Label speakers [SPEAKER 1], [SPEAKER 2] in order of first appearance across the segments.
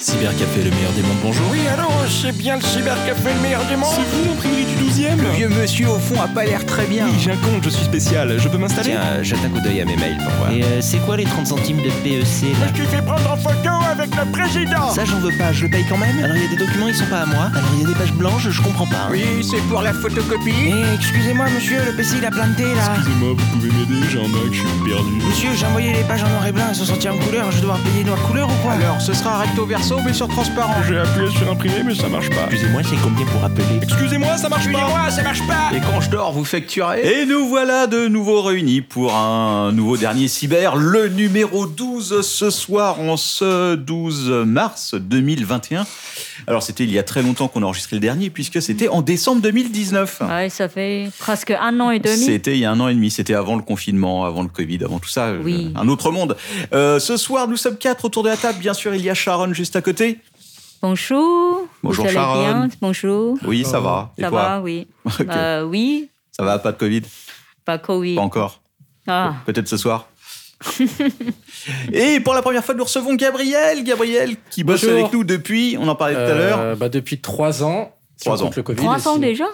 [SPEAKER 1] Cybercafé, le meilleur des mondes, bonjour.
[SPEAKER 2] Oui, alors, c'est bien le cybercafé le meilleur du monde
[SPEAKER 3] vous l'imprimerie du 12 e
[SPEAKER 4] Le vieux monsieur au fond a pas l'air très bien.
[SPEAKER 3] Oui, j'ai un compte, je suis spécial, je peux m'installer
[SPEAKER 5] Tiens, euh, jette un coup d'œil à mes mails pour voir.
[SPEAKER 6] Et euh, c'est quoi les 30 centimes de PEC là
[SPEAKER 2] Tu fais prendre en photo avec le président
[SPEAKER 6] Oh. Ça, j'en veux pas, je le paye quand même. Alors, il y a des documents, ils sont pas à moi. Alors, il y a des pages blanches, je comprends pas.
[SPEAKER 4] Oui, c'est pour la photocopie.
[SPEAKER 6] Eh, excusez-moi, monsieur, le PC il a planté là.
[SPEAKER 3] Excusez-moi, vous pouvez m'aider, j'ai un Mac, je suis perdu.
[SPEAKER 6] Monsieur, j'ai envoyé les pages en noir et blanc, elles sont sorties en couleur, je vais devoir payer noir couleur ou quoi
[SPEAKER 4] Alors, ce sera recto verso mais sur transparent.
[SPEAKER 3] J'ai appuyé sur imprimer, mais ça marche pas.
[SPEAKER 6] Excusez-moi, c'est combien pour appeler
[SPEAKER 3] Excusez-moi, ça marche pas
[SPEAKER 4] ça marche pas. Et quand je dors, vous facturez.
[SPEAKER 7] Et nous voilà de nouveau réunis pour un nouveau dernier cyber, le numéro 12 ce soir en ce 12 mars 2021. Alors c'était il y a très longtemps qu'on a enregistré le dernier puisque c'était en décembre 2019.
[SPEAKER 8] Ah Ouais, ça fait presque un an et demi.
[SPEAKER 7] C'était il y a un an et demi, c'était avant le confinement, avant le Covid, avant tout ça,
[SPEAKER 8] Oui.
[SPEAKER 7] un autre monde. Euh, ce soir, nous sommes quatre autour de la table. Bien sûr, il y a Sharon juste à côté.
[SPEAKER 8] Bonjour.
[SPEAKER 7] Bonjour,
[SPEAKER 8] Vous allez
[SPEAKER 7] Sharon.
[SPEAKER 8] bien Bonjour.
[SPEAKER 7] Oui, ça va. Et
[SPEAKER 8] Oh. ça
[SPEAKER 7] toi
[SPEAKER 8] va, oui.
[SPEAKER 7] Ok.
[SPEAKER 8] Euh, oui,
[SPEAKER 7] Ça va, pas de Covid
[SPEAKER 8] pas Covid.
[SPEAKER 7] Pas encore.
[SPEAKER 8] Ah,
[SPEAKER 7] Peut-être ce soir. Et pour la première fois, nous recevons Gabriel. Gabriel qui bosse
[SPEAKER 9] Bonjour.
[SPEAKER 7] avec nous depuis, on en parlait tout à l'heure.
[SPEAKER 9] Euh, bah, depuis trois ans. si
[SPEAKER 7] Trois
[SPEAKER 9] on compte
[SPEAKER 7] ans.
[SPEAKER 9] Le COVID
[SPEAKER 8] trois ans
[SPEAKER 9] aussi.
[SPEAKER 8] déjà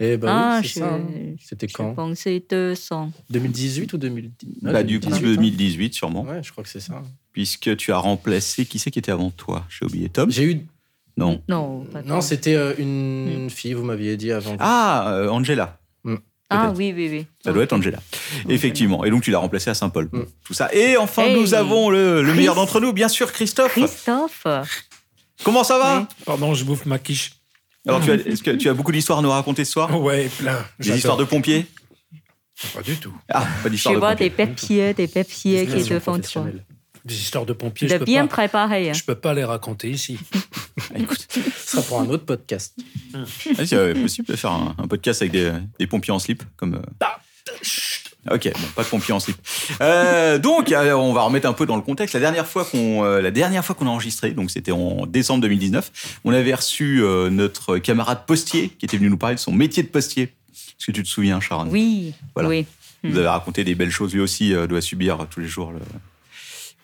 [SPEAKER 9] Eh ben
[SPEAKER 8] Ah,
[SPEAKER 9] oui, c'est
[SPEAKER 8] je-
[SPEAKER 9] ça, hein. C'était
[SPEAKER 8] Je
[SPEAKER 9] quand
[SPEAKER 8] pensais 200.
[SPEAKER 9] 2018 ou 2019
[SPEAKER 7] Bah, du coup,
[SPEAKER 9] hein.
[SPEAKER 7] 2018 sûrement,
[SPEAKER 9] Ouais, je crois que c'est ça.
[SPEAKER 7] puisque tu as remplacé. Qui c'est qui était avant toi J'ai oublié Tom.
[SPEAKER 9] J'ai eu.
[SPEAKER 7] Non.
[SPEAKER 8] Non, pas
[SPEAKER 9] Non,
[SPEAKER 8] tant. Mm.
[SPEAKER 9] c'était euh, une fille, vous m'aviez dit avant.
[SPEAKER 7] Ah, euh, Angela.
[SPEAKER 8] Ah
[SPEAKER 7] peut-être.
[SPEAKER 8] oui, oui, oui.
[SPEAKER 7] Ça doit être Angela. Effectivement. Et donc, tu l'as remplacé à Saint-Paul.
[SPEAKER 9] Mm.
[SPEAKER 7] Tout ça. Et enfin,
[SPEAKER 8] Hey.
[SPEAKER 7] nous avons le, le meilleur
[SPEAKER 8] Chris.
[SPEAKER 7] d'entre nous, bien sûr, Christophe.
[SPEAKER 8] Christophe.
[SPEAKER 7] Comment ça va
[SPEAKER 8] Oui.
[SPEAKER 2] Pardon, je bouffe ma quiche.
[SPEAKER 7] Alors, tu as, est-ce que tu as beaucoup d'histoires à nous raconter ce
[SPEAKER 4] Oh,
[SPEAKER 7] soir
[SPEAKER 2] Ouais, plein.
[SPEAKER 7] Des histoires de pompiers
[SPEAKER 2] Pas du tout.
[SPEAKER 7] Ah, pas
[SPEAKER 8] Je
[SPEAKER 7] d'histoires de
[SPEAKER 8] vois
[SPEAKER 7] pompiers.
[SPEAKER 8] des papiers, des papiers qui est
[SPEAKER 9] Formation
[SPEAKER 8] devant toi.
[SPEAKER 9] professionnelle.
[SPEAKER 2] Des histoires de pompiers,
[SPEAKER 8] Il
[SPEAKER 2] je
[SPEAKER 8] est
[SPEAKER 2] peux,
[SPEAKER 8] bien
[SPEAKER 2] pas,
[SPEAKER 8] préparé. hein.
[SPEAKER 2] je peux pas les raconter ici.
[SPEAKER 9] Ce sera pour un autre podcast.
[SPEAKER 7] Ah, c'est euh, possible de faire un, un podcast avec des, des pompiers en slip comme. euh. Ok, bon, pas de pompiers en slip. Euh, donc, euh, on va remettre un peu dans le contexte. La dernière fois qu'on, euh, la dernière fois qu'on a enregistré, donc c'était en décembre 2019, on avait reçu euh, notre camarade postier qui était venu nous parler de son métier de postier. Est-ce que tu te souviens, Sharon
[SPEAKER 8] Oui,
[SPEAKER 7] Voilà.
[SPEAKER 8] oui.
[SPEAKER 7] Il Nous avait raconté des belles choses. Lui aussi euh, doit subir euh, tous les jours le,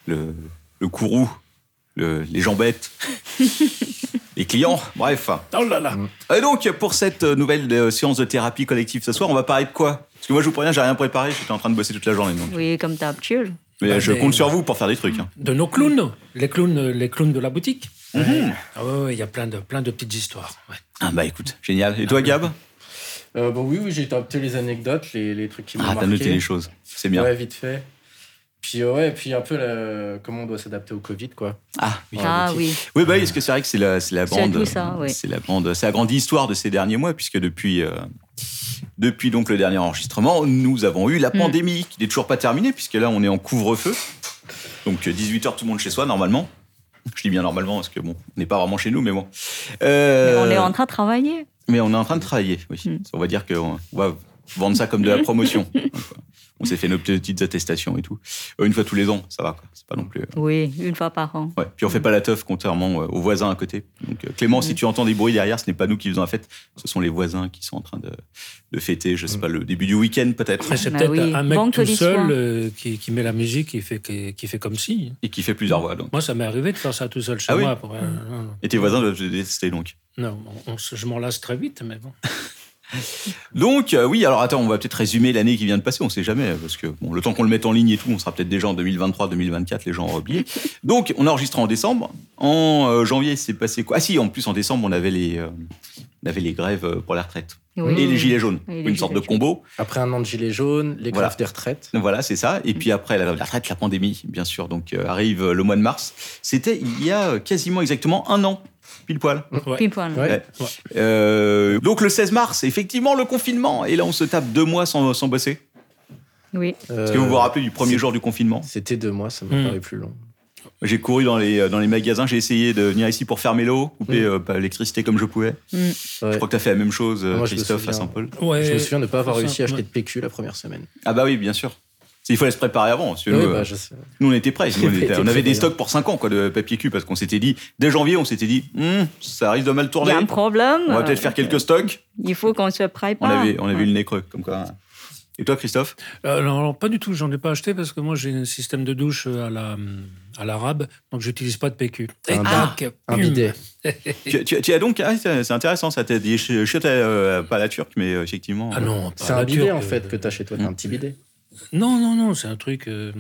[SPEAKER 7] le, le courroux, le- les jambettes, les clients. Bref.
[SPEAKER 2] Oh là là
[SPEAKER 7] Et donc, pour cette euh, nouvelle euh, séance de thérapie collective ce soir, on va parler de quoi Parce que moi, je vous préviens, j'ai rien préparé, j'étais en train de bosser toute la journée. donc.
[SPEAKER 8] Oui, comme d'habitude.
[SPEAKER 7] Mais
[SPEAKER 2] Ah,
[SPEAKER 7] je
[SPEAKER 2] mais-
[SPEAKER 7] compte sur vous pour faire des trucs. hein.
[SPEAKER 2] De nos clowns, les clowns, les clowns de la boutique.
[SPEAKER 4] Mhm.
[SPEAKER 2] Ouais. Ah ouais, ouais, il y a plein de, plein de petites histoires. ouais.
[SPEAKER 7] Ah bah écoute, génial. Et toi, Gab
[SPEAKER 9] Euh, bon, oui, oui, j'ai tapé les anecdotes, les, les trucs qui m'ont
[SPEAKER 7] Ah, t'as
[SPEAKER 9] marqué.
[SPEAKER 7] noté les choses. C'est bien.
[SPEAKER 9] Ouais, vite fait. Puis euh, ouais, puis un peu la- comment on doit s'adapter au Covid, quoi.
[SPEAKER 7] Ah oui.
[SPEAKER 9] Ouais,
[SPEAKER 8] Ah
[SPEAKER 9] boutique.
[SPEAKER 8] oui,
[SPEAKER 7] Oui, bah, parce que c'est vrai que c'est la, c'est la
[SPEAKER 8] C'est
[SPEAKER 7] grande,
[SPEAKER 8] tout ça, oui.
[SPEAKER 7] c'est la grande, c'est la grande histoire de ces derniers mois, puisque depuis, euh, depuis donc le dernier enregistrement, nous avons eu la
[SPEAKER 8] Hmm.
[SPEAKER 7] pandémie qui n'est toujours pas terminée, puisque là on est en couvre-feu, donc 18 h tout le monde chez soi normalement. Je dis bien normalement parce que bon, on n'est pas vraiment chez nous, mais bon.
[SPEAKER 8] Mais
[SPEAKER 7] Euh,
[SPEAKER 8] on est en train de travailler.
[SPEAKER 7] mais on est en train de travailler, oui.
[SPEAKER 8] Mm.
[SPEAKER 7] On va dire qu'on on va vendre ça comme de la promotion. Donc, euh, on s'est fait nos petites attestations et tout. Euh, Une fois tous les ans, ça va. quoi. C'est pas non plus. euh,
[SPEAKER 8] Oui, une fois par an.
[SPEAKER 7] Ouais, puis on fait pas la teuf contrairement euh, aux voisins à côté. Donc euh, Clément,
[SPEAKER 8] Mm.
[SPEAKER 7] si tu entends des bruits derrière, ce n'est pas nous qui faisons la fête, ce sont les voisins qui sont en train de, de fêter, je sais pas, le début du week-end peut-être,
[SPEAKER 2] Après, c'est
[SPEAKER 8] Bah
[SPEAKER 2] peut-être
[SPEAKER 8] oui,
[SPEAKER 2] un mec
[SPEAKER 8] bon que
[SPEAKER 2] tout
[SPEAKER 8] les
[SPEAKER 2] seul
[SPEAKER 8] soins.
[SPEAKER 2] euh, qui, qui met la musique et fait, qui, qui fait comme si.
[SPEAKER 7] et qui fait plusieurs voix. Donc.
[SPEAKER 2] Moi, ça m'est arrivé de faire ça tout seul chez
[SPEAKER 7] Ah oui
[SPEAKER 2] moi. pour, euh, non,
[SPEAKER 8] Mm.
[SPEAKER 7] Et tes voisins doivent te détester donc.
[SPEAKER 2] non, non, on se- je m'en lasse très vite, mais bon.
[SPEAKER 7] Donc euh, oui, alors attends, on va peut-être résumer l'année qui vient de passer, on sait jamais, parce que bon, le temps qu'on le mette en ligne et tout, on sera peut-être déjà en 2023, 2024, les gens auront oublié. Donc on a enregistré en décembre, en euh, janvier c'est passé quoi Ah si, en plus en décembre on avait les, euh, on avait les grèves euh, pour la retraite.
[SPEAKER 8] Oui.
[SPEAKER 7] Et les gilets jaunes,
[SPEAKER 8] Mm. Et les
[SPEAKER 7] une sorte de
[SPEAKER 8] gilets jaunes.
[SPEAKER 7] combo.
[SPEAKER 9] Après un an de gilet jaune, les
[SPEAKER 7] Voilà.
[SPEAKER 9] grèves des retraites.
[SPEAKER 7] Voilà, c'est ça.
[SPEAKER 9] Mm.
[SPEAKER 7] Et puis après, la, la retraite, la pandémie, bien sûr. Donc euh, arrive euh, le mois de mars. C'était il y a euh, quasiment exactement un an, pile poil.
[SPEAKER 2] Ouais.
[SPEAKER 8] Puis voilà.
[SPEAKER 9] Ouais.
[SPEAKER 7] Euh, donc le 16 mars, effectivement, le confinement. Et là, on se tape deux mois sans, sans bosser.
[SPEAKER 8] Oui,
[SPEAKER 7] Est-ce que vous vous rappelez du premier
[SPEAKER 9] c'est-
[SPEAKER 7] jour du confinement
[SPEAKER 9] Euh, C'était deux mois, ça me
[SPEAKER 2] Hmm.
[SPEAKER 9] paraît plus long.
[SPEAKER 7] J'ai couru dans les, euh, dans les magasins, j'ai essayé de venir ici pour fermer l'eau, couper
[SPEAKER 9] Mm.
[SPEAKER 7] euh, bah, l'électricité comme je pouvais.
[SPEAKER 9] Ouais.
[SPEAKER 7] Je crois que tu as fait la même chose, euh,
[SPEAKER 9] Moi, je me
[SPEAKER 7] Christophe, à
[SPEAKER 9] souviens.
[SPEAKER 7] Saint-Paul.
[SPEAKER 2] Ouais.
[SPEAKER 9] Je me souviens de ne pas avoir
[SPEAKER 2] Ça,
[SPEAKER 9] réussi à acheter
[SPEAKER 2] ouais.
[SPEAKER 9] de PQ la première semaine.
[SPEAKER 7] Ah bah oui, bien sûr. Il fallait se préparer avant. parce que
[SPEAKER 9] Ouais,
[SPEAKER 7] nous, euh,
[SPEAKER 9] bah, je
[SPEAKER 2] Hum.
[SPEAKER 9] sais.
[SPEAKER 7] Nous, on était prêts. Nous, on,
[SPEAKER 9] C'était
[SPEAKER 7] était- on avait des
[SPEAKER 9] prévoyant.
[SPEAKER 7] stocks pour 5 ans quoi, de papier cul parce qu'on s'était dit, dès janvier, on s'était dit, Hum, ça risque de mal
[SPEAKER 8] il y
[SPEAKER 7] tourner.
[SPEAKER 8] a un problème.
[SPEAKER 7] On va
[SPEAKER 8] euh,
[SPEAKER 7] peut-être faire quelques stocks.
[SPEAKER 8] Il faut qu'on se prépare.
[SPEAKER 7] On avait, on avait eu le nez creux, comme quoi. Et toi, Christophe
[SPEAKER 2] Euh, non, non, pas du tout, j'en ai pas acheté parce que moi j'ai un système de douche euh, à la à l'arabe, donc j'utilise pas de PQ. Et
[SPEAKER 9] Un
[SPEAKER 2] tac, hum.
[SPEAKER 9] Un
[SPEAKER 2] pum.
[SPEAKER 9] bidet.
[SPEAKER 7] tu, tu- tu as donc. ah, c'est c'est intéressant, ça t'a dit. Je, je- euh, pas la turque, mais euh, effectivement.
[SPEAKER 2] Ah non, pas
[SPEAKER 9] C'est un
[SPEAKER 2] la
[SPEAKER 9] bidet
[SPEAKER 2] turque,
[SPEAKER 9] en fait
[SPEAKER 2] euh,
[SPEAKER 9] que t'as chez toi, t'as
[SPEAKER 7] Hum.
[SPEAKER 9] un petit bidet.
[SPEAKER 2] Non, non, non, c'est un truc. euh,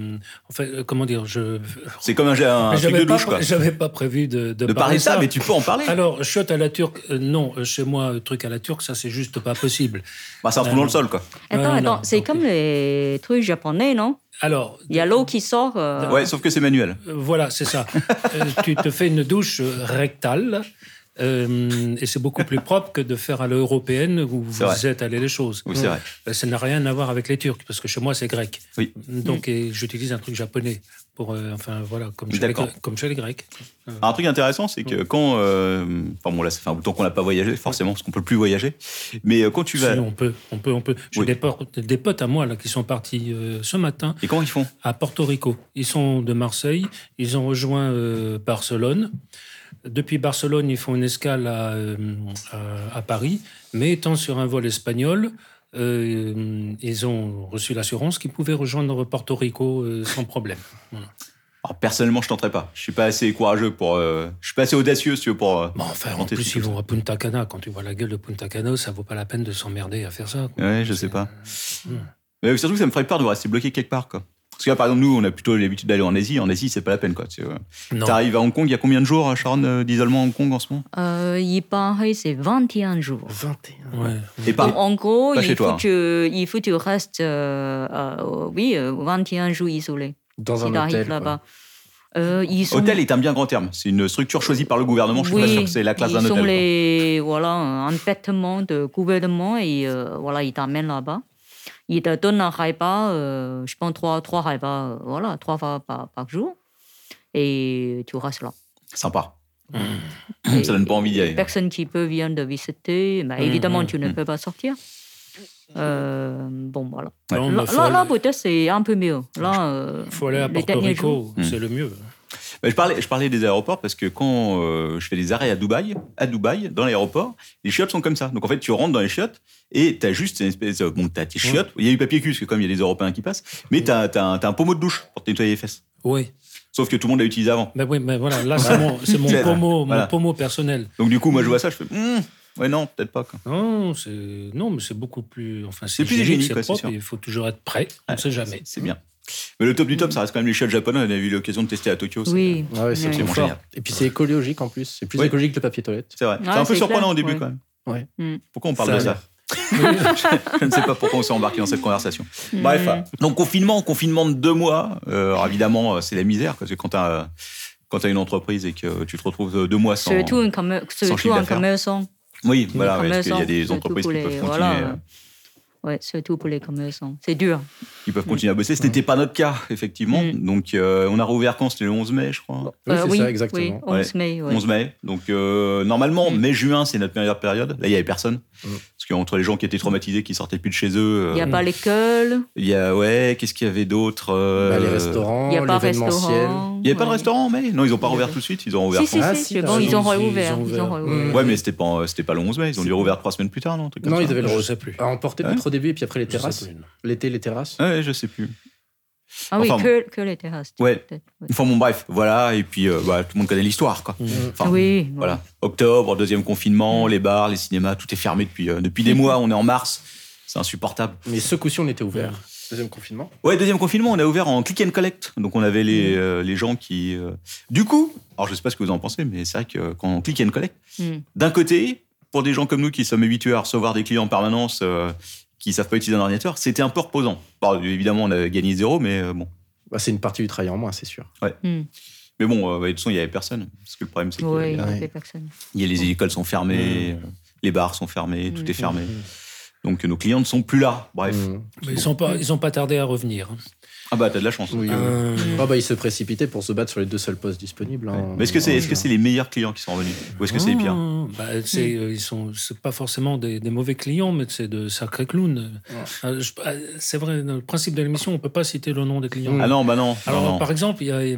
[SPEAKER 2] en fait, euh, comment dire, je.
[SPEAKER 7] C'est comme un, un
[SPEAKER 2] Mais
[SPEAKER 7] truc
[SPEAKER 2] j'avais
[SPEAKER 7] de
[SPEAKER 2] pas,
[SPEAKER 7] douche, quoi.
[SPEAKER 2] J'avais pas prévu de, de Ah.
[SPEAKER 7] De parler de ça, mais tu peux en parler.
[SPEAKER 2] Alors, chiotte à la turque, euh, non, euh, chez moi, euh, truc à la turque, ça c'est juste pas possible.
[SPEAKER 7] Bah, c'est un trou dans le sol, quoi.
[SPEAKER 8] Attends,
[SPEAKER 2] Ouais,
[SPEAKER 8] attends,
[SPEAKER 2] non,
[SPEAKER 8] c'est
[SPEAKER 2] ok.
[SPEAKER 8] comme les trucs japonais, non
[SPEAKER 2] Alors,
[SPEAKER 8] Il y a l'eau qui sort. euh,
[SPEAKER 7] Ouais, sauf que c'est manuel.
[SPEAKER 2] Euh, Voilà, c'est ça. Euh, tu te fais une douche euh, rectale. euh, et c'est beaucoup plus propre que de faire à l'européenne où
[SPEAKER 7] C'est
[SPEAKER 2] vous
[SPEAKER 7] vrai.
[SPEAKER 2] êtes allé les choses.
[SPEAKER 7] Oui, c'est vrai.
[SPEAKER 2] Euh, Ça n'a rien à voir avec les Turcs, parce que chez moi, c'est grec.
[SPEAKER 7] Oui. Mm.
[SPEAKER 2] Donc, et j'utilise un truc japonais. Pour, euh, enfin, voilà, comme chez, les,
[SPEAKER 7] D'accord.
[SPEAKER 2] Gre- comme chez les Grecs.
[SPEAKER 7] Un truc intéressant, c'est que quand. euh, Enfin, bon, là, ça fait un bout de temps qu'on n'a pas voyagé, forcément, parce qu'on peut plus voyager. Mais euh, quand tu vas.
[SPEAKER 2] Sinon, on peut, on peut, on peut. J'ai
[SPEAKER 7] Oui.
[SPEAKER 2] des, por- des potes à moi là, qui sont partis euh, ce matin
[SPEAKER 7] Et comment ils font
[SPEAKER 2] à Porto Rico. Ils sont de Marseille, ils ont rejoint euh, Barcelone. Depuis Barcelone, ils font une escale à, euh, à- à Paris, mais étant sur un vol espagnol, euh, ils ont reçu l'assurance qu'ils pouvaient rejoindre Porto Rico euh, sans problème.
[SPEAKER 7] Alors, personnellement, je tenterai pas. Je suis pas assez courageux pour. euh, Je suis pas assez audacieux, si tu veux, pour. euh,
[SPEAKER 2] Bon, enfin, en
[SPEAKER 7] Tenter
[SPEAKER 2] plus,
[SPEAKER 7] ce
[SPEAKER 2] ils
[SPEAKER 7] truc.
[SPEAKER 2] vont à Punta Cana. Quand tu vois la gueule de Punta Cana, ça vaut pas la peine de s'emmerder à faire ça. quoi.
[SPEAKER 7] Ouais, je sais pas.
[SPEAKER 2] Hmm.
[SPEAKER 7] Mais surtout que ça me ferait peur de rester bloqué quelque part, quoi. Parce que là, par exemple, nous, on a plutôt l'habitude d'aller en Asie. En Asie, c'est pas la peine, quoi. Tu vois.
[SPEAKER 2] Non.
[SPEAKER 7] T'arrives à Hong Kong, il y a combien de jours, Sharon, euh, d'isolement à Hong Kong en ce moment
[SPEAKER 8] euh, il paraît c'est 21 jours.
[SPEAKER 9] 21.
[SPEAKER 2] Ouais.
[SPEAKER 7] Et par-
[SPEAKER 8] Donc, en gros,
[SPEAKER 7] pas
[SPEAKER 8] il,
[SPEAKER 7] chez
[SPEAKER 8] faut
[SPEAKER 7] toi, hein.
[SPEAKER 8] que, il faut que tu restes euh, euh, oui, euh, 21 jours isolé.
[SPEAKER 9] Dans
[SPEAKER 8] Si
[SPEAKER 9] un hôtel.
[SPEAKER 8] t'arrives
[SPEAKER 9] quoi.
[SPEAKER 8] là-bas. Euh, ils sont,
[SPEAKER 7] Hôtel est un bien grand terme. C'est une structure choisie par le gouvernement. Je suis pas
[SPEAKER 8] Oui,
[SPEAKER 7] sûr que c'est la classe
[SPEAKER 8] ils
[SPEAKER 7] d'un
[SPEAKER 8] sont
[SPEAKER 7] hôtel. quoi.
[SPEAKER 8] les voilà, vêtement de gouvernement et euh, voilà, ils t'amènent là-bas. Ils te donnent un repas, euh, je pense trois, trois repas, euh, voilà, trois fois par, par jour. Et tu restes là.
[SPEAKER 7] Sympa.
[SPEAKER 8] Et
[SPEAKER 7] Ça donne pas envie d'y aller. Mmh,
[SPEAKER 8] Personne qui peut vient de visiter, mais évidemment, tu ne peux pas sortir. Euh, bon, voilà.
[SPEAKER 2] Non, mais
[SPEAKER 8] Là,
[SPEAKER 2] faut
[SPEAKER 8] là, là,
[SPEAKER 2] aller-
[SPEAKER 8] peut-être c'est un peu mieux. Là, euh,
[SPEAKER 2] faut aller à
[SPEAKER 8] les
[SPEAKER 2] Porto
[SPEAKER 8] derniers jours.
[SPEAKER 2] Rico, c'est le mieux.
[SPEAKER 7] Bah, je, parlais, je parlais des aéroports parce que quand euh, je fais des arrêts à Dubaï, à Dubaï, dans l'aéroport, les chiottes sont comme ça. Donc en fait, tu rentres dans les chiottes et t'as juste une espèce. euh, Bon, t'as tes chiottes. Il y a du papier cul, parce que comme il y a des Européens qui passent, mais t'as t'as un, t'as un pommeau de douche pour te nettoyer les fesses.
[SPEAKER 2] Oui.
[SPEAKER 7] Sauf que tout le monde l'a utilisé avant.
[SPEAKER 2] Ben oui, mais voilà, là, c'est mon, c'est mon,
[SPEAKER 7] Voilà.
[SPEAKER 2] pommeau,
[SPEAKER 7] Voilà.
[SPEAKER 2] mon pommeau personnel.
[SPEAKER 7] Donc du coup, moi, je vois ça, je fais. Hum, ouais, non, peut-être pas. quoi.
[SPEAKER 2] Non, c'est non, mais c'est beaucoup plus. Enfin,
[SPEAKER 7] C'est
[SPEAKER 2] c'est
[SPEAKER 7] plus
[SPEAKER 2] plus
[SPEAKER 7] hygiénique,
[SPEAKER 2] hygiénique,
[SPEAKER 7] quoi,
[SPEAKER 2] c'est
[SPEAKER 7] c'est
[SPEAKER 2] propre.
[SPEAKER 7] sûr.
[SPEAKER 2] et Il faut toujours être prêt. On ne sait jamais.
[SPEAKER 7] C'est bien. Mais le top du top, ça reste quand même les chiottes japonaises. On a eu l'occasion de tester à Tokyo. c'est-
[SPEAKER 8] Oui.
[SPEAKER 9] Ah ouais, c'est
[SPEAKER 8] Oui.
[SPEAKER 9] absolument
[SPEAKER 7] C'est
[SPEAKER 9] fort.
[SPEAKER 7] génial.
[SPEAKER 9] Et puis c'est écologique en plus. C'est plus
[SPEAKER 7] Oui.
[SPEAKER 9] écologique que le papier toilette.
[SPEAKER 7] C'est vrai.
[SPEAKER 8] Ouais,
[SPEAKER 7] c'est un peu
[SPEAKER 8] c'est
[SPEAKER 7] surprenant
[SPEAKER 8] clair,
[SPEAKER 7] au début
[SPEAKER 8] ouais.
[SPEAKER 7] quand même.
[SPEAKER 9] Ouais.
[SPEAKER 8] Mm.
[SPEAKER 7] Pourquoi on parle
[SPEAKER 9] Ça
[SPEAKER 7] de
[SPEAKER 9] a
[SPEAKER 7] ça Je ne sais pas pourquoi on s'est embarqué dans cette conversation. Bref,
[SPEAKER 8] Mm.
[SPEAKER 7] donc confinement, confinement de deux mois. Euh, alors évidemment, euh, c'est la misère parce que quand tu as, une entreprise et que euh, tu te retrouves euh, deux mois sans.
[SPEAKER 8] Surtout un commer- surtout
[SPEAKER 7] chiffre
[SPEAKER 8] un
[SPEAKER 7] d'affaires.
[SPEAKER 8] commerçant.
[SPEAKER 7] Oui, voilà, ouais,
[SPEAKER 8] Les
[SPEAKER 7] parce qu'il y a
[SPEAKER 8] commerçants,
[SPEAKER 7] des
[SPEAKER 8] surtout
[SPEAKER 7] entreprises
[SPEAKER 8] pour
[SPEAKER 7] qui
[SPEAKER 8] les-
[SPEAKER 7] peuvent continuer.
[SPEAKER 8] voilà,
[SPEAKER 7] euh,
[SPEAKER 8] Ouais, surtout pour les commerçants. C'est dur.
[SPEAKER 7] qui
[SPEAKER 8] Hmm.
[SPEAKER 7] peuvent continuer à bosser. Ce n'était pas notre cas, effectivement.
[SPEAKER 8] Mm.
[SPEAKER 7] Donc, euh, on a rouvert quand C'était le 11 mai, je crois.
[SPEAKER 9] Oui,
[SPEAKER 8] Euh,
[SPEAKER 9] c'est ça, exactement.
[SPEAKER 8] Oui, 11 mai. ouais.
[SPEAKER 7] 11 mai. Donc, euh, normalement,
[SPEAKER 8] Mm.
[SPEAKER 7] mai-juin, c'est notre meilleure période. Là, il n'y avait personne.
[SPEAKER 9] Hmm.
[SPEAKER 7] Parce qu'entre les gens qui étaient traumatisés, qui sortaient plus de chez eux,
[SPEAKER 8] Il
[SPEAKER 7] euh,
[SPEAKER 8] n'y a
[SPEAKER 9] Mmh.
[SPEAKER 8] pas l'école,
[SPEAKER 7] il y a, ouais, qu'est-ce qu'il y avait d'autre euh,
[SPEAKER 9] Bah, les
[SPEAKER 8] il
[SPEAKER 9] restaurants,
[SPEAKER 8] n'y a pas
[SPEAKER 9] l'événementiel.
[SPEAKER 8] restaurant.
[SPEAKER 7] Il n'y avait pas de
[SPEAKER 8] ouais.
[SPEAKER 7] restaurant en mai Non, ils n'ont pas rouvert tout de suite, ils ont rouvert
[SPEAKER 8] Si, si,
[SPEAKER 7] quand
[SPEAKER 9] Ah,
[SPEAKER 8] si,
[SPEAKER 9] si,
[SPEAKER 8] c'est
[SPEAKER 9] t'as
[SPEAKER 8] bon, ils
[SPEAKER 9] raison,
[SPEAKER 8] ont
[SPEAKER 2] ils- ils
[SPEAKER 8] réouvert. Ils
[SPEAKER 2] ont
[SPEAKER 8] ont
[SPEAKER 2] ouvert.
[SPEAKER 8] réouvert.
[SPEAKER 9] Mmh.
[SPEAKER 7] Ouais, mais c'était pas, euh, c'était pas le 11 mai, ils ont dû rouvert trois semaines plus tard, non un truc comme
[SPEAKER 9] Non,
[SPEAKER 7] ça.
[SPEAKER 9] ils avaient le
[SPEAKER 2] Je
[SPEAKER 9] restaurant
[SPEAKER 2] sais plus.
[SPEAKER 9] à emporter
[SPEAKER 7] Ouais.
[SPEAKER 9] pour au début et puis après les
[SPEAKER 2] Je sais
[SPEAKER 9] terrasses.
[SPEAKER 2] plus.
[SPEAKER 9] L'été, les terrasses.
[SPEAKER 7] Ouais, je sais plus.
[SPEAKER 8] Ah oui,
[SPEAKER 7] Enfin,
[SPEAKER 8] que, que les terrasses.
[SPEAKER 7] Ouais.
[SPEAKER 8] peut-être, ouais.
[SPEAKER 7] Enfin bon, bref, voilà, et puis euh, bah, tout le monde connaît l'histoire, quoi.
[SPEAKER 2] Hum.
[SPEAKER 7] Enfin,
[SPEAKER 8] oui,
[SPEAKER 7] Voilà. Octobre, deuxième confinement, les bars, les cinémas, tout est fermé depuis, euh, depuis des mois, on est en mars, c'est insupportable.
[SPEAKER 9] Mais ce coup-ci, on était ouvert. Deuxième confinement.
[SPEAKER 7] Ouais, deuxième confinement, on a ouvert en click and collect. Donc on avait les, euh, les gens qui. euh, Du coup, alors je sais pas ce que vous en pensez, mais c'est vrai que euh, quand on click and collect,
[SPEAKER 8] Mm.
[SPEAKER 7] d'un côté, pour des gens comme nous qui sommes habitués à recevoir des clients en permanence euh, qui savent pas utiliser un ordinateur, c'était un peu reposant. Bon, évidemment, on a gagné zéro, mais euh, bon.
[SPEAKER 9] Bah, c'est une partie du travail en moins, c'est sûr.
[SPEAKER 7] Mais bon, euh, bah, de toute façon, il y avait personne. Parce que le problème, c'est que
[SPEAKER 8] Mmh. Oui, il
[SPEAKER 7] euh,
[SPEAKER 8] n'y
[SPEAKER 9] Ouais.
[SPEAKER 8] avait personne.
[SPEAKER 7] il y a- les écoles sont fermées, euh, les bars sont fermés, tout
[SPEAKER 8] Mm.
[SPEAKER 7] est fermé. Donc nos clients ne sont plus là. Bref.
[SPEAKER 9] Mm.
[SPEAKER 2] Mais ils n'ont pas, ils ont pas tardé à revenir. hein.
[SPEAKER 7] Ah bah, t'as de la chance.
[SPEAKER 9] Oui, oui.
[SPEAKER 2] Euh,
[SPEAKER 8] Mmh.
[SPEAKER 9] Ah bah, ils se précipitaient pour se battre sur les deux seuls postes disponibles. hein.
[SPEAKER 7] Mais est-ce que c'est est -ce que c'est les meilleurs clients qui sont revenus Ou est-ce que c'est les pires
[SPEAKER 2] ah, bah, c'est, euh, ils sont, c'est pas forcément des, des mauvais clients, mais c'est de sacrés clowns. Euh, je- euh, c'est vrai, dans le principe de l'émission, on peut pas citer le nom des clients.
[SPEAKER 7] Ah non, bah non.
[SPEAKER 2] Alors,
[SPEAKER 7] non, non.
[SPEAKER 2] par exemple, il y a. euh,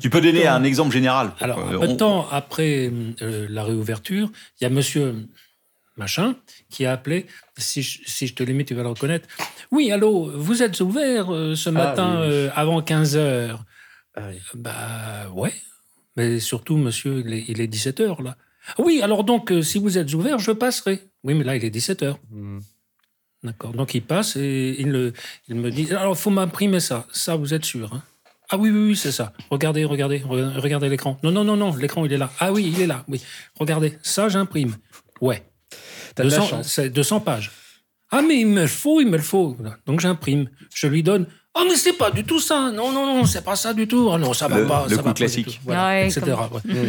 [SPEAKER 7] Tu peux donner un exemple général.
[SPEAKER 2] Alors,
[SPEAKER 7] Euh,
[SPEAKER 2] un peu de
[SPEAKER 7] on-
[SPEAKER 2] temps après euh, la réouverture, il y a monsieur, machin, qui a appelé, si je, si je te l'ai mis, tu vas le reconnaître. Oui, allô, vous êtes ouvert euh, ce matin
[SPEAKER 9] Ah, oui, oui.
[SPEAKER 2] euh, avant 15 heures
[SPEAKER 9] Ah oui.
[SPEAKER 2] Bah ouais, mais surtout, monsieur, il est, 17h là. Oui, alors donc, euh, si vous êtes ouvert, je passerai. Oui, mais là, il est 17h.
[SPEAKER 9] Hmm.
[SPEAKER 2] D'accord. Donc, il passe et il, le- il me dit Alors, faut m'imprimer ça. Ça, vous êtes sûr. hein ah oui, oui, oui, c'est ça. Regardez, regardez, re- regardez l'écran. Non, non, non, non, l'écran, il est là. Ah oui, il est là. Oui. Regardez, ça, j'imprime. Ouais.
[SPEAKER 9] T'as de la
[SPEAKER 2] 200
[SPEAKER 9] chance.
[SPEAKER 2] c'est 200 pages. Ah, mais il me le faut, il me le faut. Donc, j'imprime. Je lui donne. Ah, mais c'est pas du tout ça. Non, non, non, c'est pas ça du tout. Ah non, ça va
[SPEAKER 7] Le-
[SPEAKER 2] pas.
[SPEAKER 7] le coup
[SPEAKER 2] ça va pas du
[SPEAKER 7] classique.
[SPEAKER 2] tout. Voilà,
[SPEAKER 8] Ouais,
[SPEAKER 2] etc.
[SPEAKER 8] comme-
[SPEAKER 2] ouais.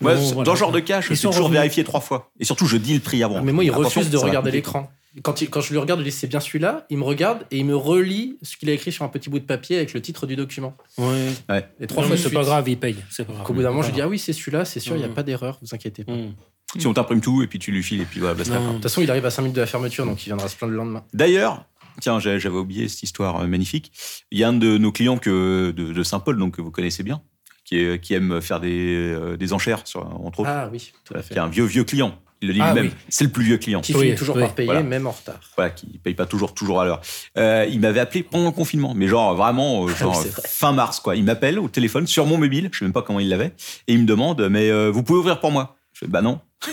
[SPEAKER 7] Moi,
[SPEAKER 2] Bon,
[SPEAKER 7] c-
[SPEAKER 2] voilà.
[SPEAKER 7] dans ce genre de cas, je
[SPEAKER 2] Ils
[SPEAKER 7] suis
[SPEAKER 2] sont
[SPEAKER 7] toujours
[SPEAKER 2] revenus. Ah,
[SPEAKER 7] vérifié trois fois. Et surtout, je dis le prix avant.
[SPEAKER 9] Ah, Mais moi, il
[SPEAKER 7] Attention,
[SPEAKER 9] refuse de
[SPEAKER 7] ça va
[SPEAKER 9] regarder
[SPEAKER 7] coûter.
[SPEAKER 9] l'écran. Quand, il- quand je lui regarde, je lui dis c'est bien celui-là. Il me regarde et il me relit ce qu'il a écrit sur un petit bout de papier avec le titre du document.
[SPEAKER 2] Ouais.
[SPEAKER 9] Et trois
[SPEAKER 2] Trois
[SPEAKER 9] fois,
[SPEAKER 2] fois, c'est
[SPEAKER 9] suite.
[SPEAKER 2] pas grave, il paye. C'est pas grave.
[SPEAKER 9] Qu'au bout d'un moment, je lui dis
[SPEAKER 2] Voilà.
[SPEAKER 9] ah oui, c'est celui-là, c'est sûr, il n'y a
[SPEAKER 2] Mm.
[SPEAKER 9] pas d'erreur, vous inquiétez pas. De
[SPEAKER 2] Mm.
[SPEAKER 7] Si on t'imprime tout et puis tu lui files et puis voilà, basta.
[SPEAKER 2] Non.
[SPEAKER 9] toute façon, il arrive à 5 minutes de la fermeture, donc il viendra se plaindre le lendemain.
[SPEAKER 7] D'ailleurs, tiens, j'a- j'avais oublié cette histoire euh, magnifique. Il y a un de nos clients que, de, de Saint-Paul, donc que vous connaissez bien, qui, est- qui aime faire des, euh, des enchères, sur, entre autres,
[SPEAKER 9] Ah oui, tout à fait.
[SPEAKER 7] qui est un vieux, vieux client. Il le dit
[SPEAKER 2] Ah
[SPEAKER 7] lui-même.
[SPEAKER 2] oui.
[SPEAKER 7] C'est le plus vieux client.
[SPEAKER 9] Qui
[SPEAKER 2] Oui,
[SPEAKER 9] finit toujours
[SPEAKER 2] oui,
[SPEAKER 9] par payer,
[SPEAKER 7] voilà.
[SPEAKER 9] même en retard.
[SPEAKER 7] Voilà, qui paye pas toujours, toujours à l'heure. Euh, il m'avait appelé pendant le confinement, mais genre vraiment euh, genre,
[SPEAKER 9] Ah oui, c'est vrai.
[SPEAKER 7] fin mars quoi. Il m'appelle au téléphone sur mon mobile, je sais même pas comment il l'avait, et il me demande mais euh, vous pouvez ouvrir pour moi Je fais bah non. Il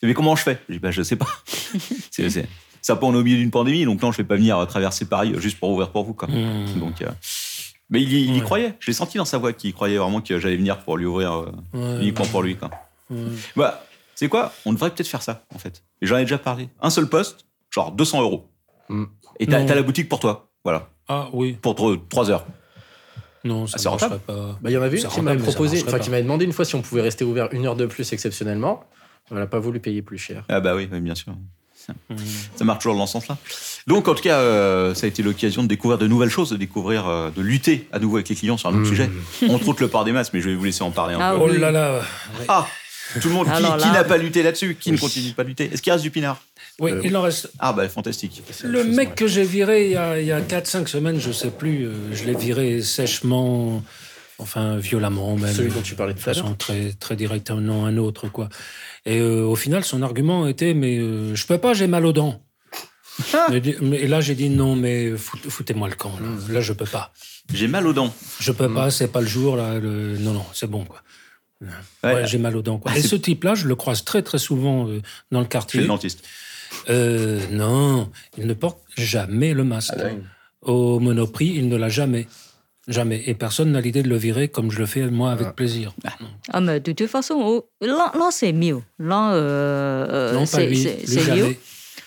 [SPEAKER 7] fait, mais comment je fais Je dis bah je sais pas. c'est, c'est- ça pendant au milieu d'une pandémie, donc non je vais pas venir euh, traverser Paris euh, juste pour ouvrir pour vous quoi.
[SPEAKER 9] Mmh.
[SPEAKER 2] Mm.
[SPEAKER 7] Donc euh, mais il, y- il y
[SPEAKER 2] Ouais.
[SPEAKER 7] croyait, je l'ai senti dans sa voix qu'il croyait vraiment que j'allais venir pour lui ouvrir euh,
[SPEAKER 2] Ouais,
[SPEAKER 7] uniquement
[SPEAKER 2] ouais.
[SPEAKER 7] pour lui quoi.
[SPEAKER 2] Ouais.
[SPEAKER 7] Bah, c'est quoi On devrait peut-être faire ça, en fait. Et J'en ai déjà parlé. Un seul poste, genre 200 euros.
[SPEAKER 9] Mm.
[SPEAKER 7] Et t'as
[SPEAKER 2] Non.
[SPEAKER 7] t'as la boutique pour toi. Voilà.
[SPEAKER 2] Ah oui,
[SPEAKER 7] Pour 3 heures.
[SPEAKER 2] non,
[SPEAKER 7] Ah,
[SPEAKER 2] ça ne
[SPEAKER 7] c'est
[SPEAKER 2] marcherait pas.
[SPEAKER 9] Bah, il y en avait une
[SPEAKER 2] Ça
[SPEAKER 9] qui m'a
[SPEAKER 2] rentable, mais ça
[SPEAKER 9] proposé,
[SPEAKER 2] marcherait
[SPEAKER 9] enfin
[SPEAKER 2] pas.
[SPEAKER 9] qui m'a demandé une fois si on pouvait rester ouvert une heure de plus exceptionnellement. On n'a pas voulu payer plus cher.
[SPEAKER 7] Ah bah oui, oui, bien sûr.
[SPEAKER 2] Mm.
[SPEAKER 7] Ça marche toujours dans ce sens-là. Donc, en tout cas, euh, ça a été l'occasion de découvrir de nouvelles choses, de découvrir, euh, de lutter à nouveau avec les clients sur un autre
[SPEAKER 9] Mm.
[SPEAKER 7] sujet. Entre autres, le port des masses, mais je vais vous laisser en parler un
[SPEAKER 8] Ah
[SPEAKER 7] peu.
[SPEAKER 2] Oh
[SPEAKER 8] oui.
[SPEAKER 2] là là.
[SPEAKER 7] Ah Tout le monde, qui-
[SPEAKER 8] Alors
[SPEAKER 7] qui,
[SPEAKER 8] là-
[SPEAKER 7] n'a pas lutté là-dessus Qui ne
[SPEAKER 9] Oui.
[SPEAKER 7] continue de pas lutter Est-ce qu'il reste du pinard
[SPEAKER 2] Oui,
[SPEAKER 9] Euh,
[SPEAKER 2] il en reste.
[SPEAKER 7] Ah bah, fantastique.
[SPEAKER 9] C'est
[SPEAKER 2] Le
[SPEAKER 9] autre chose,
[SPEAKER 2] mec
[SPEAKER 9] ouais.
[SPEAKER 2] que j'ai viré il y a, il y a 4-5 semaines, je sais plus, euh, je l'ai viré sèchement, enfin violemment même.
[SPEAKER 9] Celui dont tu parlais
[SPEAKER 2] de
[SPEAKER 9] tout à l'heure.
[SPEAKER 2] façon très, très directe, un nom, un autre, quoi. Et euh, au final, son argument était Mais euh, je peux pas, j'ai mal aux dents. Mais di- mais- Et là, j'ai dit non, mais fout- foutez-moi le camp. Là, là je peux pas.
[SPEAKER 7] J'ai mal aux dents.
[SPEAKER 2] Je peux pas, c'est pas le jour, là. le- Non, non, c'est bon, quoi.
[SPEAKER 7] Ouais,
[SPEAKER 2] Ouais, j'ai mal aux dents, quoi.
[SPEAKER 7] Ah,
[SPEAKER 2] Et
[SPEAKER 7] c'est-
[SPEAKER 2] ce type-là, je le croise très, très souvent euh, dans le
[SPEAKER 7] Chez le
[SPEAKER 2] quartier.
[SPEAKER 7] dentiste.
[SPEAKER 2] Euh, non, il ne porte jamais le masque.
[SPEAKER 8] Ah,
[SPEAKER 2] Au Monoprix, il ne l'a jamais. Jamais. Et personne n'a l'idée de le virer comme je le fais moi avec plaisir.
[SPEAKER 8] Ah, mais de toute façon, oh, là, là, c'est mieux. Là, euh, euh,
[SPEAKER 2] non, pas
[SPEAKER 8] c'est
[SPEAKER 2] lui.
[SPEAKER 8] c'est-
[SPEAKER 2] Lui,
[SPEAKER 8] c'est mieux.
[SPEAKER 2] jamais.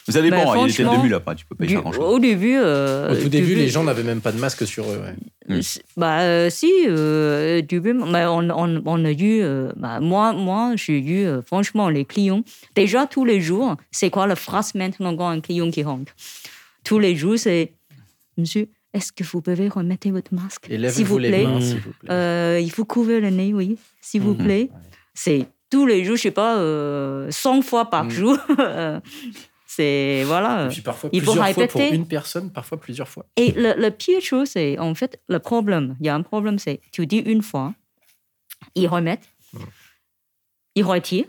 [SPEAKER 7] Ça dépend,
[SPEAKER 8] Bah,
[SPEAKER 7] hein, il était le
[SPEAKER 8] franchement,
[SPEAKER 7] début là, après, tu peux pas y
[SPEAKER 8] Du-
[SPEAKER 7] faire grand-chose.
[SPEAKER 8] au début, euh,
[SPEAKER 9] Au tout
[SPEAKER 8] tu
[SPEAKER 9] début,
[SPEAKER 8] veux-
[SPEAKER 9] les gens n'avaient même pas de masque sur eux. ouais.
[SPEAKER 7] Mm.
[SPEAKER 8] C'est- Bah, euh, si, euh, tu veux, mais on, on, on a eu, euh, bah, moi, moi j'ai eu, euh, franchement, les clients, déjà tous les jours, c'est quoi la phrase maintenant quand un client qui rentre Tous les jours, c'est Monsieur, est-ce que vous pouvez remettre votre masque
[SPEAKER 9] Et
[SPEAKER 8] S'il
[SPEAKER 9] lèvez-vous
[SPEAKER 8] vous
[SPEAKER 9] les
[SPEAKER 8] plaît. Mmh.
[SPEAKER 9] mains, Mm-hmm.
[SPEAKER 2] Mm.
[SPEAKER 9] s'il vous plaît.
[SPEAKER 8] Euh, il faut couvrir le nez, oui, s'il vous
[SPEAKER 7] Mhm.
[SPEAKER 8] plaît. C'est tous les jours, je sais pas, euh, 100 fois par
[SPEAKER 9] Mhm.
[SPEAKER 8] jour. Euh, c'est, voilà.
[SPEAKER 9] Et puis parfois
[SPEAKER 8] il faut
[SPEAKER 9] plusieurs fois pour
[SPEAKER 8] répéter.
[SPEAKER 9] une personne, parfois plusieurs fois.
[SPEAKER 8] Et le, le pire chose, c'est en fait le problème. Il y a un problème, c'est tu dis une fois, ils remettent, ils retirent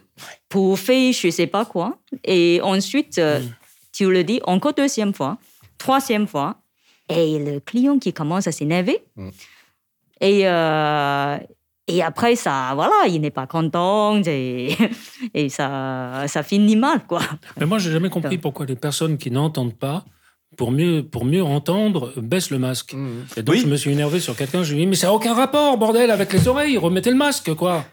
[SPEAKER 8] pour faire je sais pas quoi. Et ensuite, euh,
[SPEAKER 7] Mm.
[SPEAKER 8] tu le dis encore deuxième fois, troisième fois. Et le client qui commence à s'énerver.
[SPEAKER 9] Mm.
[SPEAKER 8] Et, euh, et après, ça, voilà, il n'est pas content. Et, et ça, ça finit mal, quoi.
[SPEAKER 2] Mais moi, j'ai jamais compris pourquoi les personnes qui n'entendent pas, pour mieux, pour mieux entendre, baissent le masque.
[SPEAKER 9] Mmh.
[SPEAKER 2] Et donc,
[SPEAKER 7] Oui.
[SPEAKER 2] je me suis énervé sur quelqu'un, je lui ai dit Mais ça n'a aucun rapport, bordel, avec les oreilles, remettez le masque, quoi.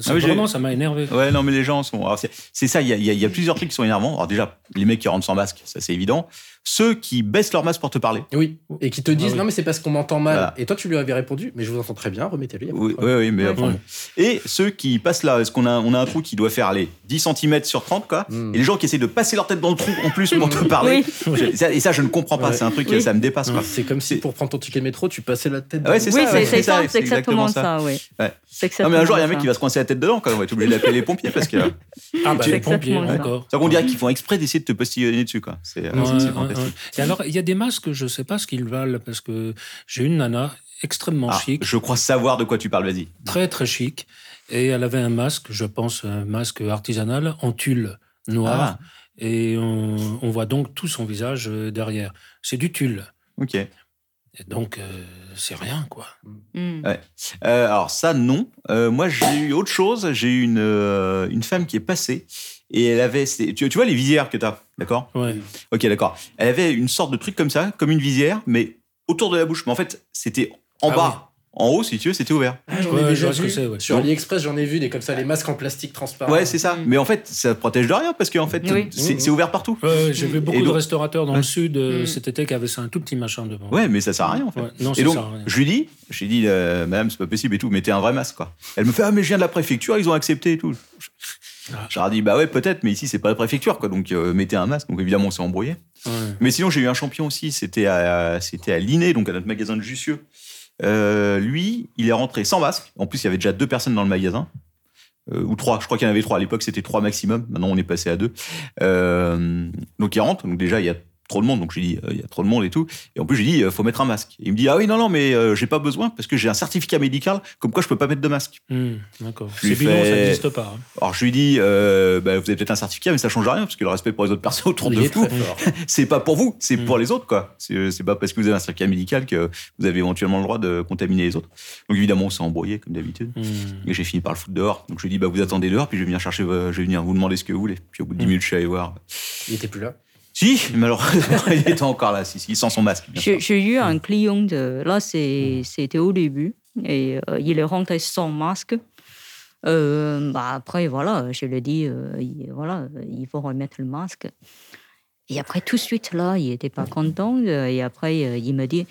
[SPEAKER 2] Ça,
[SPEAKER 7] Ah oui, j'ai-
[SPEAKER 2] vraiment, ça m'a énervé.
[SPEAKER 7] Ouais, non, mais les gens sont. alors, c'est- C'est ça, il y, a- il y a- il y a plusieurs trucs qui sont énervants. Alors, déjà, les mecs qui rentrent sans masque, ça c'est évident. Ceux qui baissent leur masque pour te parler.
[SPEAKER 9] Oui, et qui te disent
[SPEAKER 2] Ah oui.
[SPEAKER 9] non mais c'est parce qu'on m'entend mal.
[SPEAKER 7] Voilà.
[SPEAKER 9] Et toi tu lui avais répondu mais je vous entends très bien, remettez-le. il y a pas de
[SPEAKER 7] Oui, oui,
[SPEAKER 9] problème.
[SPEAKER 7] oui, mais
[SPEAKER 8] Ouais.
[SPEAKER 7] enfin, bon. Et ceux qui passent là, parce qu'on a, on a un trou qui doit faire aller 10 cm sur 30, quoi.
[SPEAKER 9] Mm.
[SPEAKER 7] Et les gens qui essaient de passer leur tête dans le trou en plus pour te parler. Je- ça- et ça, je ne comprends pas.
[SPEAKER 9] Ouais.
[SPEAKER 7] C'est un truc,
[SPEAKER 8] Mm. Oui.
[SPEAKER 7] ça me dépasse, quoi.
[SPEAKER 9] Ah, C'est comme si
[SPEAKER 7] C'est-
[SPEAKER 9] pour prendre ton ticket de métro tu passais la tête.
[SPEAKER 7] Ah ouais, c'est
[SPEAKER 8] Oui,
[SPEAKER 7] ça,
[SPEAKER 8] c'est- c'est
[SPEAKER 7] ça,
[SPEAKER 8] ça, c'est exactement ça, oui.
[SPEAKER 7] Ouais.
[SPEAKER 8] C'est
[SPEAKER 7] Non, mais un jour, il y a un
[SPEAKER 8] exactement
[SPEAKER 7] mec
[SPEAKER 8] ça.
[SPEAKER 7] qui va se coincer la tête dedans, quand on va être obligé d'appeler les pompiers parce que.
[SPEAKER 2] Ah,
[SPEAKER 9] bah,
[SPEAKER 2] tu es
[SPEAKER 8] exactement
[SPEAKER 2] pompier,
[SPEAKER 8] ça.
[SPEAKER 2] d'accord.
[SPEAKER 7] Ça qu'on
[SPEAKER 8] Mm.
[SPEAKER 7] dirait qu'ils font exprès d'essayer de te postillonner dessus, quoi. C'est euh,
[SPEAKER 2] Ouais,
[SPEAKER 7] c'est
[SPEAKER 2] ouais,
[SPEAKER 7] fantastique.
[SPEAKER 2] ouais. Et alors, il y a des masques, je ne sais pas ce qu'ils valent, parce que j'ai une nana extrêmement
[SPEAKER 7] Ah,
[SPEAKER 2] chic,
[SPEAKER 7] je crois savoir de quoi tu parles, vas-y.
[SPEAKER 2] très très chic,
[SPEAKER 8] Bah,
[SPEAKER 7] Ah.
[SPEAKER 2] et elle avait un masque, je pense, un masque artisanal en tulle noire. et on, on voit donc tout son visage euh, derrière. C'est du tulle.
[SPEAKER 7] Ok.
[SPEAKER 2] Et donc, euh, c'est rien, quoi.
[SPEAKER 8] Mm.
[SPEAKER 7] Euh, alors ça, non. Euh, moi, j'ai eu autre chose. J'ai eu une, euh, une femme qui est passée et elle avait... c'est- Tu, tu vois les visières que t'as, d'accord
[SPEAKER 2] Ouais.
[SPEAKER 7] Ok, d'accord. Elle avait une sorte de truc comme ça, comme une visière, mais autour de la bouche. Mais en fait, c'était en
[SPEAKER 2] Ah
[SPEAKER 7] bas. En haut, si tu veux, c'était ouvert.
[SPEAKER 9] Ah, j'en
[SPEAKER 2] Ouais,
[SPEAKER 9] ai
[SPEAKER 2] je
[SPEAKER 9] déjà
[SPEAKER 2] vois ce que
[SPEAKER 9] vu.
[SPEAKER 2] c'est, ouais.
[SPEAKER 9] Sur
[SPEAKER 2] Donc-
[SPEAKER 9] AliExpress, j'en ai vu des comme ça, les masques en plastique
[SPEAKER 2] Ah.
[SPEAKER 9] transparent.
[SPEAKER 7] Ouais, c'est ça.
[SPEAKER 8] Mm.
[SPEAKER 7] Mais en fait, ça te protège de rien parce qu'en fait,
[SPEAKER 8] Oui.
[SPEAKER 7] c'est
[SPEAKER 9] Mm.
[SPEAKER 7] c'est ouvert partout.
[SPEAKER 2] Ouais, ouais, j'ai vu beaucoup de
[SPEAKER 7] donc-
[SPEAKER 2] restaurateurs dans
[SPEAKER 7] Ouais.
[SPEAKER 2] le sud euh,
[SPEAKER 8] Mm.
[SPEAKER 2] cet été qui avaient ça, un tout petit machin devant.
[SPEAKER 7] Ouais, mais ça sert à rien en fait.
[SPEAKER 2] Ouais, non,
[SPEAKER 7] Et
[SPEAKER 2] ça
[SPEAKER 7] donc,
[SPEAKER 2] sert à rien.
[SPEAKER 7] je lui dis, je lui dis, euh, madame, c'est pas possible et tout, mettez un vrai masque, quoi. Elle me fait, ah, mais je viens de la préfecture, ils ont accepté et tout. Je-
[SPEAKER 2] Ah,
[SPEAKER 7] Je leur ai dit, bah ouais, peut-être, mais ici, c'est pas la préfecture, quoi. Donc, euh, mettez un masque. Donc, évidemment, on s'est embrouillé.
[SPEAKER 2] Ouais.
[SPEAKER 7] Mais sinon, j'ai eu un champion aussi, c'était à, c'était à Liné, donc à notre magasin de Jussieu. Euh, lui, il est rentré sans masque. En plus, il y avait déjà deux personnes dans le magasin. Euh, ou trois, je crois qu'il y en avait trois. À l'époque, c'était trois maximum. Maintenant, on est passé à deux. Euh, donc, il rentre. Donc, déjà, il y a trop de monde. Donc, j'ai dit, euh, il y a trop de monde et tout. Et en plus, j'ai dit, euh, faut mettre un masque. Et il me dit, ah oui, non, non, mais euh, j'ai pas besoin parce que j'ai un certificat médical comme quoi je peux pas mettre de masque.
[SPEAKER 2] Mm, D'accord.
[SPEAKER 7] lui
[SPEAKER 2] C'est bidon, ça
[SPEAKER 7] fais-
[SPEAKER 2] n'existe pas. hein.
[SPEAKER 7] Alors, je lui dis, euh, bah, vous avez peut-être un certificat, mais ça change rien parce que le respect pour les autres personnes autour de
[SPEAKER 9] Il est
[SPEAKER 7] vous,
[SPEAKER 9] très fort.
[SPEAKER 7] c'est pas pour vous, c'est
[SPEAKER 2] Mm.
[SPEAKER 7] pour les autres, quoi. C'est c'est pas parce que vous avez un certificat médical que vous avez éventuellement le droit de contaminer les autres. Donc évidemment, on s'est embrouillé comme d'habitude.
[SPEAKER 2] Mm.
[SPEAKER 7] Et j'ai fini par le foutre dehors. Donc je lui dis, bah vous attendez dehors, puis je vais venir chercher, vo- je vais venir vous demander ce que vous voulez. Puis au bout de 10
[SPEAKER 2] Mm.
[SPEAKER 7] minutes, je suis allé voir.
[SPEAKER 9] Il était plus là.
[SPEAKER 7] Si, malheureusement, il était encore là, si, si, sans son masque. bien sûr. Mm.
[SPEAKER 8] J'ai j'ai eu un client, de, là c'est- c'était au début, et euh, il est rentré sans masque. Euh, bah, après, voilà, je lui ai dit, euh, il- voilà, il faut remettre le masque. Et après, tout de suite, là, il n'était pas content. euh, Et après, euh, il me dit,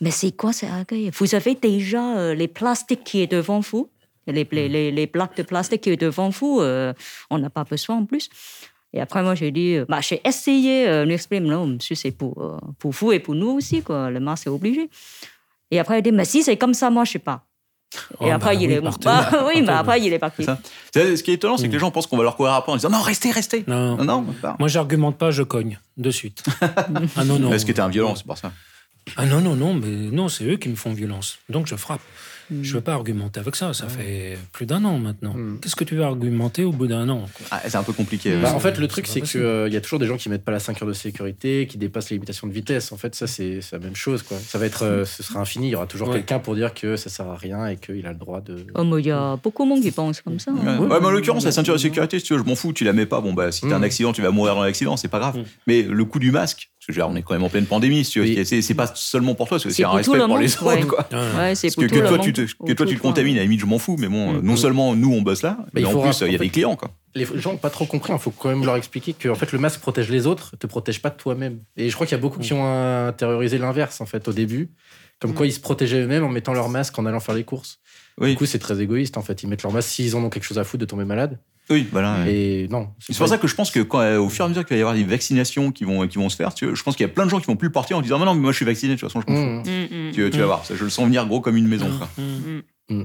[SPEAKER 8] mais c'est quoi ce accueil Vous avez déjà euh, les plastiques qui est devant vous les, les,
[SPEAKER 7] Mm.
[SPEAKER 8] les, les plaques de plastique qui est devant vous, euh, on n'a pas besoin en plus. Et après, moi, j'ai dit, euh, bah, j'ai essayé euh, l'exprime, non, monsieur, c'est pour, euh, pour vous et pour nous aussi, quoi. Le masque est obligé. Et après, il a dit, mais si c'est comme ça, moi, je sais pas.
[SPEAKER 2] Oh,
[SPEAKER 8] et
[SPEAKER 2] bah
[SPEAKER 8] après, il
[SPEAKER 2] oui,
[SPEAKER 8] est
[SPEAKER 2] partez.
[SPEAKER 8] bah, oui, mais
[SPEAKER 2] Partez.
[SPEAKER 8] après, il est parti.
[SPEAKER 7] C'est ça. C'est- Ce qui est étonnant, c'est que
[SPEAKER 2] Mm.
[SPEAKER 7] les gens pensent qu'on va leur courir après en disant, non, restez, restez.
[SPEAKER 2] Non.
[SPEAKER 7] Non, non, on part.
[SPEAKER 2] Moi, j'argumente pas, je cogne de suite. ah non, non.
[SPEAKER 7] Parce que t'es un violent, c'est pour ça.
[SPEAKER 2] Ah non, non, non, mais non, c'est eux qui me font violence. Donc je frappe.
[SPEAKER 8] Hmm.
[SPEAKER 2] Je ne veux pas argumenter avec ça. Ça fait plus d'un an maintenant.
[SPEAKER 9] Mm.
[SPEAKER 2] Qu'est-ce que tu vas argumenter au bout d'un an quoi
[SPEAKER 7] Ah, c'est un peu compliqué.
[SPEAKER 9] Bah,
[SPEAKER 2] C'est-
[SPEAKER 9] en fait, le truc,
[SPEAKER 2] c'est
[SPEAKER 9] c'est
[SPEAKER 2] pas
[SPEAKER 9] qu'il
[SPEAKER 2] possible.
[SPEAKER 9] y a toujours des gens qui mettent pas la ceinture de sécurité, qui dépassent les limitations de vitesse. En
[SPEAKER 7] Mm.
[SPEAKER 9] fait, ça, c'est c'est la même chose. Quoi. Ça va être, euh, ce sera infini. Il y aura toujours
[SPEAKER 2] Ouais.
[SPEAKER 9] quelqu'un pour dire que ça sert à rien et qu'il a le droit de.
[SPEAKER 8] Oh, mais il y a beaucoup de monde qui pense comme ça. hein.
[SPEAKER 7] Ouais, ouais, mais en l'occurrence, la ceinture de sécurité, si tu veux, je m'en fous, tu la mets pas. Bon, bah, si t'as un
[SPEAKER 9] Mm.
[SPEAKER 7] accident, tu vas mourir dans l'accident, c'est pas grave.
[SPEAKER 2] Mm.
[SPEAKER 7] Mais le coup du masque, parce que je veux dire, on est quand même en pleine pandémie, si tu veux,
[SPEAKER 9] Oui.
[SPEAKER 7] c'est, c'est pas seulement pour toi, c'est aussi
[SPEAKER 8] C'est
[SPEAKER 7] un
[SPEAKER 8] pour
[SPEAKER 7] respect
[SPEAKER 8] tout le
[SPEAKER 7] pour les
[SPEAKER 8] monde,
[SPEAKER 7] autres,
[SPEAKER 8] ouais.
[SPEAKER 7] quoi.
[SPEAKER 2] Ah,
[SPEAKER 8] Ouais, c'est
[SPEAKER 7] Parce
[SPEAKER 8] pour
[SPEAKER 7] que,
[SPEAKER 8] tout
[SPEAKER 7] que
[SPEAKER 8] le
[SPEAKER 7] toi,
[SPEAKER 8] monde,
[SPEAKER 7] tu te,
[SPEAKER 8] pour
[SPEAKER 7] que toi,
[SPEAKER 8] tout
[SPEAKER 7] tu
[SPEAKER 8] le
[SPEAKER 7] te
[SPEAKER 8] monde.
[SPEAKER 7] contamines, à la limite, je m'en fous, mais bon,
[SPEAKER 9] Mm.
[SPEAKER 7] euh, non seulement nous, on bosse là, mais
[SPEAKER 9] il
[SPEAKER 7] en
[SPEAKER 9] faudra-
[SPEAKER 7] plus, il y a
[SPEAKER 9] en fait-
[SPEAKER 7] des clients, quoi.
[SPEAKER 9] Les gens ont pas trop compris. Il faut quand même leur expliquer que en fait, le masque protège les autres, te protège pas toi-même. Et je crois qu'il y a beaucoup
[SPEAKER 7] Mm.
[SPEAKER 9] qui ont intériorisé l'inverse en fait au début, comme quoi ils se protégeaient eux-mêmes en mettant leur masque en allant faire les courses.
[SPEAKER 7] Oui.
[SPEAKER 9] Du coup, c'est très égoïste en fait. Ils mettent leur masque s'ils en ont quelque chose à foutre de tomber malade.
[SPEAKER 7] Oui, voilà. ouais.
[SPEAKER 9] Et non.
[SPEAKER 7] C'est pour ça que je pense que quand, euh, au fur et à mesure qu'il va y avoir des vaccinations qui vont, qui vont se faire, tu vois, je pense qu'il y a plein de gens qui vont plus le porter en disant, mais non, mais moi, je suis vacciné, de toute façon, je m'en fous.
[SPEAKER 9] Mmh.
[SPEAKER 8] Mm, mm.
[SPEAKER 7] Tu, tu vas voir, ça, je le sens venir gros comme une maison, quoi.
[SPEAKER 2] mm.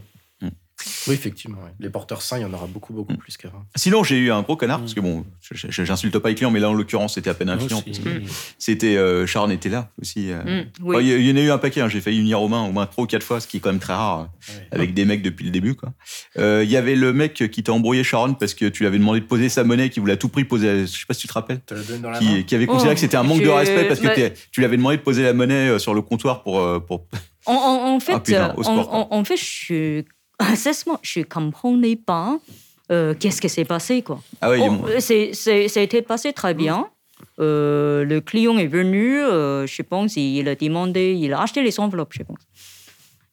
[SPEAKER 9] Oui, effectivement. ouais. Les porteurs sains, il y en aura beaucoup, beaucoup
[SPEAKER 7] Mm.
[SPEAKER 9] plus qu'avant.
[SPEAKER 7] Sinon, j'ai eu un gros connard,
[SPEAKER 2] Mm.
[SPEAKER 7] parce que bon, je- je- j'insulte pas les clients, mais là, en l'occurrence, c'était à peine un
[SPEAKER 2] Moi
[SPEAKER 7] client.
[SPEAKER 2] aussi. Hmm.
[SPEAKER 7] parce que- C'était euh, Sharon était là aussi. euh.
[SPEAKER 8] Mm,
[SPEAKER 7] Enfin, Il
[SPEAKER 8] oui.
[SPEAKER 7] y, il y en a eu un paquet. hein, J'ai failli venir aux mains au moins trois ou quatre fois, ce qui est quand même très rare hein,
[SPEAKER 9] Ouais.
[SPEAKER 7] avec des mecs depuis le début. quoi. Euh, Il y avait le mec qui t'a embrouillé Sharon parce que tu lui avais demandé de poser sa monnaie, qui voulait à tout prix poser. Je sais pas si tu te rappelles.
[SPEAKER 9] Te le donne
[SPEAKER 2] Ah
[SPEAKER 9] dans la main.
[SPEAKER 7] Qui, qui avait considéré
[SPEAKER 8] Oh,
[SPEAKER 7] que c'était un manque de
[SPEAKER 8] je-
[SPEAKER 7] respect parce que
[SPEAKER 8] mais-
[SPEAKER 7] t'es- tu lui avais demandé de poser la monnaie euh, sur le comptoir pour. euh, pour...
[SPEAKER 8] En, en- en fait,
[SPEAKER 7] Ah, putain,
[SPEAKER 8] euh,
[SPEAKER 7] au
[SPEAKER 8] en-
[SPEAKER 7] sport, quoi.
[SPEAKER 8] en- en fait, je ne je comprenais pas euh, qu'est-ce qui s'est passé, quoi.
[SPEAKER 7] Ah ouais, il est
[SPEAKER 8] Oh,
[SPEAKER 7] bon.
[SPEAKER 8] euh, c'est- c'est- ça a été passé très bien. Euh, le client est venu, euh, je pense, il, il a demandé, il a acheté les enveloppes, je pense.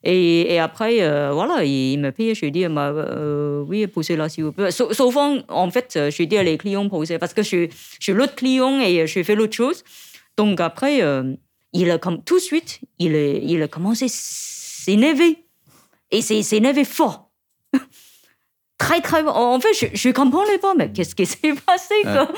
[SPEAKER 8] Et, et après, euh, voilà, il, il me paye, je lui dis, bah, euh, oui, posez là si vous plaît. Sau- Souvent, en fait, euh, je dis à les clients poser parce que je, je suis l'autre client et je fais l'autre chose. Donc après, euh, il a comme tout de suite, il, est- il a commencé à s'énerver. Et c'est s'énerver fort. très, très. En en fait, je, je comprenais pas, mais qu'est-ce qui s'est passé, quoi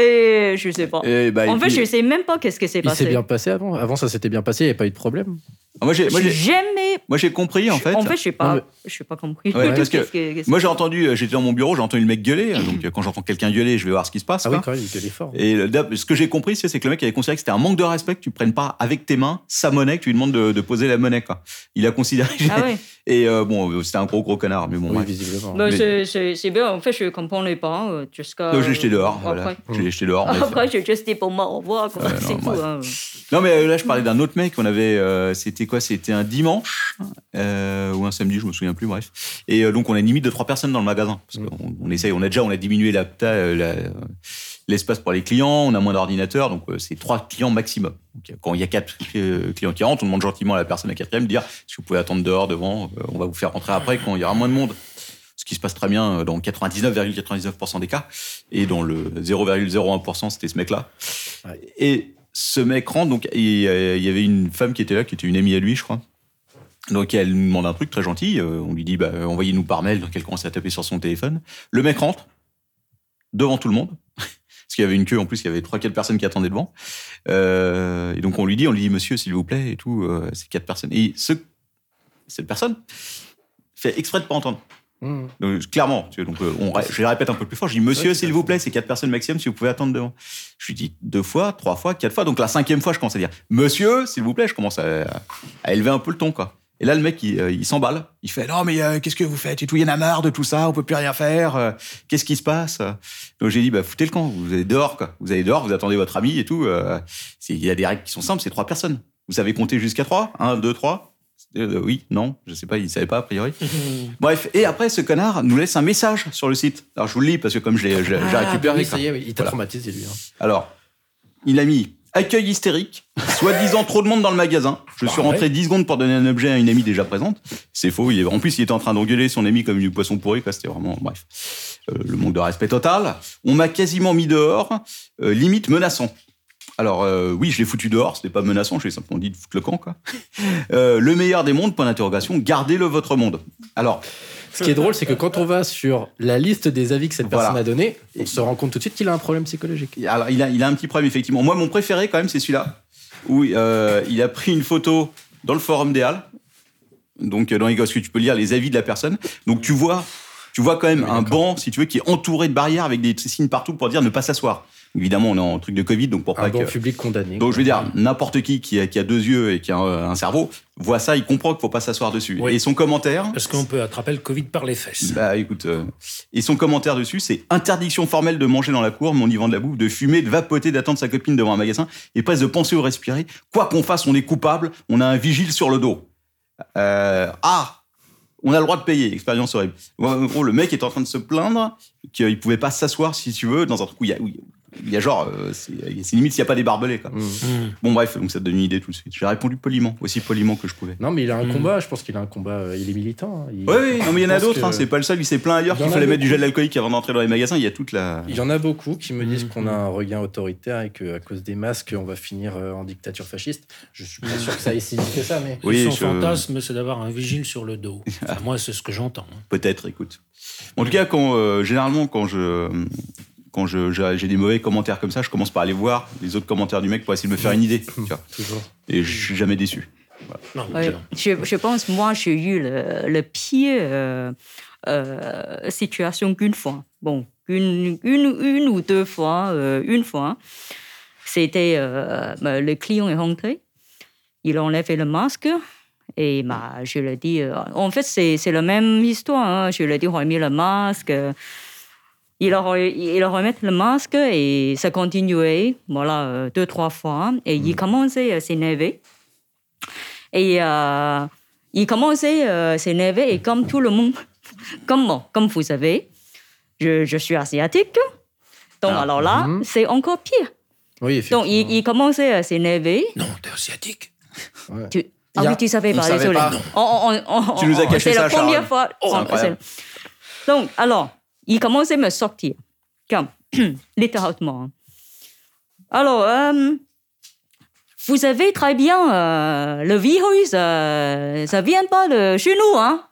[SPEAKER 8] Et je sais pas.
[SPEAKER 7] Eh bah, et
[SPEAKER 8] en fait,
[SPEAKER 7] puis-
[SPEAKER 8] je sais même pas qu'est-ce qui s'est
[SPEAKER 9] Il s'est
[SPEAKER 8] passé.
[SPEAKER 9] bien passé avant. Avant, ça s'était bien passé, il n'y avait pas eu de problème.
[SPEAKER 7] Ah, Moi, j'ai, moi,
[SPEAKER 8] J'ai
[SPEAKER 7] j'ai,
[SPEAKER 8] jamais.
[SPEAKER 7] moi, j'ai compris, en fait.
[SPEAKER 8] En fait, je n'ai
[SPEAKER 9] Non,
[SPEAKER 8] pas, je sais pas compris.
[SPEAKER 7] Ouais, parce que
[SPEAKER 8] Qu'est-ce qu'est-ce
[SPEAKER 7] Moi, j'ai entendu, euh, j'étais dans mon bureau, j'ai entendu le mec gueuler. euh, Donc, euh, quand j'entends quelqu'un gueuler, je vais voir ce qui se passe.
[SPEAKER 9] Ah oui,
[SPEAKER 7] quoi.
[SPEAKER 9] quand même, il était fort.
[SPEAKER 7] Et le- d'ab- ce que j'ai compris, c'est c'est que le mec avait considéré que c'était un manque de respect que tu prennes pas avec tes mains sa monnaie, que tu lui demandes de, de poser la monnaie. Quoi. Il a considéré.
[SPEAKER 8] Ah oui.
[SPEAKER 7] Et euh, bon, euh, c'était un gros gros connard, mais bon.
[SPEAKER 9] Oui,
[SPEAKER 7] bref.
[SPEAKER 9] visiblement.
[SPEAKER 8] Bah,
[SPEAKER 7] Mais-
[SPEAKER 8] c'est- C'est c'est bien, en fait, je ne comprenais pas. hein, Jusqu'à.
[SPEAKER 7] Donc, je l'ai jeté dehors.
[SPEAKER 8] Après,
[SPEAKER 7] Voilà. Je l'ai jeté dehors. mais-
[SPEAKER 8] après j'ai juste dit pour moi, au revoir. quoi,
[SPEAKER 7] Ouais,
[SPEAKER 8] C'est
[SPEAKER 7] non,
[SPEAKER 8] tout.
[SPEAKER 7] bref.
[SPEAKER 8] hein.
[SPEAKER 7] Non, mais euh, là, je parlais d'un autre mec. On avait, euh, c'était quoi C'était un dimanche euh, ou un samedi, je me souviens plus. Bref. Et euh, donc, on a une limite de trois personnes dans le magasin. Parce qu'on on essaye. On a déjà, on a diminué la, ta- euh, la- euh, l'espace pour les clients. On a moins d'ordinateurs, donc euh, c'est trois clients maximum. Donc, euh, quand il y a quatre euh, clients qui rentrent, on demande gentiment à la personne à quatrième de dire si vous pouvez attendre dehors, devant. euh, on va vous faire rentrer après quand il y aura moins de monde. Ce qui se passe très bien euh, dans 99,99% des cas. Et dans le 0,01%, c'était ce mec-là. Et ce mec rentre, donc et, euh, il y avait une femme qui était là, qui était une amie à lui, je crois. Donc elle nous demande un truc très gentil. euh, on lui dit, bah, euh, envoyez-nous par mail. Donc elle commence à taper sur son téléphone. Le mec rentre devant tout le monde. Parce qu'il y avait une queue en plus, il y avait trois quatre personnes qui attendaient devant. Euh, et donc on lui dit, on lui dit, monsieur, s'il vous plaît, et tout, euh, ces quatre personnes. Et ce, cette personne fait exprès de pas entendre.
[SPEAKER 9] Mmh.
[SPEAKER 7] Donc, clairement, tu vois, donc, euh, on ré- je le répète un peu plus fort. Je dis, monsieur, s'il vous plaît, c'est quatre personnes maximum, si vous pouvez attendre devant. Je lui dis deux fois, trois fois, quatre fois. Donc la cinquième fois, je commence à dire, monsieur, s'il vous plaît, je commence à, à élever un peu le ton, quoi. Et là, le mec, il, euh, il s'emballe. Il fait, non, mais euh, qu'est-ce que vous faites et tout, il y en a marre de tout ça, on peut plus rien faire. euh, qu'est-ce qui se passe Donc j'ai dit, bah, foutez le camp, vous allez dehors, quoi. Vous allez dehors, vous attendez votre ami et tout. euh, c'est- Il y a des règles qui sont simples, c'est trois personnes. Vous savez compter jusqu'à trois Un, deux, trois Euh, Oui, non, je sais pas, il savait pas a priori. Bref, et après, ce connard nous laisse un message sur le site. Alors, je vous le lis parce que comme je l'ai je l'ai- je l'ai
[SPEAKER 9] Ah, bah
[SPEAKER 7] Euh, récupéré.
[SPEAKER 9] oui,
[SPEAKER 7] quoi.
[SPEAKER 9] ça y est, oui, il t'a
[SPEAKER 7] Voilà.
[SPEAKER 9] traumatisé, lui. hein.
[SPEAKER 7] Alors, il a mis accueil hystérique, soi-disant trop de monde dans le magasin. Je suis rentré 10 secondes pour donner un objet à une amie déjà présente. C'est faux. Il est- En plus, il était en train d'engueuler son ami comme du poisson pourri. quoi. C'était vraiment. Bref. Euh, le manque de respect total. On m'a quasiment mis dehors, euh, limite menaçant. Alors, euh, oui, je l'ai foutu dehors, c'était pas menaçant, je l'ai simplement dit de foutre le camp, quoi. Euh, le meilleur des mondes, point d'interrogation, gardez-le votre monde. Alors,
[SPEAKER 9] Ce qui est drôle, c'est que quand on va sur la liste des avis que cette
[SPEAKER 7] Voilà.
[SPEAKER 9] personne a donné, on se rend compte tout de suite qu'il a un problème psychologique.
[SPEAKER 7] Alors, il a, il a un petit problème, effectivement. Moi, mon préféré, quand même, c'est celui-là, où euh, il a pris une photo dans le forum des Halles. Donc, euh, dans les gosses, que tu peux lire les avis de la personne. Donc, tu vois, tu vois quand
[SPEAKER 9] Ah
[SPEAKER 7] même un banc, si tu veux, qui est entouré de barrières avec des signes partout pour dire ne pas s'asseoir. Évidemment, on est en truc de Covid, donc pour pas
[SPEAKER 9] Un bon
[SPEAKER 7] que.
[SPEAKER 9] public condamné.
[SPEAKER 7] Donc, je veux dire, n'importe qui qui a, qui a deux yeux et qui a un, un cerveau voit ça, il comprend qu'il faut pas s'asseoir dessus.
[SPEAKER 2] Oui.
[SPEAKER 7] Et son commentaire.
[SPEAKER 2] Parce qu'on peut attraper le Covid par les fesses.
[SPEAKER 7] Bah écoute, euh, et son commentaire dessus, c'est interdiction formelle de manger dans la cour, mon vend de la bouffe, de fumer, de vapoter, d'attendre sa copine devant un magasin et presque de penser au respirer. Quoi qu'on fasse, on est coupable, on a un vigile sur le dos. Euh, ah on a le droit de payer, expérience horrible. Ouais, En gros, le mec est en train de se plaindre qu'il pouvait pas s'asseoir, si tu veux, dans un truc où il y a, où il y a genre, euh, c'est c'est limite s'il n'y a pas des barbelés. quoi.
[SPEAKER 2] Mmh.
[SPEAKER 7] Bon, bref, donc ça te donne une idée tout de suite. J'ai répondu poliment, aussi poliment que je pouvais.
[SPEAKER 9] Non, mais il a un
[SPEAKER 2] Hmm.
[SPEAKER 9] combat, je pense qu'il a un combat, euh, il est militant. hein. Il-
[SPEAKER 7] Oui, oui, non, mais il y en
[SPEAKER 9] je
[SPEAKER 7] a
[SPEAKER 9] pense
[SPEAKER 7] d'autres,
[SPEAKER 9] que-
[SPEAKER 7] hein, c'est pas le seul. Il s'est plaint ailleurs
[SPEAKER 9] Il y en
[SPEAKER 7] qu'il
[SPEAKER 9] a
[SPEAKER 7] fallait mettre du
[SPEAKER 9] beaucoup.
[SPEAKER 7] gel alcoolique avant d'entrer dans les magasins. Il y a toute la.
[SPEAKER 9] Il y en a beaucoup qui
[SPEAKER 7] Mm-hmm.
[SPEAKER 9] me disent
[SPEAKER 2] Mhm.
[SPEAKER 9] qu'on a un regain autoritaire et qu'à cause des masques, on va finir euh, en dictature fasciste. Je suis pas sûr que ça ait si vite que ça, mais.
[SPEAKER 7] Oui,
[SPEAKER 2] son
[SPEAKER 7] je-
[SPEAKER 2] fantasme, c'est d'avoir un vigile sur le dos. Enfin, moi, c'est ce que j'entends. hein.
[SPEAKER 7] peut-être, écoute. En tout cas, quand, euh, généralement, quand je. Quand je- j'ai j'ai des mauvais commentaires comme ça, je commence par aller voir les autres commentaires du mec pour essayer de me faire une idée. tu vois.
[SPEAKER 9] Toujours.
[SPEAKER 7] Et je suis jamais déçu.
[SPEAKER 2] Non,
[SPEAKER 8] Ouais,
[SPEAKER 2] je-
[SPEAKER 8] je, je pense, moi, j'ai eu le, le pire euh, euh, situation qu'une fois. Bon, une, une, une ou deux fois, euh, une fois. C'était euh, bah, le client est rentré, il enlève le masque. Et bah, je lui ai dit, euh, en fait, c'est c'est la même histoire. hein. Je lui ai dit, remis le masque. euh, il a, re- il a remis le masque et ça continuait, voilà, euh, deux, trois fois. Et
[SPEAKER 2] Mm.
[SPEAKER 8] il commençait à s'énerver. Et euh, il commençait euh, à s'énerver et comme tout le monde, comme moi, comme vous savez, je, je suis asiatique. Donc alors là,
[SPEAKER 9] Mhm.
[SPEAKER 8] c'est encore pire.
[SPEAKER 9] Oui,
[SPEAKER 8] Donc il, il commençait à s'énerver.
[SPEAKER 2] Non, t'es asiatique.
[SPEAKER 8] Tu,
[SPEAKER 9] Il
[SPEAKER 8] ah
[SPEAKER 9] y a-
[SPEAKER 8] oui, tu savais
[SPEAKER 9] on
[SPEAKER 8] pas,
[SPEAKER 9] savait
[SPEAKER 8] désolé.
[SPEAKER 9] pas.
[SPEAKER 8] On- on- on- on-
[SPEAKER 7] Tu nous as
[SPEAKER 8] on-
[SPEAKER 7] caché
[SPEAKER 8] C'est
[SPEAKER 7] ça,
[SPEAKER 8] la première
[SPEAKER 7] Sharon.
[SPEAKER 8] fois.
[SPEAKER 7] c'est
[SPEAKER 8] on-
[SPEAKER 7] incroyable.
[SPEAKER 8] c'est- Donc, alors, il commençait à me sortir, comme, littéralement. Alors, euh, vous savez très bien, euh, le virus, euh, ça vient pas de chez nous, hein.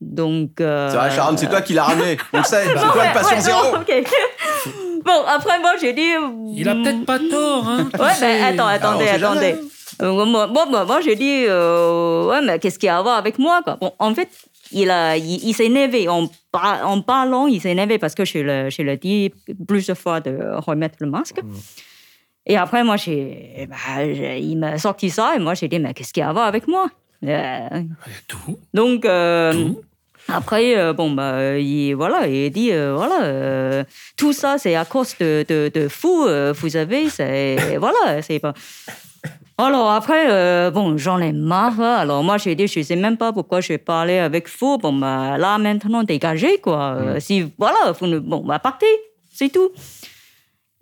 [SPEAKER 8] Donc. euh,
[SPEAKER 7] C'est vrai, Sharon, c'est toi qui l'as ramené. On le sait, c'est
[SPEAKER 8] Non,
[SPEAKER 7] toi
[SPEAKER 8] ouais,
[SPEAKER 7] le patient
[SPEAKER 8] ouais,
[SPEAKER 7] zéro.
[SPEAKER 8] non, ok. bon, après, moi, j'ai dit.
[SPEAKER 2] Il a
[SPEAKER 8] hmm,
[SPEAKER 2] peut-être pas tort. Hein, tu
[SPEAKER 8] Ouais,
[SPEAKER 2] sais. Ah,
[SPEAKER 8] ben attends, attendez,
[SPEAKER 7] on sait jamais.
[SPEAKER 8] attendez. Euh, moi, moi, moi, moi, j'ai dit, euh, ouais, mais qu'est-ce qu'il y a à voir avec moi quoi. Bon, En fait, il, a- il, il s'est énervé. En, par- en parlant, il s'est énervé parce que je le, je le dis plusieurs fois de remettre le masque. Et après, moi, j'ai, bah, j'ai- il m'a sorti ça et moi, j'ai dit, mais qu'est-ce qu'il y a à voir avec moi Euh,
[SPEAKER 2] Tout.
[SPEAKER 8] donc, euh,
[SPEAKER 2] Tout.
[SPEAKER 8] après, euh, bon, bah, il, voilà, il dit, euh, voilà, euh, tout ça, c'est à cause de, de, de vous, euh, vous savez, c'est, voilà, c'est pas... Alors après, euh, bon, j'en ai marre. hein. Alors moi, j'ai dit, je sais même pas pourquoi je parlais avec vous. Bon, bah, là, maintenant, dégagez, quoi. Euh, Si, voilà, vous ne... Bon, bah, partez, c'est tout.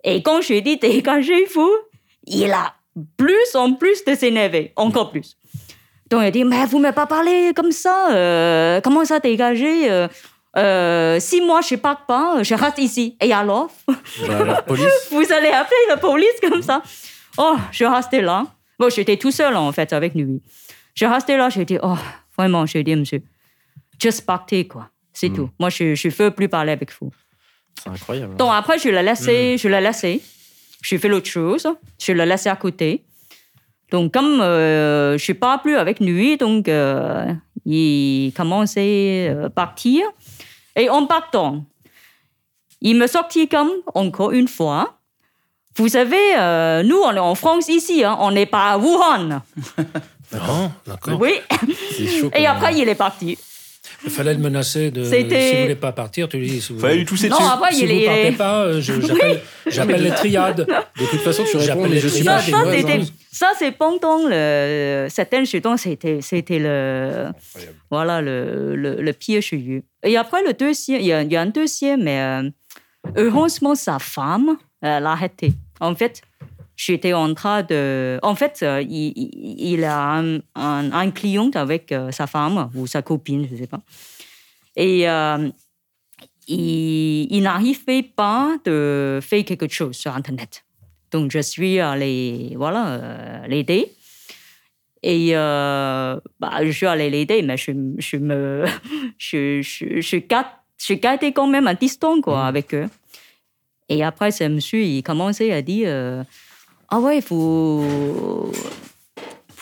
[SPEAKER 8] Et quand j'ai dit dégagez-vous, il a plus en plus de s'énerver, encore plus. Donc il a dit, mais vous ne m'avez pas parlé comme ça, euh, comment ça dégager euh, euh, Si moi je ne pars pas, je reste ici. Et alors
[SPEAKER 9] Bah, la police.
[SPEAKER 8] Vous allez appeler la police comme ça Oh, je restais là. Bon, j'étais tout seul en fait avec lui. Je restais là, j'ai dit, oh, vraiment, j'ai dit, monsieur, juste partez quoi. C'est tout. Moi, je ne veux plus parler avec vous.
[SPEAKER 9] C'est incroyable.
[SPEAKER 8] Donc après, je l'ai laissé, je l'ai laissé. J'ai fait l'autre chose, je l'ai laissé à côté. Donc comme euh, je ne suis pas plus avec lui, donc euh, il commençait à partir. Et en partant, il me sortit comme, encore une fois, vous savez, euh, nous, on est en France ici, hein, on n'est pas à Wuhan.
[SPEAKER 2] Non, d'accord.
[SPEAKER 8] Oui.
[SPEAKER 9] C'est chaud.
[SPEAKER 8] Et après, il est parti.
[SPEAKER 2] Il fallait le menacer de. Si vous
[SPEAKER 8] C'était-
[SPEAKER 2] voulez pas partir, tu lui dis. Si vous
[SPEAKER 7] Fallait lui tousser
[SPEAKER 8] Non,
[SPEAKER 7] dessus.
[SPEAKER 8] après,
[SPEAKER 2] si
[SPEAKER 8] il
[SPEAKER 2] vous partez
[SPEAKER 8] est.
[SPEAKER 2] pas, euh, je- j'appelle j'appelle les triades.
[SPEAKER 9] De toute façon, tu réponds,
[SPEAKER 2] J'appelle
[SPEAKER 9] mais je
[SPEAKER 2] les
[SPEAKER 9] suis
[SPEAKER 2] triades.
[SPEAKER 9] pas
[SPEAKER 8] Ça,
[SPEAKER 9] chez
[SPEAKER 8] ça,
[SPEAKER 9] moi.
[SPEAKER 8] c'était-
[SPEAKER 9] non.
[SPEAKER 8] ça, c'est pendant le. Certaines chutons, c'était, c'était le. Voilà, le, le, le pire cheveu. Et après, le deuxième, il y a, il y a un deuxième, mais euh, heureusement, sa femme euh, l'a arrêté. En fait, j'étais en train de. En fait, euh, il, il- il a un, un, un client avec euh, sa femme ou sa copine, je ne sais pas. Et. euh, il, il n'arrivait pas de faire quelque chose sur Internet. Donc, je suis allée voilà, euh, l'aider. Et euh, bah, je suis allée l'aider, mais je, je me. Je, je, je, garde- je gardais quand même un distance quoi,
[SPEAKER 2] Mmh.
[SPEAKER 8] avec eux. Et après, ce monsieur, il commençait à dire euh, Ah ouais, vous.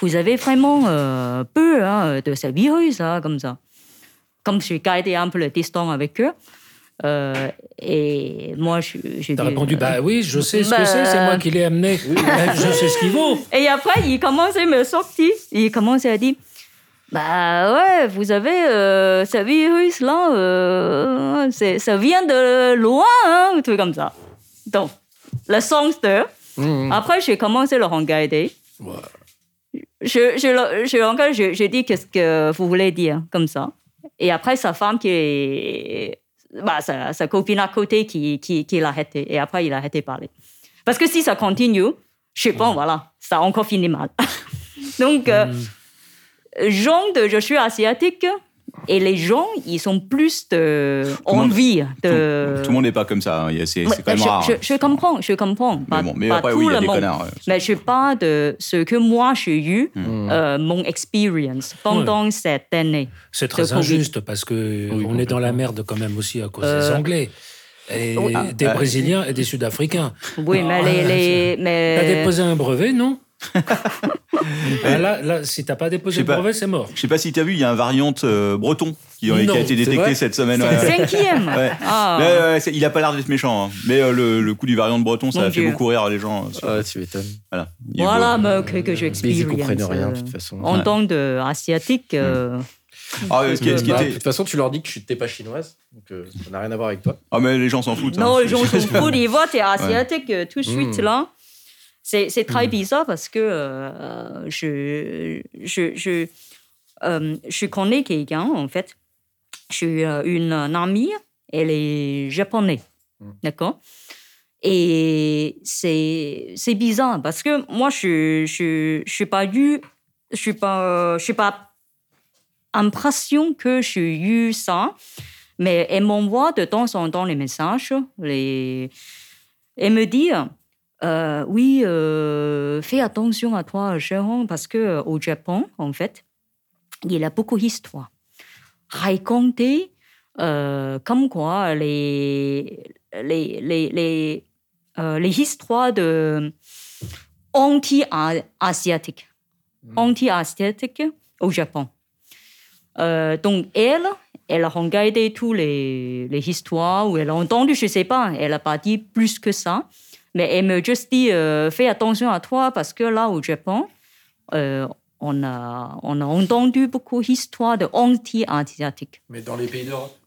[SPEAKER 8] Vous avez vraiment euh, peur hein, de ce virus, hein, comme ça. Comme je gardais un peu le distance avec eux. euh, et moi, je. je
[SPEAKER 2] T'as
[SPEAKER 8] dis,
[SPEAKER 2] répondu,
[SPEAKER 8] euh,
[SPEAKER 2] bah oui, je sais ce
[SPEAKER 8] Bah-
[SPEAKER 2] que c'est, c'est moi qui l'ai amené. Bah, je sais ce qu'il vaut.
[SPEAKER 8] Et après, il commençait à me sortir. Il commençait à dire Bah ouais, vous savez, euh, ce virus-là, euh, c'est- ça vient de loin, hein, un truc comme ça. Donc, le songster.
[SPEAKER 7] Mm.
[SPEAKER 9] Mm-hmm.
[SPEAKER 8] Après, j'ai commencé à le regarder. Je, je, le- je, le regarde, je, je dis Qu'est-ce que vous voulez dire, comme ça. Et après, sa femme qui est. Bah, sa, sa copine à côté qui, qui, qui l'a arrêté. Et après, il a arrêté de parler. Parce que si ça continue, je sais pas, voilà, ça a encore fini mal. Donc, euh,
[SPEAKER 7] Mm.
[SPEAKER 8] gens de je suis asiatique et les gens, ils ont plus de
[SPEAKER 7] le monde-
[SPEAKER 8] envie de.
[SPEAKER 7] Tout le monde n'est pas comme ça. hein. Il y a- C'est c'est quand même
[SPEAKER 8] euh, je,
[SPEAKER 7] rare.
[SPEAKER 8] je,
[SPEAKER 7] hein.
[SPEAKER 8] je comprends, je comprends.
[SPEAKER 7] Mais
[SPEAKER 8] pas-
[SPEAKER 7] bon, mais
[SPEAKER 8] pas
[SPEAKER 7] après,
[SPEAKER 8] tout
[SPEAKER 7] oui, il y a
[SPEAKER 8] le
[SPEAKER 7] des
[SPEAKER 8] monde.
[SPEAKER 7] connards. ouais.
[SPEAKER 8] Mais je parle de ce que moi j'ai eu,
[SPEAKER 7] Mm.
[SPEAKER 8] euh, mon expérience pendant cette année.
[SPEAKER 2] C'est
[SPEAKER 8] De
[SPEAKER 2] très
[SPEAKER 8] Covid.
[SPEAKER 2] injuste parce que on est dans la merde quand même aussi à cause des
[SPEAKER 8] Euh, oh, ah,
[SPEAKER 2] Anglais, et des
[SPEAKER 9] bah.
[SPEAKER 2] Brésiliens et des Sud-Africains.
[SPEAKER 8] Oui, mais les. les mais...
[SPEAKER 2] T'as déposé un brevet, non Ah, là, là, si t'as pas
[SPEAKER 7] Je
[SPEAKER 2] déposé
[SPEAKER 7] sais
[SPEAKER 2] le
[SPEAKER 7] pas.
[SPEAKER 2] brevet, c'est mort.
[SPEAKER 7] Je sais pas si tu as vu, il y a un variante euh, breton qui, qui
[SPEAKER 2] Non,
[SPEAKER 7] a été
[SPEAKER 2] c'est
[SPEAKER 7] détecté
[SPEAKER 2] vrai
[SPEAKER 7] cette semaine. ouais, ouais.
[SPEAKER 8] Cinquième.
[SPEAKER 7] Ouais.
[SPEAKER 8] Ah.
[SPEAKER 7] Ouais, ouais, ouais, euh, c'est- il a pas l'air d'être méchant, hein. mais euh, le, le coup du variant de breton, ça
[SPEAKER 8] Mon
[SPEAKER 7] a fait
[SPEAKER 8] Dieu.
[SPEAKER 7] beaucoup rire les gens. euh, sur-
[SPEAKER 9] Ah, tu m'étonnes.
[SPEAKER 7] Voilà. Il est
[SPEAKER 8] Voilà,
[SPEAKER 7] beau.
[SPEAKER 8] mais que, que
[SPEAKER 9] Mais
[SPEAKER 8] j'expérience.
[SPEAKER 9] ils comprennent rien, de
[SPEAKER 8] euh,
[SPEAKER 9] toute façon.
[SPEAKER 8] En tant euh, qu'asiatique,
[SPEAKER 7] Mm. Ah, ouais, ce qui- ce qui
[SPEAKER 9] Bah,
[SPEAKER 7] était-
[SPEAKER 9] De toute façon, tu leur dis que tu n'es pas chinoise, donc euh, ça n'a rien à voir avec toi.
[SPEAKER 7] Ah, mais les gens s'en foutent.
[SPEAKER 8] Euh, Non,
[SPEAKER 7] hein.
[SPEAKER 8] les gens sont fous, ils voient t'es asiatique euh, tout de suite
[SPEAKER 9] Mm.
[SPEAKER 8] là. C'est, c'est très bizarre parce que euh, je, je, je, euh, je connais quelqu'un en fait. J'ai euh, une, une amie, elle est japonaise. D'accord Et c'est, c'est bizarre parce que moi, je ne je, je suis pas eu. Je suis pas. Je suis pas impression que j'ai eu ça. Mais elle m'envoie de temps en temps les messages. Les... Elle me dit euh, Oui, euh, fais attention à toi, Jérôme, parce qu'au Japon, en fait, il y a beaucoup d'histoires. Raconter euh, comme quoi les, les, les, les, euh, les histoires de anti-asiatiques. anti-asiatique au Japon. Euh, donc, elle, elle a regardé toutes les, les histoires ou elle a entendu, je ne sais pas, hein. elle n'a pas dit plus que ça. Mais elle me juste dit euh, fais attention à toi parce que là, au Japon, euh, on, a, on a entendu beaucoup d'histoires de anti-asiatiques.
[SPEAKER 10] Mais dans les pays d'Europe.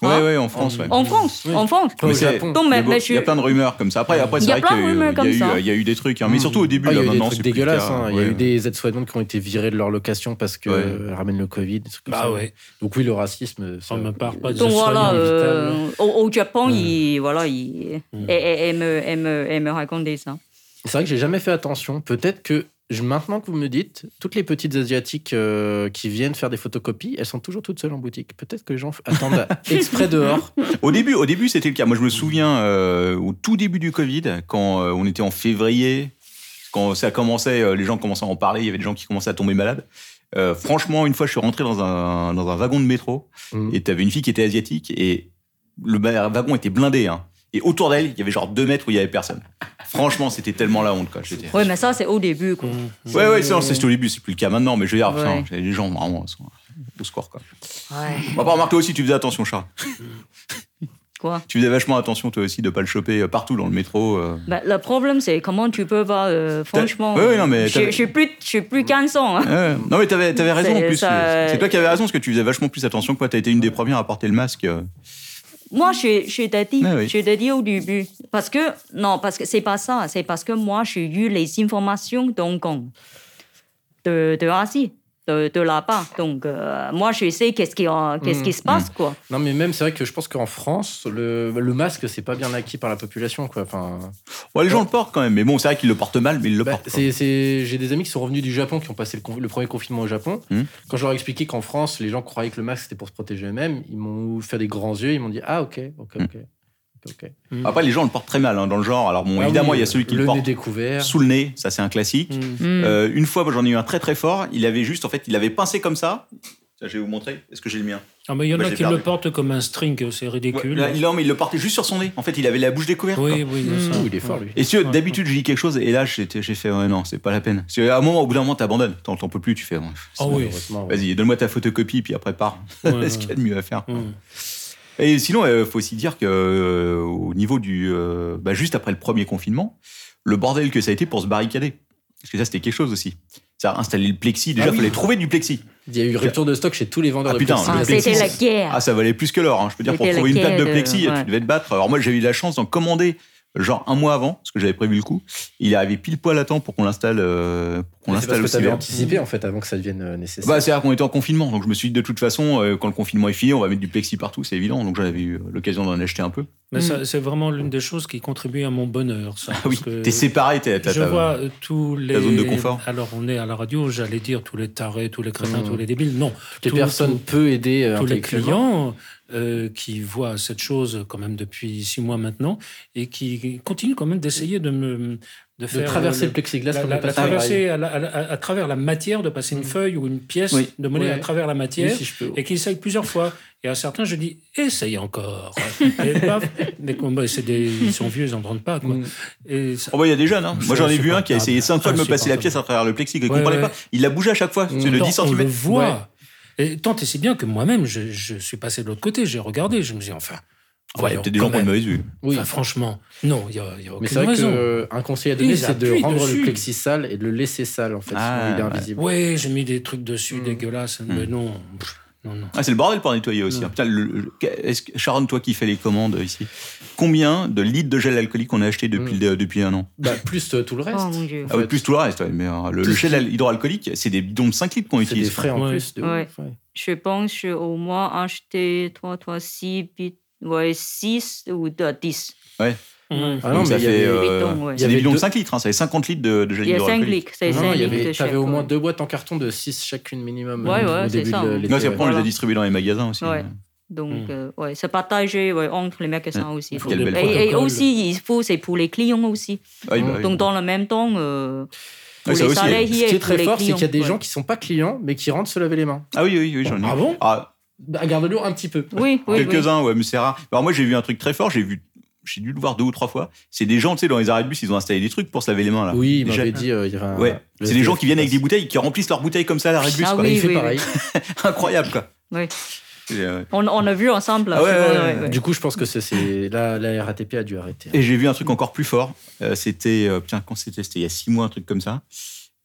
[SPEAKER 7] Ouais, ouais, en France, ouais.
[SPEAKER 8] En France,
[SPEAKER 9] Oui.
[SPEAKER 8] en France.
[SPEAKER 9] Au
[SPEAKER 7] Mais c'est-
[SPEAKER 9] Japon.
[SPEAKER 8] Donc,
[SPEAKER 7] Il y,
[SPEAKER 8] hein. Oh, mais-
[SPEAKER 7] a beau-
[SPEAKER 8] mais je-
[SPEAKER 7] il y a plein de rumeurs comme ça. Après, après
[SPEAKER 8] Il y
[SPEAKER 7] c'est
[SPEAKER 8] a
[SPEAKER 7] vrai
[SPEAKER 8] plein de
[SPEAKER 7] qu'il y,
[SPEAKER 8] rumeurs
[SPEAKER 7] a
[SPEAKER 8] comme
[SPEAKER 7] eu-
[SPEAKER 8] ça.
[SPEAKER 7] il y a eu des trucs. hein. Mais
[SPEAKER 9] Mm.
[SPEAKER 7] surtout au début,
[SPEAKER 9] Ah, il y
[SPEAKER 7] là,
[SPEAKER 9] a eu des
[SPEAKER 7] maintenant,
[SPEAKER 9] trucs
[SPEAKER 7] c'est plus le
[SPEAKER 9] dégueulasses.
[SPEAKER 7] cas.
[SPEAKER 9] hein. Il y
[SPEAKER 7] Ouais.
[SPEAKER 9] a eu des aides-soignantes qui ont été virées de leur location parce que
[SPEAKER 7] Ouais.
[SPEAKER 9] euh, ramènent le Covid. des trucs comme
[SPEAKER 2] Bah
[SPEAKER 9] ça.
[SPEAKER 2] ouais. Oh,
[SPEAKER 9] Donc oui, le racisme. ça-
[SPEAKER 2] On me parle pas de
[SPEAKER 8] Donc
[SPEAKER 2] ce
[SPEAKER 8] voilà,
[SPEAKER 2] soignant
[SPEAKER 8] euh,
[SPEAKER 2] vital.
[SPEAKER 8] au, au Japon,
[SPEAKER 9] Mm.
[SPEAKER 8] il, voilà, il,
[SPEAKER 2] Mm.
[SPEAKER 8] elle, elle- elle me, elle me- elle me racontait ça.
[SPEAKER 9] C'est vrai que j'ai jamais fait attention. Peut-être que je- maintenant que vous me le dites, toutes les petites asiatiques euh, qui viennent faire des photocopies, elles sont toujours toutes seules en boutique. Peut-être que les gens f- attendent à- exprès dehors.
[SPEAKER 7] Au début, au début, c'était le cas. Moi, je me souviens euh, au tout début du Covid, quand euh, on était en février, quand ça commençait, euh, les gens commençaient à en parler. Il y avait des gens qui commençaient à tomber malades. Euh, franchement, une fois, je suis rentré dans un dans un wagon de métro
[SPEAKER 9] Mhm.
[SPEAKER 7] et t'avais une fille qui était asiatique et le ba- wagon était blindé. hein. Et autour d'elle, il y avait genre deux mètres où il y avait personne. Franchement, c'était tellement la honte, quoi. J'étais-
[SPEAKER 8] Oui, mais ça, c'est au début. quoi.
[SPEAKER 7] Ouais, ouais, c'est c'est au début, c'est plus le cas maintenant, mais je veux dire,
[SPEAKER 8] Ouais.
[SPEAKER 7] putain, les gens vraiment sont au score, quoi.
[SPEAKER 8] Ouais.
[SPEAKER 7] Bon, Par remarque, toi aussi, tu faisais attention, Charles.
[SPEAKER 8] Quoi
[SPEAKER 7] Tu faisais vachement attention, toi aussi, de pas le choper euh, partout dans le métro. euh.
[SPEAKER 8] Bah, le problème, c'est comment tu peux voir, euh, franchement.
[SPEAKER 7] Ouais, ouais, non, mais
[SPEAKER 8] je,
[SPEAKER 7] t'as-
[SPEAKER 8] je suis plus, je suis plus 1500. hein.
[SPEAKER 7] Ouais, ouais. non, mais t'avais, t'avais raison en
[SPEAKER 8] C'est-
[SPEAKER 7] plus. euh,
[SPEAKER 8] ça-
[SPEAKER 7] C'est toi qui avais raison, parce que tu faisais vachement plus attention que moi. T'as été une des premières à porter le masque. euh.
[SPEAKER 8] Moi, je, je t'ai dit,
[SPEAKER 7] Ah oui.
[SPEAKER 8] je t'ai dit au début. Parce que, non, parce que c'est pas ça. C'est parce que moi, j'ai eu les informations d'Hong Kong, de, de Asie, de, de là-bas. Donc, euh, moi, je sais qu'est-ce qui, euh, qu'est-ce
[SPEAKER 9] Mm.
[SPEAKER 8] qui se passe, quoi.
[SPEAKER 9] Non, mais même, c'est vrai que je pense qu'en France, le, le masque, c'est pas bien acquis par la population. Quoi. Enfin,
[SPEAKER 7] Ouais, les gens le portent quand même, mais bon, c'est vrai qu'ils le portent mal, mais ils le
[SPEAKER 9] Bah,
[SPEAKER 7] portent. quoi.
[SPEAKER 9] c'est- c'est- J'ai des amis qui sont revenus du Japon, qui ont passé le, con- le premier confinement au Japon.
[SPEAKER 7] Hmm.
[SPEAKER 9] Quand je leur ai expliqué qu'en France, les gens croyaient que le masque c'était pour se protéger eux-mêmes, ils m'ont fait des grands yeux, ils m'ont dit Ah, ok, ok,
[SPEAKER 7] Hmm.
[SPEAKER 9] ok. ok, ok.
[SPEAKER 7] Après, les gens le portent très mal, hein, dans le genre. Alors, bon,
[SPEAKER 9] Ah
[SPEAKER 7] évidemment,
[SPEAKER 9] oui,
[SPEAKER 7] il y a celui qui le,
[SPEAKER 9] le nez
[SPEAKER 7] porte
[SPEAKER 9] découvert.
[SPEAKER 7] sous le nez, ça c'est un classique.
[SPEAKER 2] Mm.
[SPEAKER 8] Mm.
[SPEAKER 7] Euh, une fois, moi, j'en ai eu un très très fort. Il avait juste, en fait, il avait pincé comme ça. Ça, je vais vous montrer. Est-ce que j'ai le mien
[SPEAKER 2] Ah, mais il y en
[SPEAKER 7] Bah,
[SPEAKER 2] a
[SPEAKER 7] j'ai
[SPEAKER 2] qui
[SPEAKER 7] perdu.
[SPEAKER 2] le portent comme un string, c'est
[SPEAKER 7] Ouais,
[SPEAKER 2] ridicule.
[SPEAKER 7] là, il, non, mais il le portait juste sur son nez. En fait, il avait la bouche découverte. quoi.
[SPEAKER 2] oui, oui, il y a
[SPEAKER 8] Mm.
[SPEAKER 2] ça. Ah
[SPEAKER 9] Ouh, Ah il est fort, lui.
[SPEAKER 7] Et si d'habitude je dis quelque chose et là j'étais- j'ai fait ouais, non c'est pas la peine. Parce qu'à un moment au bout d'un moment t'abandonnes, t'en t'en peux plus, tu fais ouais,
[SPEAKER 2] Ah oui.
[SPEAKER 9] Heureusement, ouais.
[SPEAKER 7] vas-y donne-moi ta photocopie puis après pars.
[SPEAKER 2] Ouais,
[SPEAKER 7] C'est ce qu'il y a de mieux à faire.
[SPEAKER 2] ouais.
[SPEAKER 7] Et sinon il faut aussi dire que euh, au niveau du euh, bah, juste après le premier confinement, le bordel que ça a été pour se barricader. Parce que ça c'était quelque chose aussi. Ça a installé le plexi déjà
[SPEAKER 9] Ah oui.
[SPEAKER 7] fallait trouver du plexi.
[SPEAKER 9] Il y a eu rupture de stock chez tous les vendeurs
[SPEAKER 7] Ah,
[SPEAKER 9] de
[SPEAKER 7] putain,
[SPEAKER 9] plexi.
[SPEAKER 8] Ah,
[SPEAKER 7] le
[SPEAKER 8] c'était
[SPEAKER 7] plexus.
[SPEAKER 8] la guerre.
[SPEAKER 7] Ah ça valait plus que l'or. hein. Je peux dire pour
[SPEAKER 8] C'était
[SPEAKER 7] trouver une
[SPEAKER 8] laquelle,
[SPEAKER 7] plaque de
[SPEAKER 8] euh,
[SPEAKER 7] plexi
[SPEAKER 8] ouais.
[SPEAKER 7] tu devais te battre. Alors moi j'ai eu la chance d'en commander genre un mois avant parce que j'avais prévu le coup. Il est arrivé pile poil à temps pour qu'on l'installe euh, pour qu'on
[SPEAKER 9] Mais C'est parce
[SPEAKER 7] l'installe
[SPEAKER 9] que
[SPEAKER 7] aussi
[SPEAKER 9] t'avais
[SPEAKER 7] bien.
[SPEAKER 9] anticipé en fait avant que ça devienne euh, nécessaire.
[SPEAKER 7] Bah, c'est-à-dire qu'on était en confinement, donc je me suis dit de toute façon, euh, quand le confinement est fini, on va mettre du plexi partout, c'est évident. Donc j'en avais eu euh, l'occasion d'en acheter un peu.
[SPEAKER 2] Mais
[SPEAKER 8] Mm.
[SPEAKER 9] Hmm.
[SPEAKER 2] ça, c'est vraiment l'une des choses qui contribue à mon bonheur, ça.
[SPEAKER 7] Ah oui,
[SPEAKER 2] parce que-
[SPEAKER 7] t'es séparé, t'es t'as-
[SPEAKER 2] Je
[SPEAKER 7] t'as-
[SPEAKER 2] vois euh, tous les.
[SPEAKER 7] zone de confort.
[SPEAKER 2] Alors, on est à la radio, j'allais dire tous les tarés, tous les crétins,
[SPEAKER 9] Mm.
[SPEAKER 2] tous les débiles. Non.
[SPEAKER 9] que
[SPEAKER 2] tous-
[SPEAKER 9] personne peut aider euh,
[SPEAKER 2] tous les
[SPEAKER 9] intellectuellement.
[SPEAKER 2] clients euh, qui voient cette chose quand même depuis six mois maintenant et qui continuent quand même d'essayer de me de
[SPEAKER 9] de
[SPEAKER 2] faire
[SPEAKER 9] traverser
[SPEAKER 2] euh,
[SPEAKER 9] le plexiglas
[SPEAKER 2] la,
[SPEAKER 9] comme
[SPEAKER 2] la-
[SPEAKER 9] le
[SPEAKER 2] la
[SPEAKER 9] passe-rail.
[SPEAKER 2] traverser à, la- à la- à- à travers la matière de passer une feuille ou une pièce
[SPEAKER 7] Oui.
[SPEAKER 2] de monnaie
[SPEAKER 9] Ouais.
[SPEAKER 2] à travers la
[SPEAKER 9] Oui,
[SPEAKER 2] matière
[SPEAKER 9] si je peux.
[SPEAKER 2] et qui essayent plusieurs fois et à certains je dis essaye encore et paf mais qu'on- bah, c'est des- ils sont vieux ils n'entendent pas quoi
[SPEAKER 9] Mm.
[SPEAKER 2] et ça-
[SPEAKER 7] Oh bah il y a des jeunes, hein. moi j'en ai vu un qui a essayé cinq fois de me
[SPEAKER 2] Insupportable.
[SPEAKER 7] passer la pièce à travers le plexi, que je
[SPEAKER 2] Ouais,
[SPEAKER 7] comprenais
[SPEAKER 2] ouais.
[SPEAKER 7] pas. Il l'a bougé à chaque fois, c'est de
[SPEAKER 2] Tant
[SPEAKER 7] 10
[SPEAKER 2] on le
[SPEAKER 7] cm.
[SPEAKER 2] voit et tant et si bien que moi-même je, je suis passé de l'autre côté j'ai regardé je me dis enfin
[SPEAKER 7] Ouais, il y a
[SPEAKER 2] voyons,
[SPEAKER 7] peut-être des gens
[SPEAKER 2] quand
[SPEAKER 7] qui ont une
[SPEAKER 2] même.
[SPEAKER 7] mauvaise vue.
[SPEAKER 9] Oui.
[SPEAKER 2] Enfin, franchement, non, il n'y a, il y a
[SPEAKER 9] Mais
[SPEAKER 2] aucune
[SPEAKER 9] c'est vrai
[SPEAKER 7] euh,
[SPEAKER 2] raison.
[SPEAKER 9] qu'un conseil à donner,
[SPEAKER 2] Ils
[SPEAKER 9] c'est de
[SPEAKER 2] appuient
[SPEAKER 9] rendre
[SPEAKER 2] dessus.
[SPEAKER 9] le plexi sale et de le laisser sale en fait,
[SPEAKER 7] Ah,
[SPEAKER 9] sinon il est
[SPEAKER 7] ouais.
[SPEAKER 9] invisible.
[SPEAKER 2] Ouais, j'ai mis des trucs dessus
[SPEAKER 9] Mm.
[SPEAKER 2] dégueulasses. Mais non, pff, non, non.
[SPEAKER 7] Ah, c'est le bordel pour nettoyer aussi. hein. Putain, le- le- est-ce que- Sharon, toi qui fais les commandes ici, combien de litres de gel alcoolique on a acheté depuis,
[SPEAKER 9] Mm.
[SPEAKER 7] le- depuis un an
[SPEAKER 9] Bah, plus euh, tout le reste.
[SPEAKER 8] Oh mon dieu.
[SPEAKER 7] Ah oui, plus tout le reste, ouais, mais euh, le, le
[SPEAKER 9] Tout ce
[SPEAKER 7] gel
[SPEAKER 9] qui-
[SPEAKER 7] al- hydroalcoolique, c'est des bidons de 5 litres qu'on
[SPEAKER 9] C'est des
[SPEAKER 7] utilise.
[SPEAKER 9] frais en
[SPEAKER 2] Ouais.
[SPEAKER 9] plus. De
[SPEAKER 8] Ouais.
[SPEAKER 9] ouf, ouais.
[SPEAKER 8] Je pense que j'ai au moins acheté 3, 3, 6, 6 ou euh, 10.
[SPEAKER 2] Mm.
[SPEAKER 9] Ah non,
[SPEAKER 7] Donc ça
[SPEAKER 9] mais il y
[SPEAKER 7] fait,
[SPEAKER 9] avait-
[SPEAKER 7] euh,
[SPEAKER 8] Bidons, ouais.
[SPEAKER 9] Il y
[SPEAKER 7] c'est
[SPEAKER 9] avait
[SPEAKER 7] des bidons de
[SPEAKER 9] deux-
[SPEAKER 7] 5 litres, hein, ça fait 50 litres de, de gel
[SPEAKER 8] Il y a 5
[SPEAKER 7] hydroalcoolique.
[SPEAKER 8] clics. C'est
[SPEAKER 9] Non, non, il
[SPEAKER 8] 5
[SPEAKER 9] y
[SPEAKER 8] clics
[SPEAKER 9] avait,
[SPEAKER 8] de chaque.
[SPEAKER 9] t'avais au moins
[SPEAKER 8] ouais.
[SPEAKER 9] deux boîtes en carton de 6 chacune minimum
[SPEAKER 8] Ouais,
[SPEAKER 9] euh,
[SPEAKER 8] ouais,
[SPEAKER 9] au
[SPEAKER 8] c'est
[SPEAKER 9] début
[SPEAKER 8] ça.
[SPEAKER 9] de l'été.
[SPEAKER 7] Non, c'est après, on les a
[SPEAKER 8] Voilà.
[SPEAKER 7] distribués dans les magasins aussi.
[SPEAKER 8] Ouais.
[SPEAKER 7] mais-
[SPEAKER 8] Donc,
[SPEAKER 2] Mm.
[SPEAKER 8] euh, ouais, c'est partagé ouais, entre les magasins aussi.
[SPEAKER 7] Hmm. Faut
[SPEAKER 2] Faut
[SPEAKER 7] quelle
[SPEAKER 2] des
[SPEAKER 7] belle
[SPEAKER 8] Et, et
[SPEAKER 2] protocoles.
[SPEAKER 8] aussi, il faut, c'est pour les clients aussi.
[SPEAKER 7] Ah oui, bah oui.
[SPEAKER 8] Donc, dans le même temps, euh, pour
[SPEAKER 7] Ouais, ça
[SPEAKER 8] les
[SPEAKER 7] aussi,
[SPEAKER 8] salariés
[SPEAKER 9] Ce qui
[SPEAKER 8] et
[SPEAKER 9] est
[SPEAKER 8] pour
[SPEAKER 9] très
[SPEAKER 8] les
[SPEAKER 9] fort, c'est qu'il y a
[SPEAKER 8] clients,
[SPEAKER 9] des
[SPEAKER 8] ouais.
[SPEAKER 9] gens qui sont pas clients, mais qui rentrent se laver les main.
[SPEAKER 7] Ah oui, oui, oui, j'en ai.
[SPEAKER 9] Ah bon
[SPEAKER 7] Ah,
[SPEAKER 9] Bah, Garde-le un petit peu.
[SPEAKER 8] Oui, oui. oui.
[SPEAKER 7] Quelques-uns, ouais, mais c'est rare. Alors moi, j'ai vu un truc très fort. J'ai vu, j'ai dû le voir deux ou trois fois. C'est des gens, tu sais, dans les arrêts de bus, ils ont installé des trucs pour se laver les mains, là.
[SPEAKER 9] Oui, il
[SPEAKER 7] Déjà-
[SPEAKER 9] m'avait dit, euh, il y avait un-
[SPEAKER 7] Ouais.
[SPEAKER 9] le
[SPEAKER 7] C'est des gens
[SPEAKER 9] SDF
[SPEAKER 7] qui viennent avec des
[SPEAKER 9] passe.
[SPEAKER 7] bouteilles, qui remplissent leurs bouteilles comme ça à l'arrêt de bus,
[SPEAKER 8] Ah
[SPEAKER 7] quoi.
[SPEAKER 8] oui,
[SPEAKER 9] Il fait
[SPEAKER 8] oui,
[SPEAKER 9] pareil.
[SPEAKER 7] Incroyable, quoi.
[SPEAKER 8] Oui.
[SPEAKER 7] Et, euh,
[SPEAKER 8] On, on a vu ensemble. là,
[SPEAKER 7] Ah ouais,
[SPEAKER 8] c'est vrai,
[SPEAKER 7] ouais,
[SPEAKER 8] ouais, ouais.
[SPEAKER 9] Du coup, je pense que c'est- c'est là, la RATP a dû arrêter.
[SPEAKER 7] Et j'ai vu un truc encore plus fort. Euh, c'était, euh, putain, quand c'était C'était il y a six mois, un truc comme ça.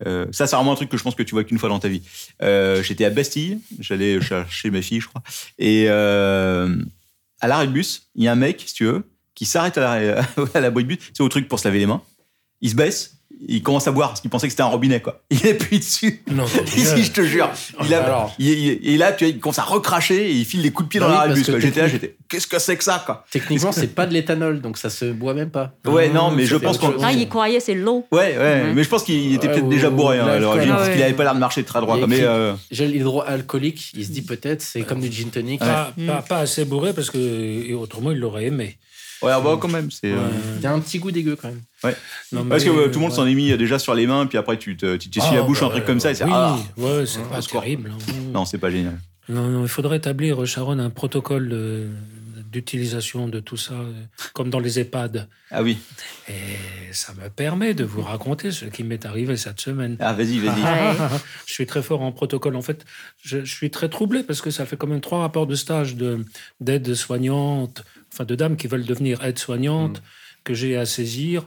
[SPEAKER 7] Euh, ça, c'est vraiment un truc que je pense que tu vois qu'une fois dans ta vie. Euh, J'étais à Bastille, j'allais chercher ma fille, je crois. Et euh, à l'arrêt de bus, il y a un mec, si tu veux, qui s'arrête à, l'arrêt- à la boîte de bus. C'est au truc pour se laver les mains. Il se baisse, il commence à boire parce qu'il pensait que c'était un robinet, quoi. Il appuie dessus.
[SPEAKER 2] Non,
[SPEAKER 7] si, je te jure. Il a-
[SPEAKER 9] Alors.
[SPEAKER 7] il- il- et là, tu vois, il commence à recracher et il file des coups de pied
[SPEAKER 9] Bah
[SPEAKER 7] dans
[SPEAKER 9] oui,
[SPEAKER 7] l'arrêt de
[SPEAKER 9] parce
[SPEAKER 7] bus.
[SPEAKER 9] que
[SPEAKER 7] quoi. J'étais là,
[SPEAKER 9] technique-
[SPEAKER 7] j'étais, qu'est-ce que c'est que ça, quoi
[SPEAKER 9] Techniquement, c'est pas de l'éthanol, donc ça se boit même pas.
[SPEAKER 7] Ouais, non, mais je
[SPEAKER 9] ça fait
[SPEAKER 7] pense
[SPEAKER 9] autre
[SPEAKER 7] qu'on-
[SPEAKER 9] chose.
[SPEAKER 8] Ah, il croyait c'est l'eau.
[SPEAKER 7] Ouais, ouais,
[SPEAKER 8] Ouais.
[SPEAKER 7] mais je pense qu'il était
[SPEAKER 9] Ouais,
[SPEAKER 7] peut-être
[SPEAKER 9] ou-
[SPEAKER 7] déjà bourré hein, à
[SPEAKER 9] l'alcool.
[SPEAKER 7] l'origine,
[SPEAKER 8] Ah
[SPEAKER 7] parce
[SPEAKER 8] ouais.
[SPEAKER 7] qu'il n'avait pas l'air de marcher très droit.
[SPEAKER 9] Il y a
[SPEAKER 7] quoi. Mais
[SPEAKER 9] écrit-
[SPEAKER 7] euh,
[SPEAKER 9] Gel hydroalcoolique, il se dit peut-être, c'est comme du gin tonic.
[SPEAKER 2] Pas, pas-
[SPEAKER 8] Mm.
[SPEAKER 2] pas assez bourré parce que et autrement il l'aurait aimé.
[SPEAKER 7] ouais, bah, quand même, c'est. euh,
[SPEAKER 9] Il y a un petit goût dégueu quand même.
[SPEAKER 2] Non,
[SPEAKER 7] Parce que
[SPEAKER 2] mais,
[SPEAKER 7] euh, tout le monde
[SPEAKER 2] ouais.
[SPEAKER 7] s'en est mis euh, déjà sur les mains, puis après tu te- tu t'essuies la
[SPEAKER 2] Ah,
[SPEAKER 7] bouche, un
[SPEAKER 2] bah,
[SPEAKER 7] truc comme ça, et c'est.
[SPEAKER 2] Oui,
[SPEAKER 7] Ah,
[SPEAKER 2] ouais, c'est pas
[SPEAKER 7] au secours.
[SPEAKER 2] terrible. hein.
[SPEAKER 7] non, c'est pas génial.
[SPEAKER 2] Non, non, il faudrait établir, euh, Sharon, un protocole euh, d'utilisation de tout ça, euh, comme dans les EHPAD.
[SPEAKER 7] Ah oui,
[SPEAKER 2] Et ça me permet de vous raconter ce qui m'est arrivé cette semaine.
[SPEAKER 7] ah vas-y, vas-y.
[SPEAKER 8] Ouais.
[SPEAKER 2] Je suis très fort en protocole. En fait, je, je suis très troublé parce que ça fait quand même trois rapports de stage de- d'aides-soignantes, enfin de dames qui veulent devenir aides-soignantes,
[SPEAKER 7] Mm.
[SPEAKER 2] que j'ai à saisir.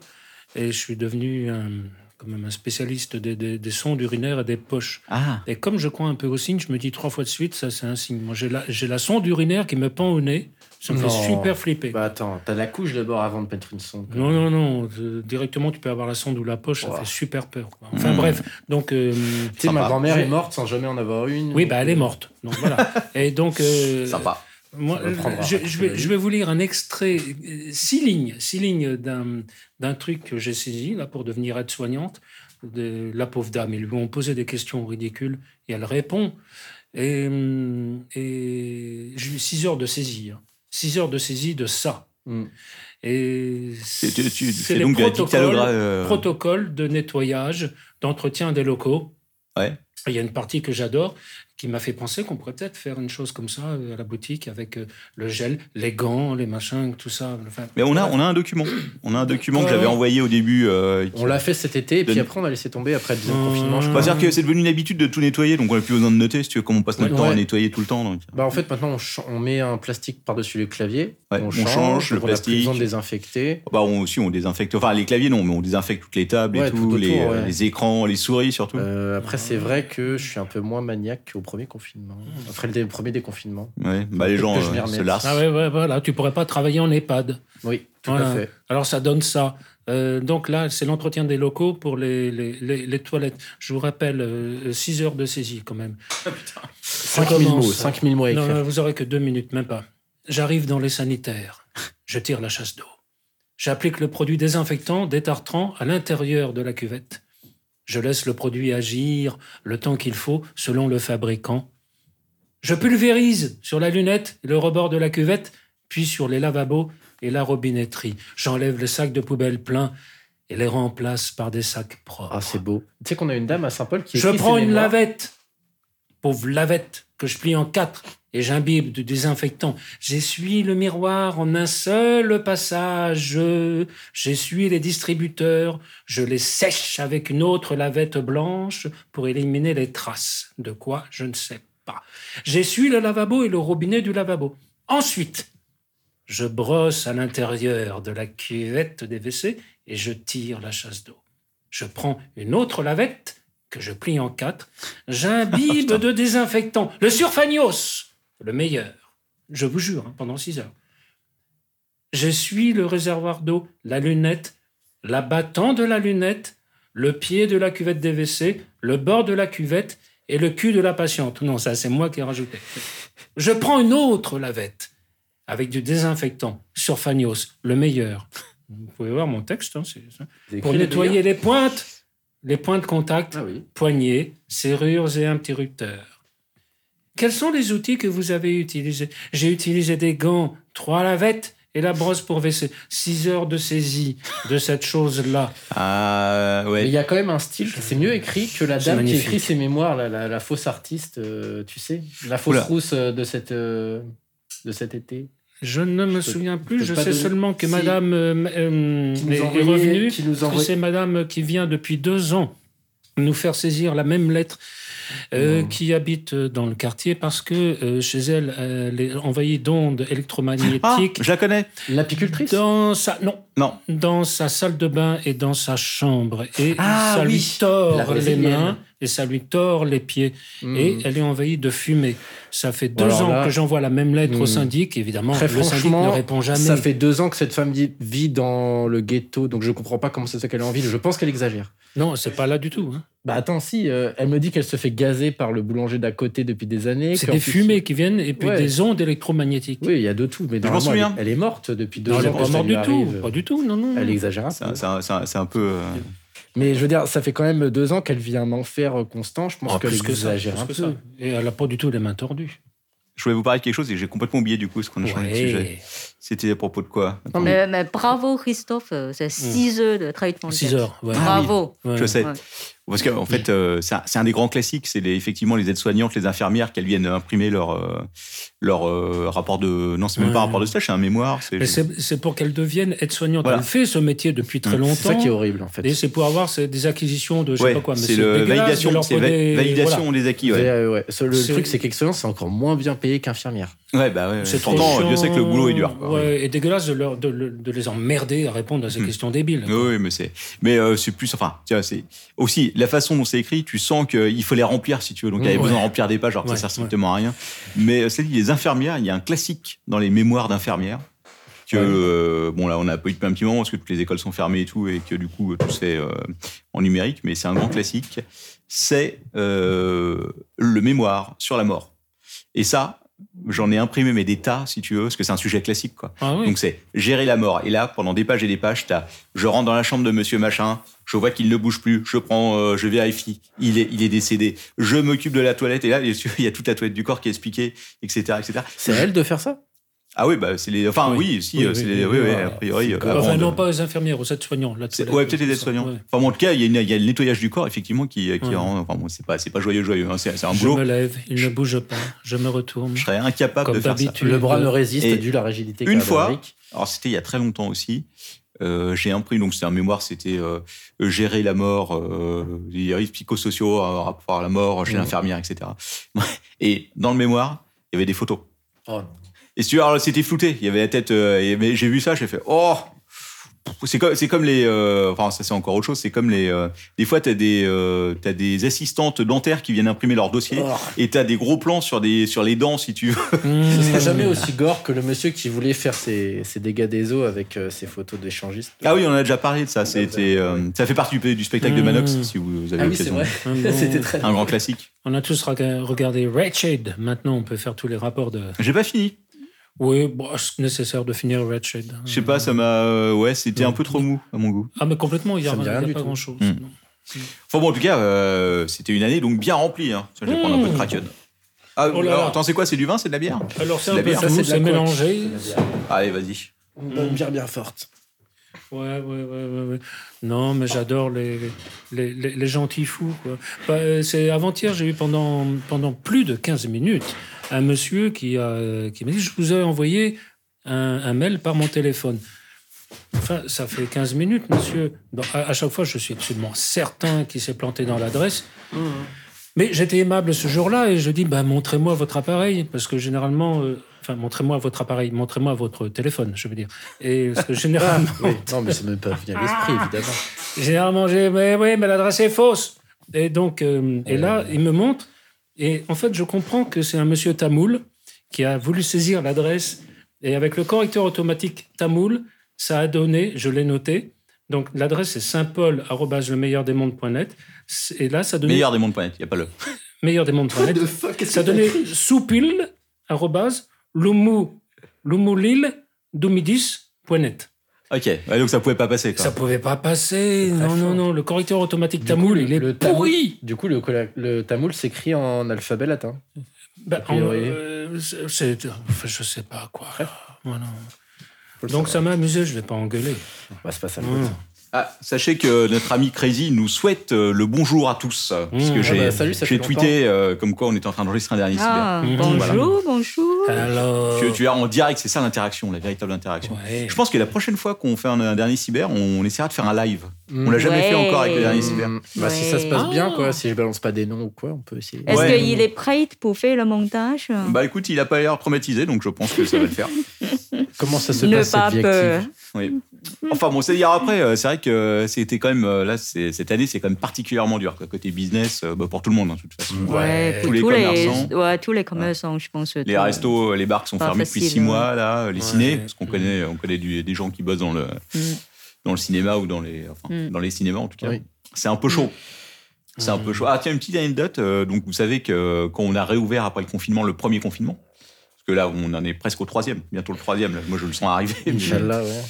[SPEAKER 2] Et je suis devenu un- quand même un spécialiste des, des- des sondes urinaires et des poches.
[SPEAKER 7] Ah,
[SPEAKER 2] Et comme je crois un peu au signe, je me dis trois fois de suite, ça c'est un signe. Moi j'ai la, j'ai la sonde urinaire qui me pend au nez. Ça me
[SPEAKER 9] Non.
[SPEAKER 2] fait super flipper.
[SPEAKER 9] Bah attends, t'as la couche d'abord avant de mettre une sonde.
[SPEAKER 2] Non, non, non. euh, Directement, tu peux avoir la sonde ou la poche, ça
[SPEAKER 9] Ouah.
[SPEAKER 2] fait super peur. quoi. Enfin
[SPEAKER 7] Mm.
[SPEAKER 2] bref, donc. euh,
[SPEAKER 9] Tu sais, ma
[SPEAKER 7] Sympa.
[SPEAKER 9] grand-mère est
[SPEAKER 2] Je-
[SPEAKER 9] morte sans jamais en avoir une.
[SPEAKER 2] Oui, bah, elle est morte. Donc voilà. Et donc, euh,
[SPEAKER 7] sympa.
[SPEAKER 2] moi,
[SPEAKER 9] Ça va prendre
[SPEAKER 2] je,
[SPEAKER 9] un
[SPEAKER 2] je
[SPEAKER 9] peu de
[SPEAKER 2] vais, je vais vous lire un extrait, euh, six lignes, six lignes d'un d'un truc que j'ai saisi là pour devenir aide soignante. De la pauvre dame, ils lui ont posé des questions ridicules et elle répond. Et, hum, et j'ai eu six heures de saisie, hein. six heures de saisie de ça.
[SPEAKER 9] Mm.
[SPEAKER 2] Et
[SPEAKER 7] Hmm. Tu- tu- tu
[SPEAKER 2] c'est
[SPEAKER 7] fais
[SPEAKER 2] les
[SPEAKER 7] donc de la
[SPEAKER 2] protocoles-
[SPEAKER 7] dictalogra- euh,
[SPEAKER 2] protocole de nettoyage, d'entretien des locaux.
[SPEAKER 7] Ouais.
[SPEAKER 2] Il y a une partie que j'adore qui m'a fait penser qu'on pourrait peut-être faire une chose comme ça euh, à la boutique avec euh, le gel, les gants, les machins, tout ça. Enfin,
[SPEAKER 7] Mais on a, on a un document. On a un document que j'avais
[SPEAKER 2] Ouais.
[SPEAKER 7] envoyé au début. euh, qui-
[SPEAKER 9] On l'a fait cet été, et puis
[SPEAKER 7] Donne-
[SPEAKER 9] après on a laissé tomber après le deuxième confinement. Je
[SPEAKER 2] Hum.
[SPEAKER 7] Bah,
[SPEAKER 9] crois.
[SPEAKER 7] C'est-à-dire que c'est devenu une habitude de tout nettoyer, donc on n'a plus besoin de noter, si tu veux, comme on passe notre
[SPEAKER 9] Mmh. Ouais.
[SPEAKER 7] temps à
[SPEAKER 9] Ouais.
[SPEAKER 7] nettoyer tout le temps. Donc.
[SPEAKER 9] Bah en fait maintenant on, ch- on met un plastique par-dessus le clavier,
[SPEAKER 7] Ouais, on
[SPEAKER 9] on
[SPEAKER 7] change
[SPEAKER 9] change,
[SPEAKER 7] le
[SPEAKER 9] donc on a
[SPEAKER 7] plastique.
[SPEAKER 9] plus besoin de désinfecter.
[SPEAKER 7] Bah, on, aussi, on désinfecte. Enfin, les claviers, non, mais on désinfecte toutes les tables et
[SPEAKER 9] Ouais,
[SPEAKER 7] tout,
[SPEAKER 9] tout autour,
[SPEAKER 7] les, euh,
[SPEAKER 9] ouais.
[SPEAKER 7] les écrans, les souris
[SPEAKER 2] Mmh.
[SPEAKER 7] surtout.
[SPEAKER 9] Euh, après c'est vrai que je suis un peu moins maniaque qu'au premier confinement.
[SPEAKER 2] Mmh.
[SPEAKER 9] Après le dé- premier déconfinement.
[SPEAKER 7] Ouais, bah, les
[SPEAKER 9] Faut
[SPEAKER 7] gens
[SPEAKER 9] que je m'y
[SPEAKER 7] euh, se
[SPEAKER 9] remette.
[SPEAKER 7] lassent.
[SPEAKER 2] Ah ouais, ouais, voilà, tu pourrais pas travailler en EHPAD.
[SPEAKER 9] Oui, tout
[SPEAKER 2] Voilà.
[SPEAKER 9] à fait.
[SPEAKER 2] Alors ça donne ça. Euh, donc là, c'est l'entretien des locaux pour les, les, les- les toilettes. Je vous rappelle, 6 heures de saisie quand même.
[SPEAKER 9] 5000 mots,
[SPEAKER 2] commence.
[SPEAKER 9] 5000 mots à
[SPEAKER 2] Non,
[SPEAKER 9] écrire.
[SPEAKER 2] non, vous aurez que deux minutes, même pas. J'arrive dans les sanitaires. Je tire la chasse d'eau. J'applique le produit désinfectant, détartrant à l'intérieur de la cuvette. Je laisse le produit agir le temps qu'il faut selon le fabricant. Je pulvérise sur la lunette et le rebord de la cuvette, puis sur les lavabos et la robinetterie. J'enlève les sacs de poubelle pleins et les remplace par des sacs propres.
[SPEAKER 9] Ah c'est beau. Tu sais qu'on a une dame à Saint-Paul qui
[SPEAKER 2] Je
[SPEAKER 9] écrit ses
[SPEAKER 2] prends une
[SPEAKER 9] mémoires.
[SPEAKER 2] lavette, pauvre lavette, que je plie en quatre et j'imbibe de désinfectant. J'essuie le miroir en un seul passage. J'essuie les distributeurs. Je les sèche avec une autre lavette blanche pour éliminer les traces. De quoi Je ne sais pas. J'essuie le lavabo et le robinet du lavabo. Ensuite, je brosse à l'intérieur de la cuvette des WC et je tire la chasse d'eau. Je prends une autre lavette que je plie en quatre. J'imbibe de désinfectant. Le surfagnos, le meilleur. Je vous jure, hein, pendant six heures. J'essuie le réservoir d'eau, la lunette, l'abattant de la lunette, le pied de la cuvette des WC, le bord de la cuvette et le cul de la patiente. Non, ça, c'est moi qui ai rajouté. Je prends une autre lavette avec du désinfectant, surfagnos, le meilleur. Vous pouvez voir mon texte, hein, c'est ça
[SPEAKER 9] T'as écrit
[SPEAKER 2] pour
[SPEAKER 9] les
[SPEAKER 2] nettoyer
[SPEAKER 9] délires.
[SPEAKER 2] les pointes, les points de contact,
[SPEAKER 9] Ah oui.
[SPEAKER 2] poignées, serrures et interrupteurs. Quels sont les outils que vous avez utilisés J'ai utilisé des gants, trois lavettes et la brosse pour WC. Six heures de saisie de cette chose-là.
[SPEAKER 7] Ah,
[SPEAKER 9] Mais
[SPEAKER 7] ouais.
[SPEAKER 9] il y a quand même un style, c'est mieux écrit que la
[SPEAKER 2] C'est
[SPEAKER 9] dame qui
[SPEAKER 2] magnifique.
[SPEAKER 9] écrit ses mémoires, la, la- la fausse artiste, euh, tu sais, la fausse
[SPEAKER 7] Oula.
[SPEAKER 9] rousse euh, de, cette, euh, de cet été.
[SPEAKER 2] Je ne me
[SPEAKER 9] peux-
[SPEAKER 2] souviens plus,
[SPEAKER 9] peux
[SPEAKER 2] je
[SPEAKER 9] pas
[SPEAKER 2] sais
[SPEAKER 9] donner-
[SPEAKER 2] seulement que
[SPEAKER 9] Si.
[SPEAKER 2] madame euh, m- euh,
[SPEAKER 9] Qui nous
[SPEAKER 2] est, est
[SPEAKER 9] envoyait-
[SPEAKER 2] revenue,
[SPEAKER 9] qui nous
[SPEAKER 2] que
[SPEAKER 9] envoyait-
[SPEAKER 2] c'est madame qui vient depuis deux ans nous faire saisir la même lettre, euh, qui habite dans le quartier, parce que euh, chez elle, elle est envahie d'ondes
[SPEAKER 7] Ah,
[SPEAKER 2] électromagnétiques.
[SPEAKER 7] je la connais.
[SPEAKER 9] L'apicultrice
[SPEAKER 2] Dans sa non.
[SPEAKER 7] Non.
[SPEAKER 2] Dans sa salle de bain et dans sa chambre et
[SPEAKER 9] Ah
[SPEAKER 2] ça lui
[SPEAKER 9] oui, la
[SPEAKER 2] tord les
[SPEAKER 9] brésilienne.
[SPEAKER 2] mains et ça lui tord les pieds
[SPEAKER 9] Mmh.
[SPEAKER 2] et elle est envahie de fumée. Ça fait deux
[SPEAKER 9] Alors
[SPEAKER 2] ans
[SPEAKER 9] là-
[SPEAKER 2] que j'envoie la même lettre au
[SPEAKER 9] Mmh.
[SPEAKER 2] syndic. Évidemment,
[SPEAKER 9] Très
[SPEAKER 2] le syndic
[SPEAKER 9] franchement,
[SPEAKER 2] ne répond jamais.
[SPEAKER 9] Ça fait deux ans que cette femme dit- vit dans le ghetto, donc je comprends pas comment c'est ça qu'elle est en ville. Je pense qu'elle exagère.
[SPEAKER 2] Non, c'est pas là du tout. hein.
[SPEAKER 9] Bah attends, si, euh, elle me dit qu'elle se fait gazer par le boulanger d'à côté depuis des années.
[SPEAKER 2] C'est
[SPEAKER 9] qu'en
[SPEAKER 2] des
[SPEAKER 9] plus-
[SPEAKER 2] fumées qui viennent et puis
[SPEAKER 9] Ouais.
[SPEAKER 2] des ondes électromagnétiques.
[SPEAKER 9] Oui, il y a de tout, mais
[SPEAKER 7] m'en
[SPEAKER 9] normalement, elle-
[SPEAKER 7] souviens.
[SPEAKER 9] elle, est morte depuis deux
[SPEAKER 2] Non,
[SPEAKER 9] ans.
[SPEAKER 2] elle est
[SPEAKER 9] que
[SPEAKER 2] pas
[SPEAKER 9] ça
[SPEAKER 2] morte
[SPEAKER 9] lui
[SPEAKER 2] du tout.
[SPEAKER 9] arrive.
[SPEAKER 2] Pas du tout. Non, non. non.
[SPEAKER 9] Elle exagère un
[SPEAKER 7] C'est
[SPEAKER 9] peu.
[SPEAKER 7] un- c'est un, c'est un- c'est un peu. euh,
[SPEAKER 9] Mais je veux dire, ça fait quand même deux ans qu'elle vit un enfer euh, constant. Je pense
[SPEAKER 7] Ah,
[SPEAKER 9] qu'elle
[SPEAKER 2] Oh, Plus que ça,
[SPEAKER 9] exagère
[SPEAKER 2] plus
[SPEAKER 9] un
[SPEAKER 2] que
[SPEAKER 9] peu.
[SPEAKER 2] ça. Et elle a pas du tout les mains tordues.
[SPEAKER 7] Je voulais vous parler de quelque chose et j'ai complètement oublié du coup ce qu'on a changé de sujet.
[SPEAKER 2] Ouais.
[SPEAKER 7] C'était à propos de quoi
[SPEAKER 9] Non, mais-
[SPEAKER 8] Mais, mais bravo, Christophe, euh,
[SPEAKER 7] Hmm.
[SPEAKER 8] c'est 6 heures de traitement. de
[SPEAKER 2] 6
[SPEAKER 8] tête.
[SPEAKER 2] heures. ouais.
[SPEAKER 7] Ah
[SPEAKER 8] Bravo.
[SPEAKER 2] Ouais.
[SPEAKER 7] Je sais.
[SPEAKER 8] Ouais.
[SPEAKER 7] Parce que en fait, euh, c'est un, c'est un des grands classiques. C'est les- effectivement les aides-soignantes, les infirmières qu'elles viennent imprimer leur euh, leur euh, rapport de. Non, c'est même pas un
[SPEAKER 2] Ouais.
[SPEAKER 7] rapport de stage, c'est un mémoire. c'est-
[SPEAKER 2] Mais c'est c'est pour qu'elle devienne aide-soignante.
[SPEAKER 7] Voilà.
[SPEAKER 2] Elle fait ce métier depuis très longtemps.
[SPEAKER 9] Hmm. C'est ça qui est horrible, en fait.
[SPEAKER 2] Et c'est pour avoir c'est des acquisitions de je
[SPEAKER 7] Ouais,
[SPEAKER 2] sais pas quoi. mais
[SPEAKER 7] c'est le
[SPEAKER 2] dégueulasse de
[SPEAKER 7] validation,
[SPEAKER 2] leur
[SPEAKER 7] c'est va-
[SPEAKER 2] donner-
[SPEAKER 7] validation
[SPEAKER 2] voilà.
[SPEAKER 7] des acquis.
[SPEAKER 9] C'est,
[SPEAKER 7] Ouais,
[SPEAKER 9] euh, ouais. Ce- Le
[SPEAKER 2] C'est-
[SPEAKER 9] truc, c'est qu'excellent, c'est encore moins bien payé qu'infirmière.
[SPEAKER 7] ouais bah ouais.
[SPEAKER 2] C'est trop
[SPEAKER 7] Pourtant,
[SPEAKER 2] chiant.
[SPEAKER 7] Dieu sait que le boulot est dur. quoi.
[SPEAKER 2] Ouais, Et dégueulasse de, leur- de, le- de les emmerder à répondre à ces
[SPEAKER 7] Hmm.
[SPEAKER 2] questions débiles.
[SPEAKER 7] Oui, oui, mais c'est, mais euh, c'est plus, enfin, tu vois, c'est aussi la façon dont c'est écrit. Tu sens qu'il faut les remplir si tu veux. Donc, il y avait
[SPEAKER 2] Ouais.
[SPEAKER 7] besoin de remplir des pages, alors que
[SPEAKER 2] Ouais,
[SPEAKER 7] ça sert strictement à rien. Mais euh, celle les infirmières, il y a un classique dans les mémoires d'infirmières que
[SPEAKER 9] Ouais.
[SPEAKER 7] euh, bon là, on a pas eu depuis un petit moment parce que toutes les écoles sont fermées et tout, et que du coup tout se fait euh, en numérique. Mais c'est un grand classique. C'est euh, le mémoire sur la mort. Et ça, j'en ai imprimé mais des tas, si tu veux, parce que c'est un sujet classique, quoi.
[SPEAKER 2] Ah oui.
[SPEAKER 7] Donc c'est gérer la mort. Et là, pendant des pages et des pages, t'as je rentre dans la chambre de Monsieur Machin, je vois qu'il ne bouge plus, je prends, euh, je vérifie, il est, il est décédé. Je m'occupe de la toilette et là, il y a toute la toilette du corps qui est expliquée, etc., etc.
[SPEAKER 9] C'est à elle de faire ça
[SPEAKER 7] Ah oui, bah c'est les, enfin
[SPEAKER 2] Oui.
[SPEAKER 7] oui, si,
[SPEAKER 2] Oui,
[SPEAKER 7] euh, c'est
[SPEAKER 2] oui,
[SPEAKER 7] les,
[SPEAKER 2] oui,
[SPEAKER 7] oui, oui,
[SPEAKER 9] oui,
[SPEAKER 7] a priori. euh, avant
[SPEAKER 2] Enfin,
[SPEAKER 7] de-
[SPEAKER 2] non, pas aux infirmières, aux aides-soignants. là,
[SPEAKER 7] c'est-
[SPEAKER 2] tout
[SPEAKER 7] ouais,
[SPEAKER 2] là-
[SPEAKER 7] peut-être les
[SPEAKER 2] tout ça,
[SPEAKER 7] aides-soignants.
[SPEAKER 2] ouais.
[SPEAKER 7] Enfin, bon, en tout cas, il y, a une- il y a le nettoyage du corps, effectivement, qui, euh, qui
[SPEAKER 2] Ouais.
[SPEAKER 7] rend. Enfin, bon, c'est pas, c'est pas joyeux, joyeux. hein, c'est c'est un
[SPEAKER 2] Je
[SPEAKER 7] boulot.
[SPEAKER 2] me lève, il ne bouge pas, je me retourne.
[SPEAKER 7] Je serais incapable
[SPEAKER 2] Comme
[SPEAKER 7] de faire ça.
[SPEAKER 2] d'habitude. Tu-
[SPEAKER 9] Le bras ne résiste
[SPEAKER 7] Et
[SPEAKER 9] dû à la rigidité.
[SPEAKER 7] une fois-
[SPEAKER 9] cadavérique.
[SPEAKER 7] Alors c'était il y a très longtemps aussi. Euh, j'ai imprimé, donc c'était un mémoire, c'était euh, gérer la mort, euh, les risques psychosociaux euh, rapport à la mort chez
[SPEAKER 9] Mhm.
[SPEAKER 7] l'infirmière, etc. Et dans le mémoire, il y avait des photos.
[SPEAKER 9] Oh non.
[SPEAKER 7] Et si tu veux, alors, c'était flouté. Il y avait la tête. euh, et- mais j'ai vu ça, j'ai fait oh. C'est comme, c'est comme les. euh, enfin, ça c'est encore autre chose. C'est comme les. euh, des fois, t'as des, euh, t'as des assistantes dentaires qui viennent imprimer leur dossier
[SPEAKER 9] Oh.
[SPEAKER 7] et t'as des gros plans sur des sur les dents, si tu veux.
[SPEAKER 9] Ce
[SPEAKER 2] Mmh.
[SPEAKER 9] serait jamais aussi gore que le monsieur qui voulait faire ses, ses dégâts des eaux avec euh, ses photos d'échangistes.
[SPEAKER 7] Ah oui, on en a déjà parlé de ça. C'était, euh, ça fait partie du, du spectacle de Manox,
[SPEAKER 2] Mmh.
[SPEAKER 7] si vous avez
[SPEAKER 9] Ah oui, c'est
[SPEAKER 7] l'occasion.
[SPEAKER 9] vrai.
[SPEAKER 2] Un bon-
[SPEAKER 9] C'était très.
[SPEAKER 7] Un grand classique.
[SPEAKER 2] On a tous rega- regardé Ratched. Maintenant, on peut faire tous les rapports de.
[SPEAKER 7] J'ai pas fini.
[SPEAKER 2] Oui, bon, c'est nécessaire de finir Ratched.
[SPEAKER 7] Je sais pas, ça m'a, euh, ouais, c'était un peu trop mou à mon goût.
[SPEAKER 2] Ah, mais complètement, il n'y a,
[SPEAKER 9] Ça me dit
[SPEAKER 2] il y a
[SPEAKER 9] rien du
[SPEAKER 2] pas
[SPEAKER 9] tout.
[SPEAKER 2] grand-chose.
[SPEAKER 7] Mmh.
[SPEAKER 2] non.
[SPEAKER 7] Enfin bon, en tout cas, euh, c'était une année donc bien remplie. Hein. Tiens, Je vais prendre un peu de Kraken. Ah,
[SPEAKER 2] Mmh. Oh là
[SPEAKER 7] alors,
[SPEAKER 2] là.
[SPEAKER 7] attends, c'est quoi C'est du vin, c'est de la bière
[SPEAKER 2] Alors, c'est
[SPEAKER 7] La
[SPEAKER 2] un peu
[SPEAKER 7] bière,
[SPEAKER 9] ça,
[SPEAKER 2] flou,
[SPEAKER 9] c'est de la
[SPEAKER 2] c'est
[SPEAKER 9] coque.
[SPEAKER 2] mélangé.
[SPEAKER 7] Allez, vas-y.
[SPEAKER 9] Une bière bien forte.
[SPEAKER 2] Ouais, ouais, ouais, ouais, ouais. Non, mais j'adore les, les, les, les gentils fous. quoi. Bah, euh, c'est avant-hier, j'ai eu pendant, pendant plus de 15 minutes un monsieur qui, a, qui m'a dit Je vous ai envoyé un, un mail par mon téléphone. Enfin, ça fait 15 minutes, monsieur. Dans- à, à chaque fois, je suis absolument certain qu'il s'est planté dans l'adresse. Mais j'étais aimable ce jour-là et je dis bah, montrez-moi votre appareil parce que généralement, euh, enfin montrez-moi votre appareil, montrez-moi votre téléphone, je veux dire. Et parce que généralement,
[SPEAKER 9] Ah, Non, mais ça ne me pas venu à l'esprit,
[SPEAKER 8] Ah.
[SPEAKER 9] évidemment.
[SPEAKER 2] Généralement, j'ai mais oui, mais l'adresse est fausse. Et donc, euh, et là, il me montre. Et en fait, je comprends que c'est un monsieur tamoul qui a voulu saisir l'adresse. Et avec le correcteur automatique tamoul, ça a donné, je l'ai noté. Donc, l'adresse est saintpaul.lemeilleurdesmondes.net. Et là, ça donnait
[SPEAKER 7] Meilleur des mondes planète, y a pas le.
[SPEAKER 2] meilleurdesmondes.net. Ça donnait soupil, arrobase, lumu, lumulil, dumidis.net.
[SPEAKER 7] Ok, ouais, donc ça pouvait pas passer. Quoi.
[SPEAKER 2] Ça pouvait pas passer.
[SPEAKER 9] très
[SPEAKER 2] Non, non,
[SPEAKER 9] fort.
[SPEAKER 2] non. Le correcteur automatique
[SPEAKER 9] Du
[SPEAKER 2] tamoul,
[SPEAKER 9] coup,
[SPEAKER 2] il est
[SPEAKER 9] le tamoul-
[SPEAKER 2] pourri.
[SPEAKER 9] Du coup, le, colla- le tamoul s'écrit en alphabet latin.
[SPEAKER 2] Bah,
[SPEAKER 9] A priori.
[SPEAKER 2] en- euh, c'est- c'est, enfin, je sais pas quoi. Voilà.
[SPEAKER 9] Faut le
[SPEAKER 2] Donc
[SPEAKER 9] savoir.
[SPEAKER 2] ça m'a amusé, je vais pas engueuler.
[SPEAKER 9] Bah, c'est pas ça le
[SPEAKER 2] Voilà.
[SPEAKER 9] but.
[SPEAKER 7] Ah, sachez que notre ami Crazy nous souhaite euh, le bonjour à tous. euh, puisque
[SPEAKER 2] ah
[SPEAKER 7] j'ai
[SPEAKER 9] bah, salut, ça
[SPEAKER 7] j'ai
[SPEAKER 9] fait
[SPEAKER 7] tweeté euh, comme quoi on était en train d'enregistrer un dernier cyber.
[SPEAKER 8] Ah,
[SPEAKER 2] Mmh,
[SPEAKER 8] bonjour,
[SPEAKER 2] voilà.
[SPEAKER 8] bonjour.
[SPEAKER 9] Euh,
[SPEAKER 2] Alors.
[SPEAKER 7] Tu, tu es en direct, c'est ça l'interaction, la véritable interaction.
[SPEAKER 2] Ouais.
[SPEAKER 7] Je pense que la prochaine fois qu'on fait un, un dernier cyber, on essaiera de faire un live.
[SPEAKER 9] Mm.
[SPEAKER 7] On l'a jamais hein,
[SPEAKER 8] Ouais.
[SPEAKER 7] fait encore avec le dernier
[SPEAKER 8] Mm.
[SPEAKER 7] cyber.
[SPEAKER 9] Bah, Si ça se passe bien, quoi, si je balance pas des noms ou quoi, on peut essayer.
[SPEAKER 8] Oh. Est-ce
[SPEAKER 7] Ouais.
[SPEAKER 8] qu'il est prêt pour faire le montage
[SPEAKER 7] Bah écoute, il a pas l'air traumatisé, donc je pense que ça va le faire.
[SPEAKER 9] Comment ça se
[SPEAKER 8] Ne
[SPEAKER 9] passe
[SPEAKER 8] pas
[SPEAKER 9] cette vie
[SPEAKER 8] peur.
[SPEAKER 9] active
[SPEAKER 7] Oui. Enfin bon, c'est dire après, euh, c'est vrai que euh, c'était quand même, euh, là, c'est- cette année, c'est quand même particulièrement dur. quoi. Côté business, euh, bah, pour tout le monde, hein, de toute façon.
[SPEAKER 8] Ouais,
[SPEAKER 7] Tous
[SPEAKER 8] tous
[SPEAKER 7] les
[SPEAKER 8] les,
[SPEAKER 7] commerçants.
[SPEAKER 8] ouais, tous les commerçants, je pense.
[SPEAKER 7] Les
[SPEAKER 8] tout.
[SPEAKER 7] restos, euh, les bars qui sont
[SPEAKER 8] Pas
[SPEAKER 7] fermés depuis
[SPEAKER 8] facile,
[SPEAKER 7] six
[SPEAKER 8] hein.
[SPEAKER 7] mois, là, euh, les ciné,
[SPEAKER 2] Ouais.
[SPEAKER 7] parce qu'on connaît, on connaît du- des gens qui bossent dans le,
[SPEAKER 8] Mm.
[SPEAKER 7] dans le cinéma ou dans les, enfin,
[SPEAKER 8] Mm.
[SPEAKER 7] dans les cinémas en tout cas.
[SPEAKER 9] Oui.
[SPEAKER 7] C'est un peu chaud. C'est un peu chaud. Ah tiens, une petite anecdote. euh, donc vous savez que euh, quand on a réouvert après le confinement, le premier confinement, parce que là on en est presque au troisième, bientôt le troisième. là. Moi je le sens arriver. mais
[SPEAKER 9] Inch'Allah, ouais.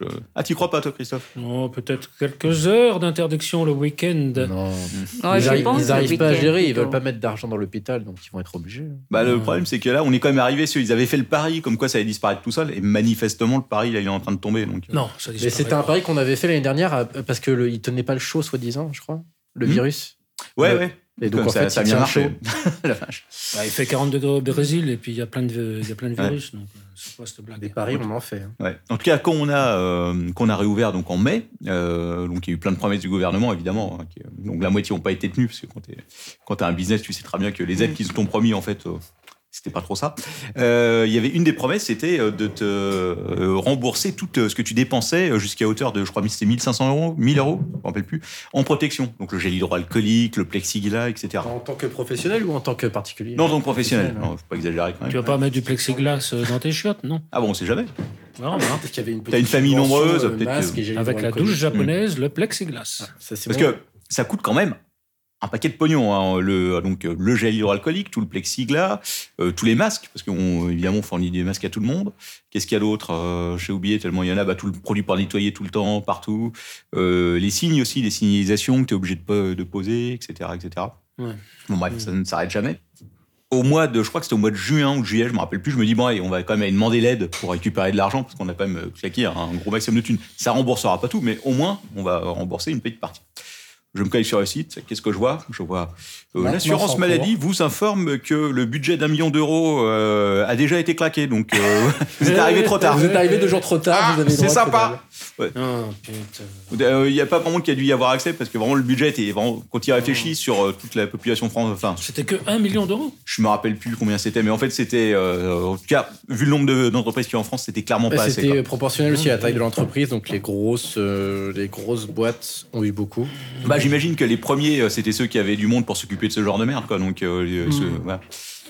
[SPEAKER 7] je- Ah t'y crois pas toi Christophe
[SPEAKER 2] Oh, peut-être quelques heures d'interdiction le week-end.
[SPEAKER 9] Non.
[SPEAKER 8] Ouais,
[SPEAKER 9] ils
[SPEAKER 8] Oh, je
[SPEAKER 9] arrivent,
[SPEAKER 8] pense
[SPEAKER 9] ils
[SPEAKER 8] le
[SPEAKER 9] arrivent pas à
[SPEAKER 8] week-end,
[SPEAKER 9] gérer, ils
[SPEAKER 8] plutôt.
[SPEAKER 9] veulent pas mettre d'argent dans l'hôpital, donc ils vont être obligés.
[SPEAKER 7] Bah le problème c'est que là on est quand même arrivé. Ils avaient fait le pari comme quoi ça allait disparaître tout seul et manifestement le pari là il est en train de tomber. Donc euh,
[SPEAKER 2] Non, ça
[SPEAKER 9] Mais c'était un pari qu'on avait fait l'année dernière à- parce que le, il tenait pas le chaud, soi-disant, je crois, le
[SPEAKER 7] Hmm.
[SPEAKER 9] virus.
[SPEAKER 7] ouais
[SPEAKER 9] Ouais.
[SPEAKER 7] ouais.
[SPEAKER 9] Euh, Et donc
[SPEAKER 7] Comme
[SPEAKER 9] en
[SPEAKER 7] ça,
[SPEAKER 9] fait,
[SPEAKER 7] ça a
[SPEAKER 9] il
[SPEAKER 7] bien
[SPEAKER 9] tient
[SPEAKER 7] marché.
[SPEAKER 9] chaud.
[SPEAKER 7] La vache.
[SPEAKER 2] Bah, il fait 40 degrés au Brésil et puis il y a plein de, il y a plein de
[SPEAKER 7] Ouais.
[SPEAKER 2] virus. Donc, euh, c'est quoi cette blague
[SPEAKER 9] Des paris, on en fait. hein.
[SPEAKER 7] Ouais. En tout cas, quand on a, euh, qu'on a réouvert donc en mai, euh, donc il y a eu plein de promesses du gouvernement, évidemment. hein, qui, euh, donc la moitié n'ont pas été tenues, parce que quand tu quand as un business, tu sais très bien que les aides qu'ils t'ont promis, en fait, euh, c'était pas trop ça. Euh, Il y avait une des promesses, c'était euh, de te euh, rembourser tout euh, ce que tu dépensais euh, jusqu'à hauteur de, je crois, c'était 1500 euros, 1000 euros, je me rappelle plus, en protection. Donc le gel hydroalcoolique, le plexiglas, etc.
[SPEAKER 9] En tant que professionnel ou en tant que particulier
[SPEAKER 7] Non, donc professionnel.
[SPEAKER 9] Professionnel,
[SPEAKER 7] Non, faut pas exagérer quand
[SPEAKER 2] Tu
[SPEAKER 7] même.
[SPEAKER 2] vas pas mettre du plexiglas euh, dans tes chiottes, non
[SPEAKER 7] Ah bon, on sait jamais.
[SPEAKER 2] Non,
[SPEAKER 9] Ah,
[SPEAKER 2] non.
[SPEAKER 9] peut-être qu'il y avait une
[SPEAKER 7] T'as une famille
[SPEAKER 9] subvention,
[SPEAKER 7] nombreuse,
[SPEAKER 9] euh,
[SPEAKER 7] peut-être
[SPEAKER 9] masque et j'ai eu
[SPEAKER 2] Avec
[SPEAKER 9] le
[SPEAKER 2] la
[SPEAKER 9] Covid.
[SPEAKER 2] douche japonaise, le plexiglas.
[SPEAKER 9] Ça, c'est
[SPEAKER 7] Parce
[SPEAKER 9] bon.
[SPEAKER 7] que ça coûte quand même un paquet de pognon. hein. Le, donc, euh, le gel hydroalcoolique, tout le plexiglas, euh, tous les masques, parce qu'on évidemment on fournit des masques à tout le monde. Qu'est-ce qu'il y a d'autre Euh, J'ai oublié tellement il y en a. Bah, tout le produit pour nettoyer tout le temps, partout. Euh, les signes aussi, les signalisations que tu es obligé de, po- de poser, etc. etc.
[SPEAKER 2] Ouais.
[SPEAKER 7] Bon, bref,
[SPEAKER 2] Mm.
[SPEAKER 7] ça ne s'arrête jamais. Au mois de, je crois que c'était au mois de juin ou de juillet, je me rappelle plus, je me dis, bon, allez, on va quand même aller demander l'aide pour récupérer de l'argent, parce qu'on a quand même euh, claqué un gros maximum de thunes. Ça remboursera pas tout, mais au moins, on va rembourser une petite partie. Je me caille sur le site, qu'est-ce que je vois Je vois euh,
[SPEAKER 9] Maintenance en
[SPEAKER 7] l'assurance
[SPEAKER 9] cours.
[SPEAKER 7] maladie vous informe que le budget d'un million d'euros euh, a déjà été claqué, donc euh, vous êtes arrivé trop tard.
[SPEAKER 9] Vous êtes arrivé deux jours trop tard.
[SPEAKER 7] Ah,
[SPEAKER 9] vous avez le
[SPEAKER 7] c'est
[SPEAKER 9] droit de
[SPEAKER 7] sympa.
[SPEAKER 2] Ah, putain.
[SPEAKER 7] Euh, Il n'y a pas vraiment qui a dû y avoir accès parce que vraiment le budget était vraiment quand il réfléchit sur euh, toute la population française. Enfin,
[SPEAKER 2] C'était que 1 million d'euros
[SPEAKER 7] je me rappelle plus combien c'était, mais en fait c'était euh, en tout cas vu le nombre de- d'entreprises qu'il y a en France, c'était clairement
[SPEAKER 9] Bah,
[SPEAKER 7] pas assez.
[SPEAKER 9] C'était
[SPEAKER 7] quoi.
[SPEAKER 9] proportionnel aussi à la taille de l'entreprise, donc les grosses, euh, les grosses boîtes ont eu beaucoup.
[SPEAKER 7] Bah, j'imagine que les premiers euh, c'était ceux qui avaient du monde pour s'occuper de ce genre de merde, quoi. Donc euh, les- ceux- voilà.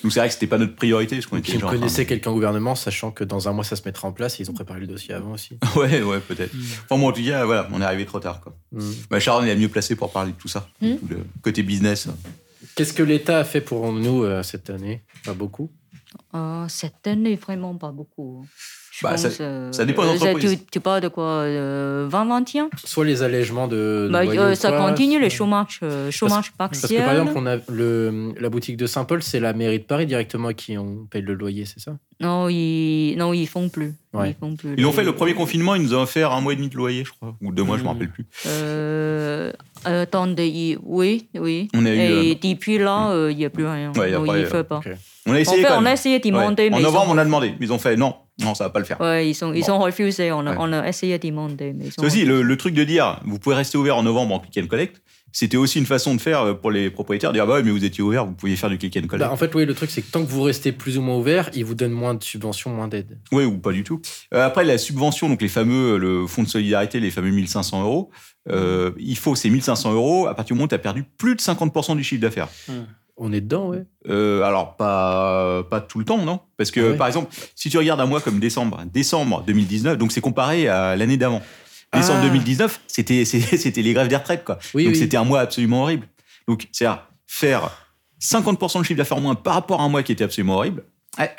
[SPEAKER 7] Nous, c'est vrai que c'était pas notre priorité parce qu'on était
[SPEAKER 9] Qui
[SPEAKER 7] genre,
[SPEAKER 9] connaissaient quelqu'un au gouvernement, sachant que dans un mois ça se mettra en place, et ils ont préparé le dossier avant aussi.
[SPEAKER 7] enfin, ouais, ouais, peut-être. Enfin, moi, en tout cas, voilà, on est arrivé trop tard, quoi.
[SPEAKER 9] Mm.
[SPEAKER 7] Bah, Sharon est la mieux placée pour parler de tout ça,
[SPEAKER 8] Mm.
[SPEAKER 7] tout le côté business.
[SPEAKER 9] Qu'est-ce que l'État a fait pour nous euh, cette année Pas beaucoup.
[SPEAKER 8] Ah, cette année, vraiment pas beaucoup. Je
[SPEAKER 7] Bah, ça-
[SPEAKER 8] euh,
[SPEAKER 7] ça dépend des
[SPEAKER 8] euh,
[SPEAKER 7] entreprises.
[SPEAKER 8] Tu, tu parles de quoi euh, 20, 21
[SPEAKER 9] Soit les allègements de. de
[SPEAKER 8] Bah,
[SPEAKER 9] loyers
[SPEAKER 8] euh,
[SPEAKER 9] ou
[SPEAKER 8] Ça
[SPEAKER 9] quoi,
[SPEAKER 8] continue, le
[SPEAKER 9] soit-
[SPEAKER 8] chômage, euh, chômage
[SPEAKER 9] Parce que par
[SPEAKER 8] partiel.
[SPEAKER 9] exemple, on a le, la boutique de Saint-Paul, c'est la mairie de Paris directement à qui on paye le loyer, c'est ça
[SPEAKER 8] Non, ils non, ils font plus.
[SPEAKER 9] Ouais.
[SPEAKER 8] Ils font plus.
[SPEAKER 7] Ils l'ont fait le premier confinement, ils nous ont offert un mois et demi de loyer, je crois, ou deux mois, je me
[SPEAKER 2] Mm.
[SPEAKER 7] rappelle plus.
[SPEAKER 8] Euh, attendez, ils- oui, oui.
[SPEAKER 7] On a eu,
[SPEAKER 8] Et depuis
[SPEAKER 9] Hmm.
[SPEAKER 8] là, euh, il n'y a plus rien.
[SPEAKER 7] Ouais, il y a
[SPEAKER 8] non,
[SPEAKER 7] pas- euh,
[SPEAKER 8] ils ne font pas.
[SPEAKER 9] ok.
[SPEAKER 7] On a
[SPEAKER 8] En
[SPEAKER 7] essayé
[SPEAKER 8] fait,
[SPEAKER 7] quand
[SPEAKER 8] on a
[SPEAKER 7] même.
[SPEAKER 8] essayé d'y
[SPEAKER 7] Ouais.
[SPEAKER 8] monter,
[SPEAKER 7] En
[SPEAKER 8] mais
[SPEAKER 7] novembre,
[SPEAKER 8] ils
[SPEAKER 7] on a demandé, mais ils ont fait non, non, ça va pas le faire.
[SPEAKER 8] ont, ouais, ils, sont, ils ont refusé. On a, on a essayé d'y monter, mais ils
[SPEAKER 7] C'est
[SPEAKER 8] ont
[SPEAKER 7] aussi le, le truc de dire, vous pouvez rester ouvert en novembre en click and collect. C'était aussi une façon de faire euh, pour les propriétaires, de dire ah bah oui, mais vous étiez ouvert, vous pouviez faire du click and collect.
[SPEAKER 9] Bah, En fait, oui, le truc, c'est que tant que vous restez plus ou moins ouvert, ils vous donnent moins de subventions, moins d'aide.
[SPEAKER 7] Oui, ou pas du tout. Euh, après, la subvention, donc les fameux, le fonds de solidarité, les fameux 1500 euros, euh, il faut ces 1500 euros à partir du moment où tu as perdu plus de 50% du chiffre d'affaires.
[SPEAKER 9] On est dedans, ouais.
[SPEAKER 7] Euh, alors, pas, pas tout le temps, non Parce que,
[SPEAKER 9] Ah ouais.
[SPEAKER 7] par exemple, si tu regardes un mois comme décembre, décembre 2019, donc c'est comparé à l'année d'avant. Décembre
[SPEAKER 9] Ah.
[SPEAKER 7] 2019, c'était c'est- c'était les grèves des retraites, quoi.
[SPEAKER 9] Oui,
[SPEAKER 7] donc
[SPEAKER 9] oui.
[SPEAKER 7] c'était un mois absolument horrible. Donc, c'est-à-dire faire 50% de chiffre d'affaires en moins par rapport à un mois qui était absolument horrible, ouais,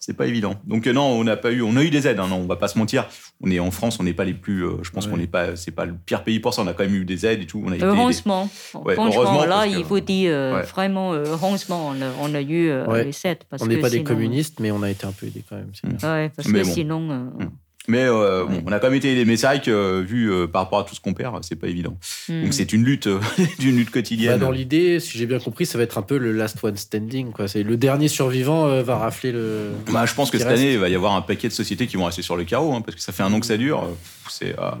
[SPEAKER 7] c'est pas évident. Donc, euh, non, on n'a pas eu, on a eu des aides, hein, non, on va pas se mentir. On est en France, on n'est pas les plus, euh, je pense
[SPEAKER 9] Ouais. Euh,
[SPEAKER 7] qu'on n'est pas, c'est pas le pire pays pour ça, on a quand même eu des aides et tout. On a été aidés.
[SPEAKER 8] Heureusement.
[SPEAKER 7] Ouais,
[SPEAKER 8] Franchement,
[SPEAKER 7] heureusement,
[SPEAKER 8] là,
[SPEAKER 7] parce que-
[SPEAKER 8] il faut dire euh,
[SPEAKER 7] Ouais.
[SPEAKER 8] vraiment, euh, heureusement, on a, on a eu euh,
[SPEAKER 9] Ouais.
[SPEAKER 8] les 7. Parce
[SPEAKER 9] on n'est
[SPEAKER 8] que
[SPEAKER 9] pas des
[SPEAKER 8] sinon-
[SPEAKER 9] communistes, mais on a été un peu aidés quand même. c'est
[SPEAKER 7] Mm.
[SPEAKER 9] bien.
[SPEAKER 8] Ouais, parce
[SPEAKER 7] Mais
[SPEAKER 8] que
[SPEAKER 7] bon.
[SPEAKER 8] sinon, euh,
[SPEAKER 7] Mais euh, bon, on a quand même été. Mais c'est vrai que, euh, vu euh, par rapport à tout ce qu'on perd, c'est pas évident.
[SPEAKER 8] hum.
[SPEAKER 7] Donc c'est une lutte, euh, d'une
[SPEAKER 9] Mm.
[SPEAKER 7] lutte
[SPEAKER 9] Bah,
[SPEAKER 7] quotidienne.
[SPEAKER 9] dans l'idée, si j'ai bien compris, ça va être un peu le last one standing. Quoi. C'est le dernier survivant euh, va rafler le.
[SPEAKER 7] Bah, je pense que
[SPEAKER 9] qui
[SPEAKER 7] cette
[SPEAKER 9] reste.
[SPEAKER 7] année, il va y avoir un paquet de sociétés qui vont rester sur le carreau, hein, parce que ça fait un an que ça dure. Euh, pff, C'est, ah.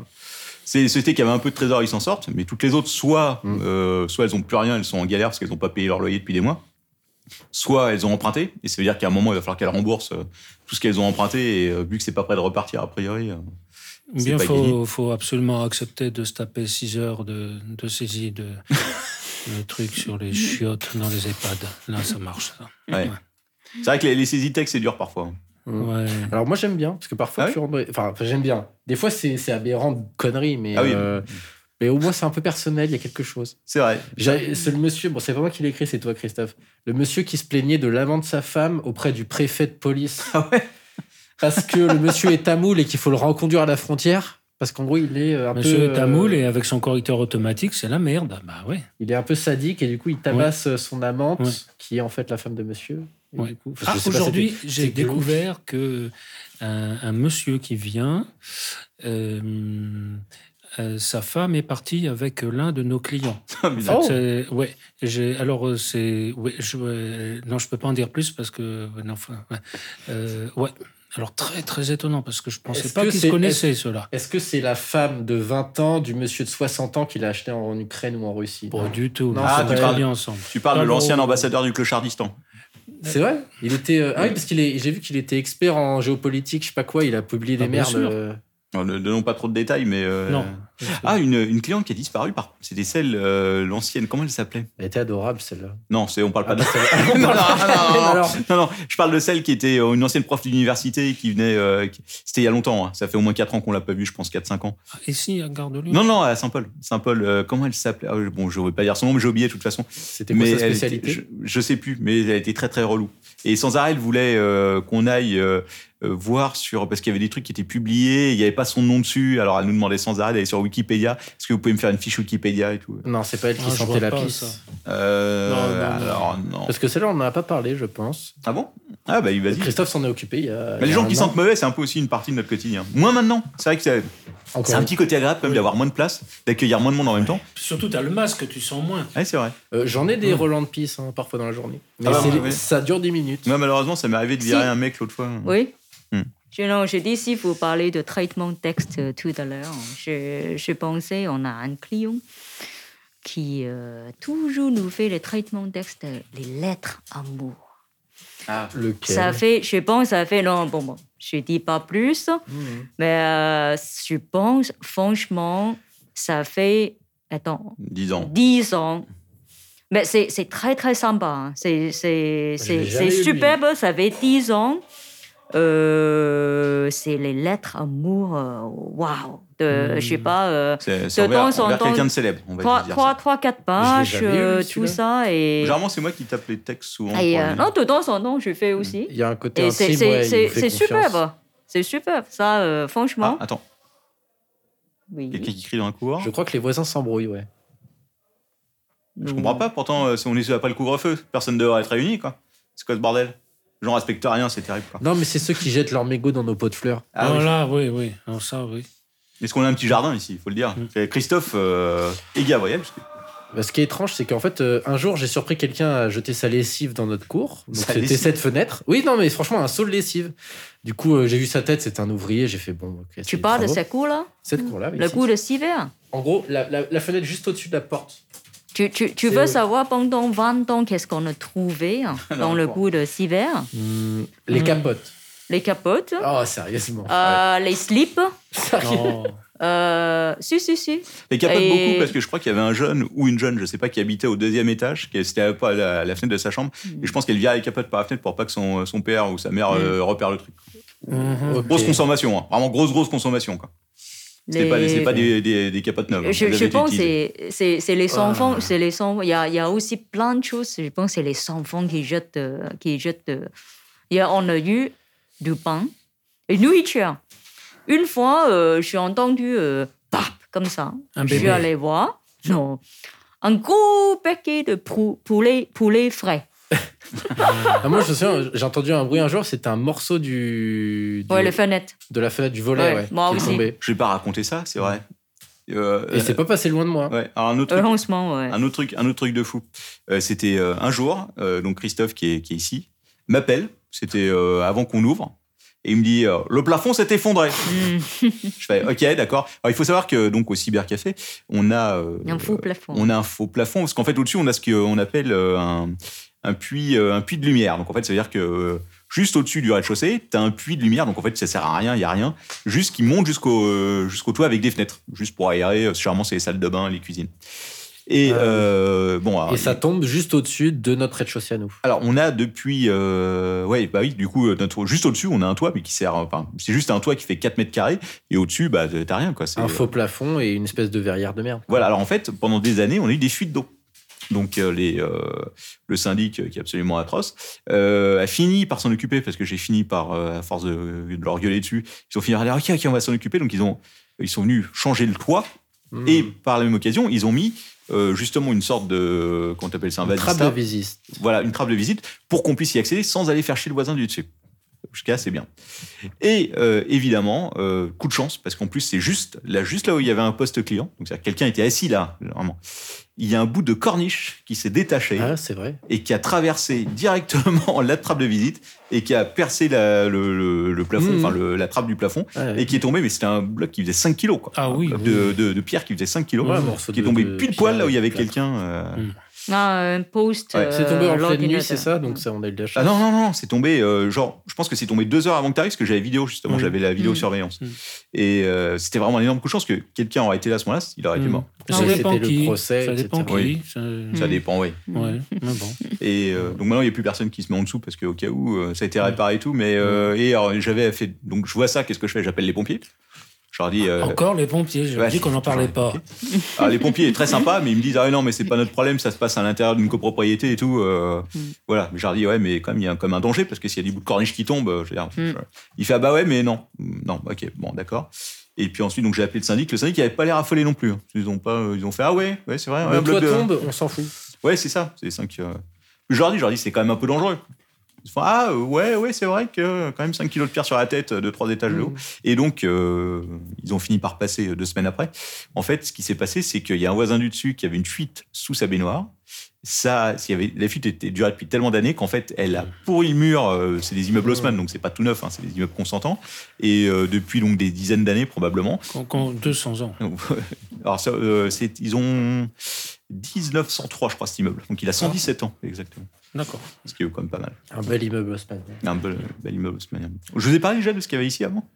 [SPEAKER 7] c'est les sociétés qui avaient un peu de trésor, ils s'en sortent, mais toutes les autres, soit,
[SPEAKER 9] Mm.
[SPEAKER 7] euh, soit elles ont plus rien, elles sont en galère parce qu'elles n'ont pas payé leur loyer depuis des mois, soit elles ont emprunté, et ça veut dire qu'à un moment, il va falloir qu'elles remboursent euh, tout ce qu'elles ont emprunté, et euh, vu que c'est pas prêt de repartir, a priori. euh,
[SPEAKER 2] Ou
[SPEAKER 7] C'est
[SPEAKER 2] Bien,
[SPEAKER 7] pas
[SPEAKER 2] faut, faut absolument accepter de se taper 6 heures de, de saisie de, de trucs sur les chiottes dans les EHPAD. Là, ça marche. Ça.
[SPEAKER 7] ouais. C'est vrai que les, les saisies tech, c'est dur parfois. hein.
[SPEAKER 9] Mm.
[SPEAKER 2] Ouais.
[SPEAKER 9] Alors moi j'aime bien, parce que parfois
[SPEAKER 7] Ah oui
[SPEAKER 9] tu rentres dans- Enfin, enfin, j'aime bien. Des fois c'est, c'est aberrant de conneries, mais.
[SPEAKER 7] Ah oui.
[SPEAKER 9] euh, Mais au moins c'est un peu personnel, il y a quelque chose.
[SPEAKER 7] C'est vrai.
[SPEAKER 9] J'ai- C'est le monsieur, bon c'est pas moi qui l'ai écrit, c'est toi Christophe. Le monsieur qui se plaignait de l'amant de sa femme auprès du préfet de police. Parce que le monsieur est tamoul et qu'il faut le reconduire à la frontière. Parce qu'en gros, il est euh, un
[SPEAKER 2] Monsieur
[SPEAKER 9] peu. euh,
[SPEAKER 2] Tamoul, et avec son correcteur automatique, c'est la merde. Bah ouais.
[SPEAKER 9] Il est un peu sadique et du coup, il tabasse son amante,
[SPEAKER 2] Ouais.
[SPEAKER 9] qui est en fait la femme de monsieur. Et
[SPEAKER 2] Ouais.
[SPEAKER 9] du coup- enfin,
[SPEAKER 2] Ah,
[SPEAKER 9] je sais pas,
[SPEAKER 2] Aujourd'hui,
[SPEAKER 9] c'est
[SPEAKER 2] j'ai
[SPEAKER 9] glauque.
[SPEAKER 2] découvert que euh, un, un monsieur qui vient, euh, euh, sa femme est partie avec l'un de nos clients.
[SPEAKER 9] Oh.
[SPEAKER 2] C'est- euh, ouais, j'ai- alors euh, c'est ouais, je, euh, non, je peux pas en dire plus parce que ouais, non, enfin, ouais, Euh, ouais. Alors très très étonnant parce que je pensais
[SPEAKER 9] Est-ce
[SPEAKER 2] pas
[SPEAKER 9] que
[SPEAKER 2] qu'ils se
[SPEAKER 9] c'est-
[SPEAKER 2] connaissaient ceux-là.
[SPEAKER 9] c'était- Est-ce que c'est la femme de 20 ans du monsieur de 60 ans qu'il a acheté en, en Ukraine ou en Russie
[SPEAKER 2] Pas du tout.
[SPEAKER 9] Non,
[SPEAKER 7] c'est
[SPEAKER 2] Ah,
[SPEAKER 7] vrai.
[SPEAKER 2] très bien ensemble.
[SPEAKER 7] Tu parles
[SPEAKER 2] Ah,
[SPEAKER 7] de l'ancien
[SPEAKER 2] bon.
[SPEAKER 7] ambassadeur du clochardistan.
[SPEAKER 9] C'est vrai Il était. euh, ah oui, parce qu'il est. J'ai vu qu'il était expert en géopolitique, je sais pas quoi. Il a publié des
[SPEAKER 2] Ah, bien
[SPEAKER 9] merdes.
[SPEAKER 2] sûr.
[SPEAKER 9] euh,
[SPEAKER 7] Alors, Ne donnons pas trop de détails, mais. euh,
[SPEAKER 2] Non.
[SPEAKER 7] Ah, une, une cliente qui a disparu, par... c'était celle, euh, l'ancienne, comment elle s'appelait
[SPEAKER 9] Elle était adorable celle-là.
[SPEAKER 7] Non, c'est, on parle pas
[SPEAKER 9] Ah,
[SPEAKER 7] de
[SPEAKER 9] bah, celle-là.
[SPEAKER 7] non, non, non, non,
[SPEAKER 9] Alors,
[SPEAKER 7] non,
[SPEAKER 2] Ah.
[SPEAKER 7] non, je parle de celle qui était euh, une ancienne prof d'université qui venait. euh, qui- C'était il y a longtemps, hein. ça fait au moins 4 ans qu'on l'a pas vue, je pense 4-5 ans.
[SPEAKER 2] Ah, Ici, à Gare de Lyon.
[SPEAKER 7] Non, non, à Saint-Paul. Saint-Paul, euh, comment elle s'appelait Ah, Bon, je ne vais pas dire son nom, mais j'ai oublié de toute façon.
[SPEAKER 9] c'était quoi sa
[SPEAKER 7] elle
[SPEAKER 9] spécialité
[SPEAKER 7] était- je, je sais plus, mais elle était très très relou. Et sans arrêt, elle voulait euh, qu'on aille euh, euh, voir sur parce qu'il y avait des trucs qui étaient publiés, il n'y avait pas son nom dessus. Alors elle nous demandait sans arrêt d'aller sur Wikipédia. Est-ce que vous pouvez me faire une fiche Wikipédia et tout
[SPEAKER 9] Non, c'est pas elle qui
[SPEAKER 2] Ah, je
[SPEAKER 9] sentait
[SPEAKER 2] vois
[SPEAKER 9] la
[SPEAKER 2] pas
[SPEAKER 9] pisse.
[SPEAKER 2] ça.
[SPEAKER 7] Euh,
[SPEAKER 9] Non, non, non.
[SPEAKER 7] Alors non.
[SPEAKER 9] Parce que celle-là, on n'en a pas parlé, je pense.
[SPEAKER 7] Ah bon Ah bah vas-y.
[SPEAKER 9] Christophe s'en est occupé. Il y a,
[SPEAKER 7] Mais les gens qui sentent mauvais, c'est un peu aussi une partie de notre quotidien. Moins maintenant. C'est vrai que c'est c'est un petit côté agréable quand même d'avoir moins de place, d'accueillir moins de monde en même temps.
[SPEAKER 2] Surtout, t'as le masque, tu sens moins.
[SPEAKER 7] Ouais, c'est vrai.
[SPEAKER 9] Euh, J'en ai des
[SPEAKER 2] Ouais.
[SPEAKER 9] relents de pisse hein, parfois dans la journée. Mais
[SPEAKER 7] Mmh. Ah bah,
[SPEAKER 9] c'est-
[SPEAKER 7] ouais, Mmh. ouais.
[SPEAKER 9] ça dure 10 minutes.
[SPEAKER 7] Moi, malheureusement, ça m'est arrivé de virer
[SPEAKER 8] Si.
[SPEAKER 7] un mec l'autre fois.
[SPEAKER 8] Oui.
[SPEAKER 7] Hmm.
[SPEAKER 8] Je, non, je dis, si vous parlez de traitement de texte euh, tout à l'heure, je, je pensais, on a un client qui euh, toujours nous fait les traitements de texte, euh, les lettres amour.
[SPEAKER 9] Lequel
[SPEAKER 8] Ça fait, je pense, ça fait, non, bon, bon, je dis pas plus,
[SPEAKER 9] Mhm.
[SPEAKER 8] mais euh, je pense, franchement, ça fait, attends,
[SPEAKER 7] Dix ans.
[SPEAKER 8] 10 ans. Mais c'est c'est très, très sympa. hein. C'est c'est-
[SPEAKER 9] Je l'ai
[SPEAKER 8] c'est-
[SPEAKER 9] jamais
[SPEAKER 8] c'est
[SPEAKER 9] lu.
[SPEAKER 8] superbe. Ça fait 10 ans. Euh, c'est les lettres amour. euh, Waouh! De,
[SPEAKER 9] Mhm.
[SPEAKER 8] Je sais pas, euh,
[SPEAKER 7] C'est c'est
[SPEAKER 8] De
[SPEAKER 7] envers,
[SPEAKER 8] temps en
[SPEAKER 7] envers
[SPEAKER 8] temps,
[SPEAKER 7] quelqu'un de célèbre, on va dire. ça.
[SPEAKER 8] 3-4 pages,
[SPEAKER 9] jamais lu,
[SPEAKER 8] euh,
[SPEAKER 9] celui-là.
[SPEAKER 8] tout ça. Et,
[SPEAKER 7] Généralement, c'est moi qui tape les textes souvent.
[SPEAKER 8] et,
[SPEAKER 7] pour
[SPEAKER 8] euh,
[SPEAKER 7] les-
[SPEAKER 8] non, de temps en temps, je fais aussi.
[SPEAKER 9] Il y a un côté
[SPEAKER 8] Et c'est
[SPEAKER 9] intime, ouais,
[SPEAKER 8] c'est-
[SPEAKER 9] il
[SPEAKER 8] c'est-
[SPEAKER 9] vous fait
[SPEAKER 8] c'est
[SPEAKER 9] confiance.
[SPEAKER 8] superbe. C'est superbe, ça, euh, franchement.
[SPEAKER 7] Ah, attends,
[SPEAKER 8] oui.
[SPEAKER 7] quelqu'un qui crie dans un couloir
[SPEAKER 9] Je crois que les voisins s'embrouillent, ouais.
[SPEAKER 7] Je comprends pas, pourtant, euh, si on est après le couvre-feu, personne devrait être réuni, quoi. C'est quoi ce bordel Les gens respectent rien, c'est terrible, quoi.
[SPEAKER 9] Non, mais c'est ceux qui jettent leurs mégots dans nos pots de fleurs.
[SPEAKER 7] Ah oui.
[SPEAKER 2] voilà, oui, oui. Alors ça, oui.
[SPEAKER 7] Est-ce qu'on a un petit jardin ici, il faut le dire
[SPEAKER 2] Mm.
[SPEAKER 7] C'est Christophe euh, et Gabriel, parce que-
[SPEAKER 9] Bah, Ce qui est étrange, c'est qu'en fait, euh, un jour, j'ai surpris quelqu'un à jeter sa lessive dans notre cour. Donc,
[SPEAKER 7] Sa
[SPEAKER 9] C'était
[SPEAKER 7] lessive
[SPEAKER 9] cette fenêtre. Oui, non, mais franchement, un seau de lessive. Du coup, euh, j'ai vu sa tête, c'était un ouvrier. J'ai fait bon. ok, c'est
[SPEAKER 8] Tu parles de
[SPEAKER 9] bravo.
[SPEAKER 8] ce coup-là?
[SPEAKER 9] cette cour-là.
[SPEAKER 8] Le
[SPEAKER 9] ici.
[SPEAKER 8] coup de Siver?
[SPEAKER 9] En gros, la, la- la fenêtre juste au-dessus de la porte.
[SPEAKER 8] Tu, tu, tu
[SPEAKER 9] C'est
[SPEAKER 8] veux
[SPEAKER 9] où
[SPEAKER 8] savoir pendant 20 ans qu'est-ce qu'on a trouvé hein, dans le goût de Siver
[SPEAKER 9] Hum, les
[SPEAKER 8] Hmm.
[SPEAKER 9] capotes.
[SPEAKER 8] Les capotes,
[SPEAKER 9] Oh, sérieusement.
[SPEAKER 8] euh, les slips.
[SPEAKER 2] Non.
[SPEAKER 8] euh, si, si, si.
[SPEAKER 7] Les capotes
[SPEAKER 8] Et-
[SPEAKER 7] beaucoup parce que je crois qu'il y avait un jeune ou une jeune, je sais pas, qui habitait au deuxième étage, qui c'était pas à la, la fenêtre de sa chambre.
[SPEAKER 8] Mm.
[SPEAKER 7] Et je pense qu'elle vire les capotes par la fenêtre pour pas que son, son père ou sa mère euh, repère le truc.
[SPEAKER 2] Mhm.
[SPEAKER 9] Ok.
[SPEAKER 7] Grosse consommation, hein. vraiment grosse, grosse consommation. Quoi. C'était
[SPEAKER 8] Les-
[SPEAKER 7] pas, des- c'était pas des, des- des capotes neuves. hein.
[SPEAKER 8] Je,
[SPEAKER 7] Elles
[SPEAKER 8] je
[SPEAKER 7] avaient été
[SPEAKER 8] pense que
[SPEAKER 7] utilisées.
[SPEAKER 8] c'est- c'est c'est les enfants. c'est les enfants. Il y a, il y a aussi plein de choses. Je pense que c'est les enfants qui jettent. euh, Qui jettent euh. Il y a- on a eu du pain et nourriture. Une fois, euh, j'ai entendu euh, pap, comme ça.
[SPEAKER 2] Un
[SPEAKER 8] je suis
[SPEAKER 2] bébé.
[SPEAKER 8] allée voir. Non. Un gros paquet de pou- poulet, poulet frais.
[SPEAKER 9] Ah, moi, je me souviens, j'ai entendu un bruit un jour, c'était un morceau du. du-
[SPEAKER 8] Ouais, les fenêtres.
[SPEAKER 9] de la fenêtre du volet,
[SPEAKER 8] Ouais,
[SPEAKER 9] ouais.
[SPEAKER 8] moi
[SPEAKER 9] qui est
[SPEAKER 8] aussi.
[SPEAKER 9] tombé.
[SPEAKER 7] Je vais pas raconter ça, c'est vrai. Euh,
[SPEAKER 9] Et c'est pas passé loin de moi.
[SPEAKER 7] Ouais, alors un autre truc-
[SPEAKER 8] Heureusement, ouais.
[SPEAKER 7] Un autre truc, un autre truc de fou. Euh, c'était euh, un jour, euh, donc Christophe qui est, qui est ici m'appelle. C'était euh, avant qu'on ouvre. Et il me dit euh, le plafond s'est effondré.
[SPEAKER 8] Mm.
[SPEAKER 7] Je fais ok d'accord. Alors, il faut savoir que donc au cybercafé on a euh,
[SPEAKER 8] Il y a un faux plafond.
[SPEAKER 7] on a un faux plafond parce qu'en fait au-dessus on a ce qu'on appelle euh, un, un puits euh, un puits de lumière. Donc en fait ça veut dire que euh, juste au-dessus du rez-de-chaussée t'as un puits de lumière. Donc en fait ça sert à rien, il y a rien. Juste qui monte jusqu'au euh, jusqu'au toit avec des fenêtres, juste pour aérer. Euh, Généralement c'est les salles de bain, les cuisines. Et
[SPEAKER 9] Ah oui.
[SPEAKER 7] euh, bon alors,
[SPEAKER 9] Et ça tombe juste au-dessus de notre rez-de-chaussée à nous.
[SPEAKER 7] alors, on a depuis. Euh, ouais, bah oui, du coup, euh, notre, juste au-dessus, on a un toit, mais qui sert. euh, Enfin, c'est juste un toit qui fait 4 mètres carrés, et au-dessus, bah, t'as rien, quoi. c'est-
[SPEAKER 9] Un faux plafond et une espèce de verrière de merde.
[SPEAKER 7] Voilà, alors en fait, pendant des années, on a eu des fuites d'eau. Donc, euh, les, euh, le syndic, euh, qui est absolument atroce, euh, a fini par s'en occuper, parce que j'ai fini par, euh, à force de, de leur gueuler dessus, ils ont fini par dire Ok, ok, on va s'en occuper. Donc, ils, ont, ils sont venus changer le toit,
[SPEAKER 9] Hmm.
[SPEAKER 7] et par la même occasion, ils ont mis euh, justement une sorte de. Qu'on appelle ça un
[SPEAKER 9] Une trappe de
[SPEAKER 7] vasistat.
[SPEAKER 9] visite.
[SPEAKER 7] voilà, une trappe de visite pour qu'on puisse y accéder sans aller faire chier le voisin du dessus. Jusqu'à c'est bien. Et euh, évidemment, euh, coup de chance, parce qu'en plus, c'est juste là, juste là où il y avait un poste client. Donc, c'est-à-dire que quelqu'un était assis là, vraiment. Il y a un bout de corniche qui s'est détaché
[SPEAKER 9] Ah, c'est vrai.
[SPEAKER 7] et qui a traversé directement la trappe de visite et qui a percé la- le, le- le plafond,
[SPEAKER 9] Mhm.
[SPEAKER 7] enfin, le- la trappe du plafond
[SPEAKER 9] Ah, ouais.
[SPEAKER 7] et qui est tombé. Mais c'était un bloc qui faisait 5 kilos, quoi.
[SPEAKER 2] Ah oui.
[SPEAKER 7] De, de- de pierre qui faisait 5 kilos.
[SPEAKER 9] Ouais, un morceau
[SPEAKER 7] qui est
[SPEAKER 9] de-
[SPEAKER 7] tombé
[SPEAKER 9] de
[SPEAKER 7] pile poil
[SPEAKER 9] pierre
[SPEAKER 7] là où il y avait
[SPEAKER 9] avec plâtre.
[SPEAKER 7] quelqu'un. euh,
[SPEAKER 2] Mhm.
[SPEAKER 8] Ah, un post. euh,
[SPEAKER 7] Ouais.
[SPEAKER 9] C'est tombé en pleine nuit,
[SPEAKER 8] l'ordinateur.
[SPEAKER 9] c'est ça Donc ça, on a eu de la chance.
[SPEAKER 7] Ah non, non, non, non, c'est tombé, euh, genre, je pense que c'est tombé deux heures avant que tu parce que j'avais vidéo, justement,
[SPEAKER 2] Mm.
[SPEAKER 7] j'avais la vidéo surveillance.
[SPEAKER 2] Mm.
[SPEAKER 7] Et euh, c'était vraiment un énorme coup de chance que quelqu'un aurait été là à ce moment-là, il aurait été
[SPEAKER 2] Mm.
[SPEAKER 7] mort.
[SPEAKER 8] Ah
[SPEAKER 9] Ça,
[SPEAKER 8] oui.
[SPEAKER 2] Ça
[SPEAKER 9] C'était
[SPEAKER 2] dépend
[SPEAKER 9] le
[SPEAKER 2] qui.
[SPEAKER 9] procès,
[SPEAKER 2] ça
[SPEAKER 9] etc.
[SPEAKER 2] dépend qui.
[SPEAKER 7] Oui.
[SPEAKER 2] ça-
[SPEAKER 7] Ça
[SPEAKER 8] Mm.
[SPEAKER 7] dépend, oui.
[SPEAKER 2] Ouais, mais bon.
[SPEAKER 7] Et euh, donc maintenant, il n'y a plus personne qui se met en dessous parce que, au cas où, euh, ça
[SPEAKER 2] Mm.
[SPEAKER 7] a été réparé et tout. Mais euh, et alors, j'avais fait. Donc je vois ça, qu'est-ce que je fais J'appelle les pompiers. Je leur dis. euh,
[SPEAKER 2] Encore les pompiers, j'avais
[SPEAKER 7] ouais,
[SPEAKER 2] dit qu'on n'en parlait pas.
[SPEAKER 7] Alors, les pompiers est très sympa, mais ils me disent ah non mais c'est pas notre problème, ça se passe à l'intérieur d'une copropriété et tout. euh,
[SPEAKER 8] Mm.
[SPEAKER 7] Voilà, mais je leur dis ouais mais quand même il y a comme un danger parce que s'il y a des bouts de corniche qui tombent, euh, je veux dire,
[SPEAKER 8] Mm.
[SPEAKER 7] je- il fait ah bah ouais mais non, Mm, non ok bon d'accord. Et puis ensuite donc j'ai appelé le syndic, le syndic il avait pas l'air affolé non plus. hein. Ils ont pas, euh, ils ont fait ah ouais ouais c'est vrai. ouais, un
[SPEAKER 9] Le toit
[SPEAKER 7] bloc de-
[SPEAKER 9] tombe, on s'en fout.
[SPEAKER 7] Ouais c'est ça, c'est cinq. euh. Je leur dis je leur dis c'est quand même un peu dangereux. Ils font, ah euh, ouais ouais c'est vrai que euh, quand même 5 kilos de pierre sur la tête euh, de trois étages de haut. Et donc, euh, ils ont fini par passer euh, deux semaines après. En fait, ce qui s'est passé, c'est qu'il y a un voisin du dessus qui avait une fuite sous sa baignoire. Ça, s'il y avait, la fuite était durée depuis tellement d'années qu'en fait, elle a pourri le mur. euh, c'est des immeubles Haussmann, donc c'est pas tout neuf, hein, c'est des immeubles consentants. Et euh, depuis donc des dizaines d'années probablement.
[SPEAKER 2] Qu'on- qu'on- 200 ans.
[SPEAKER 7] Alors, ça, euh, c'est, ils ont 1903, je crois, cet immeuble. Donc, il a 117 ans exactement,
[SPEAKER 2] D'accord.
[SPEAKER 7] ce qui est quand même pas mal.
[SPEAKER 9] Un bel immeuble Haussmann.
[SPEAKER 7] Un bel, bel immeuble Haussmannien. Je vous ai parlé déjà de ce qu'il y avait ici avant.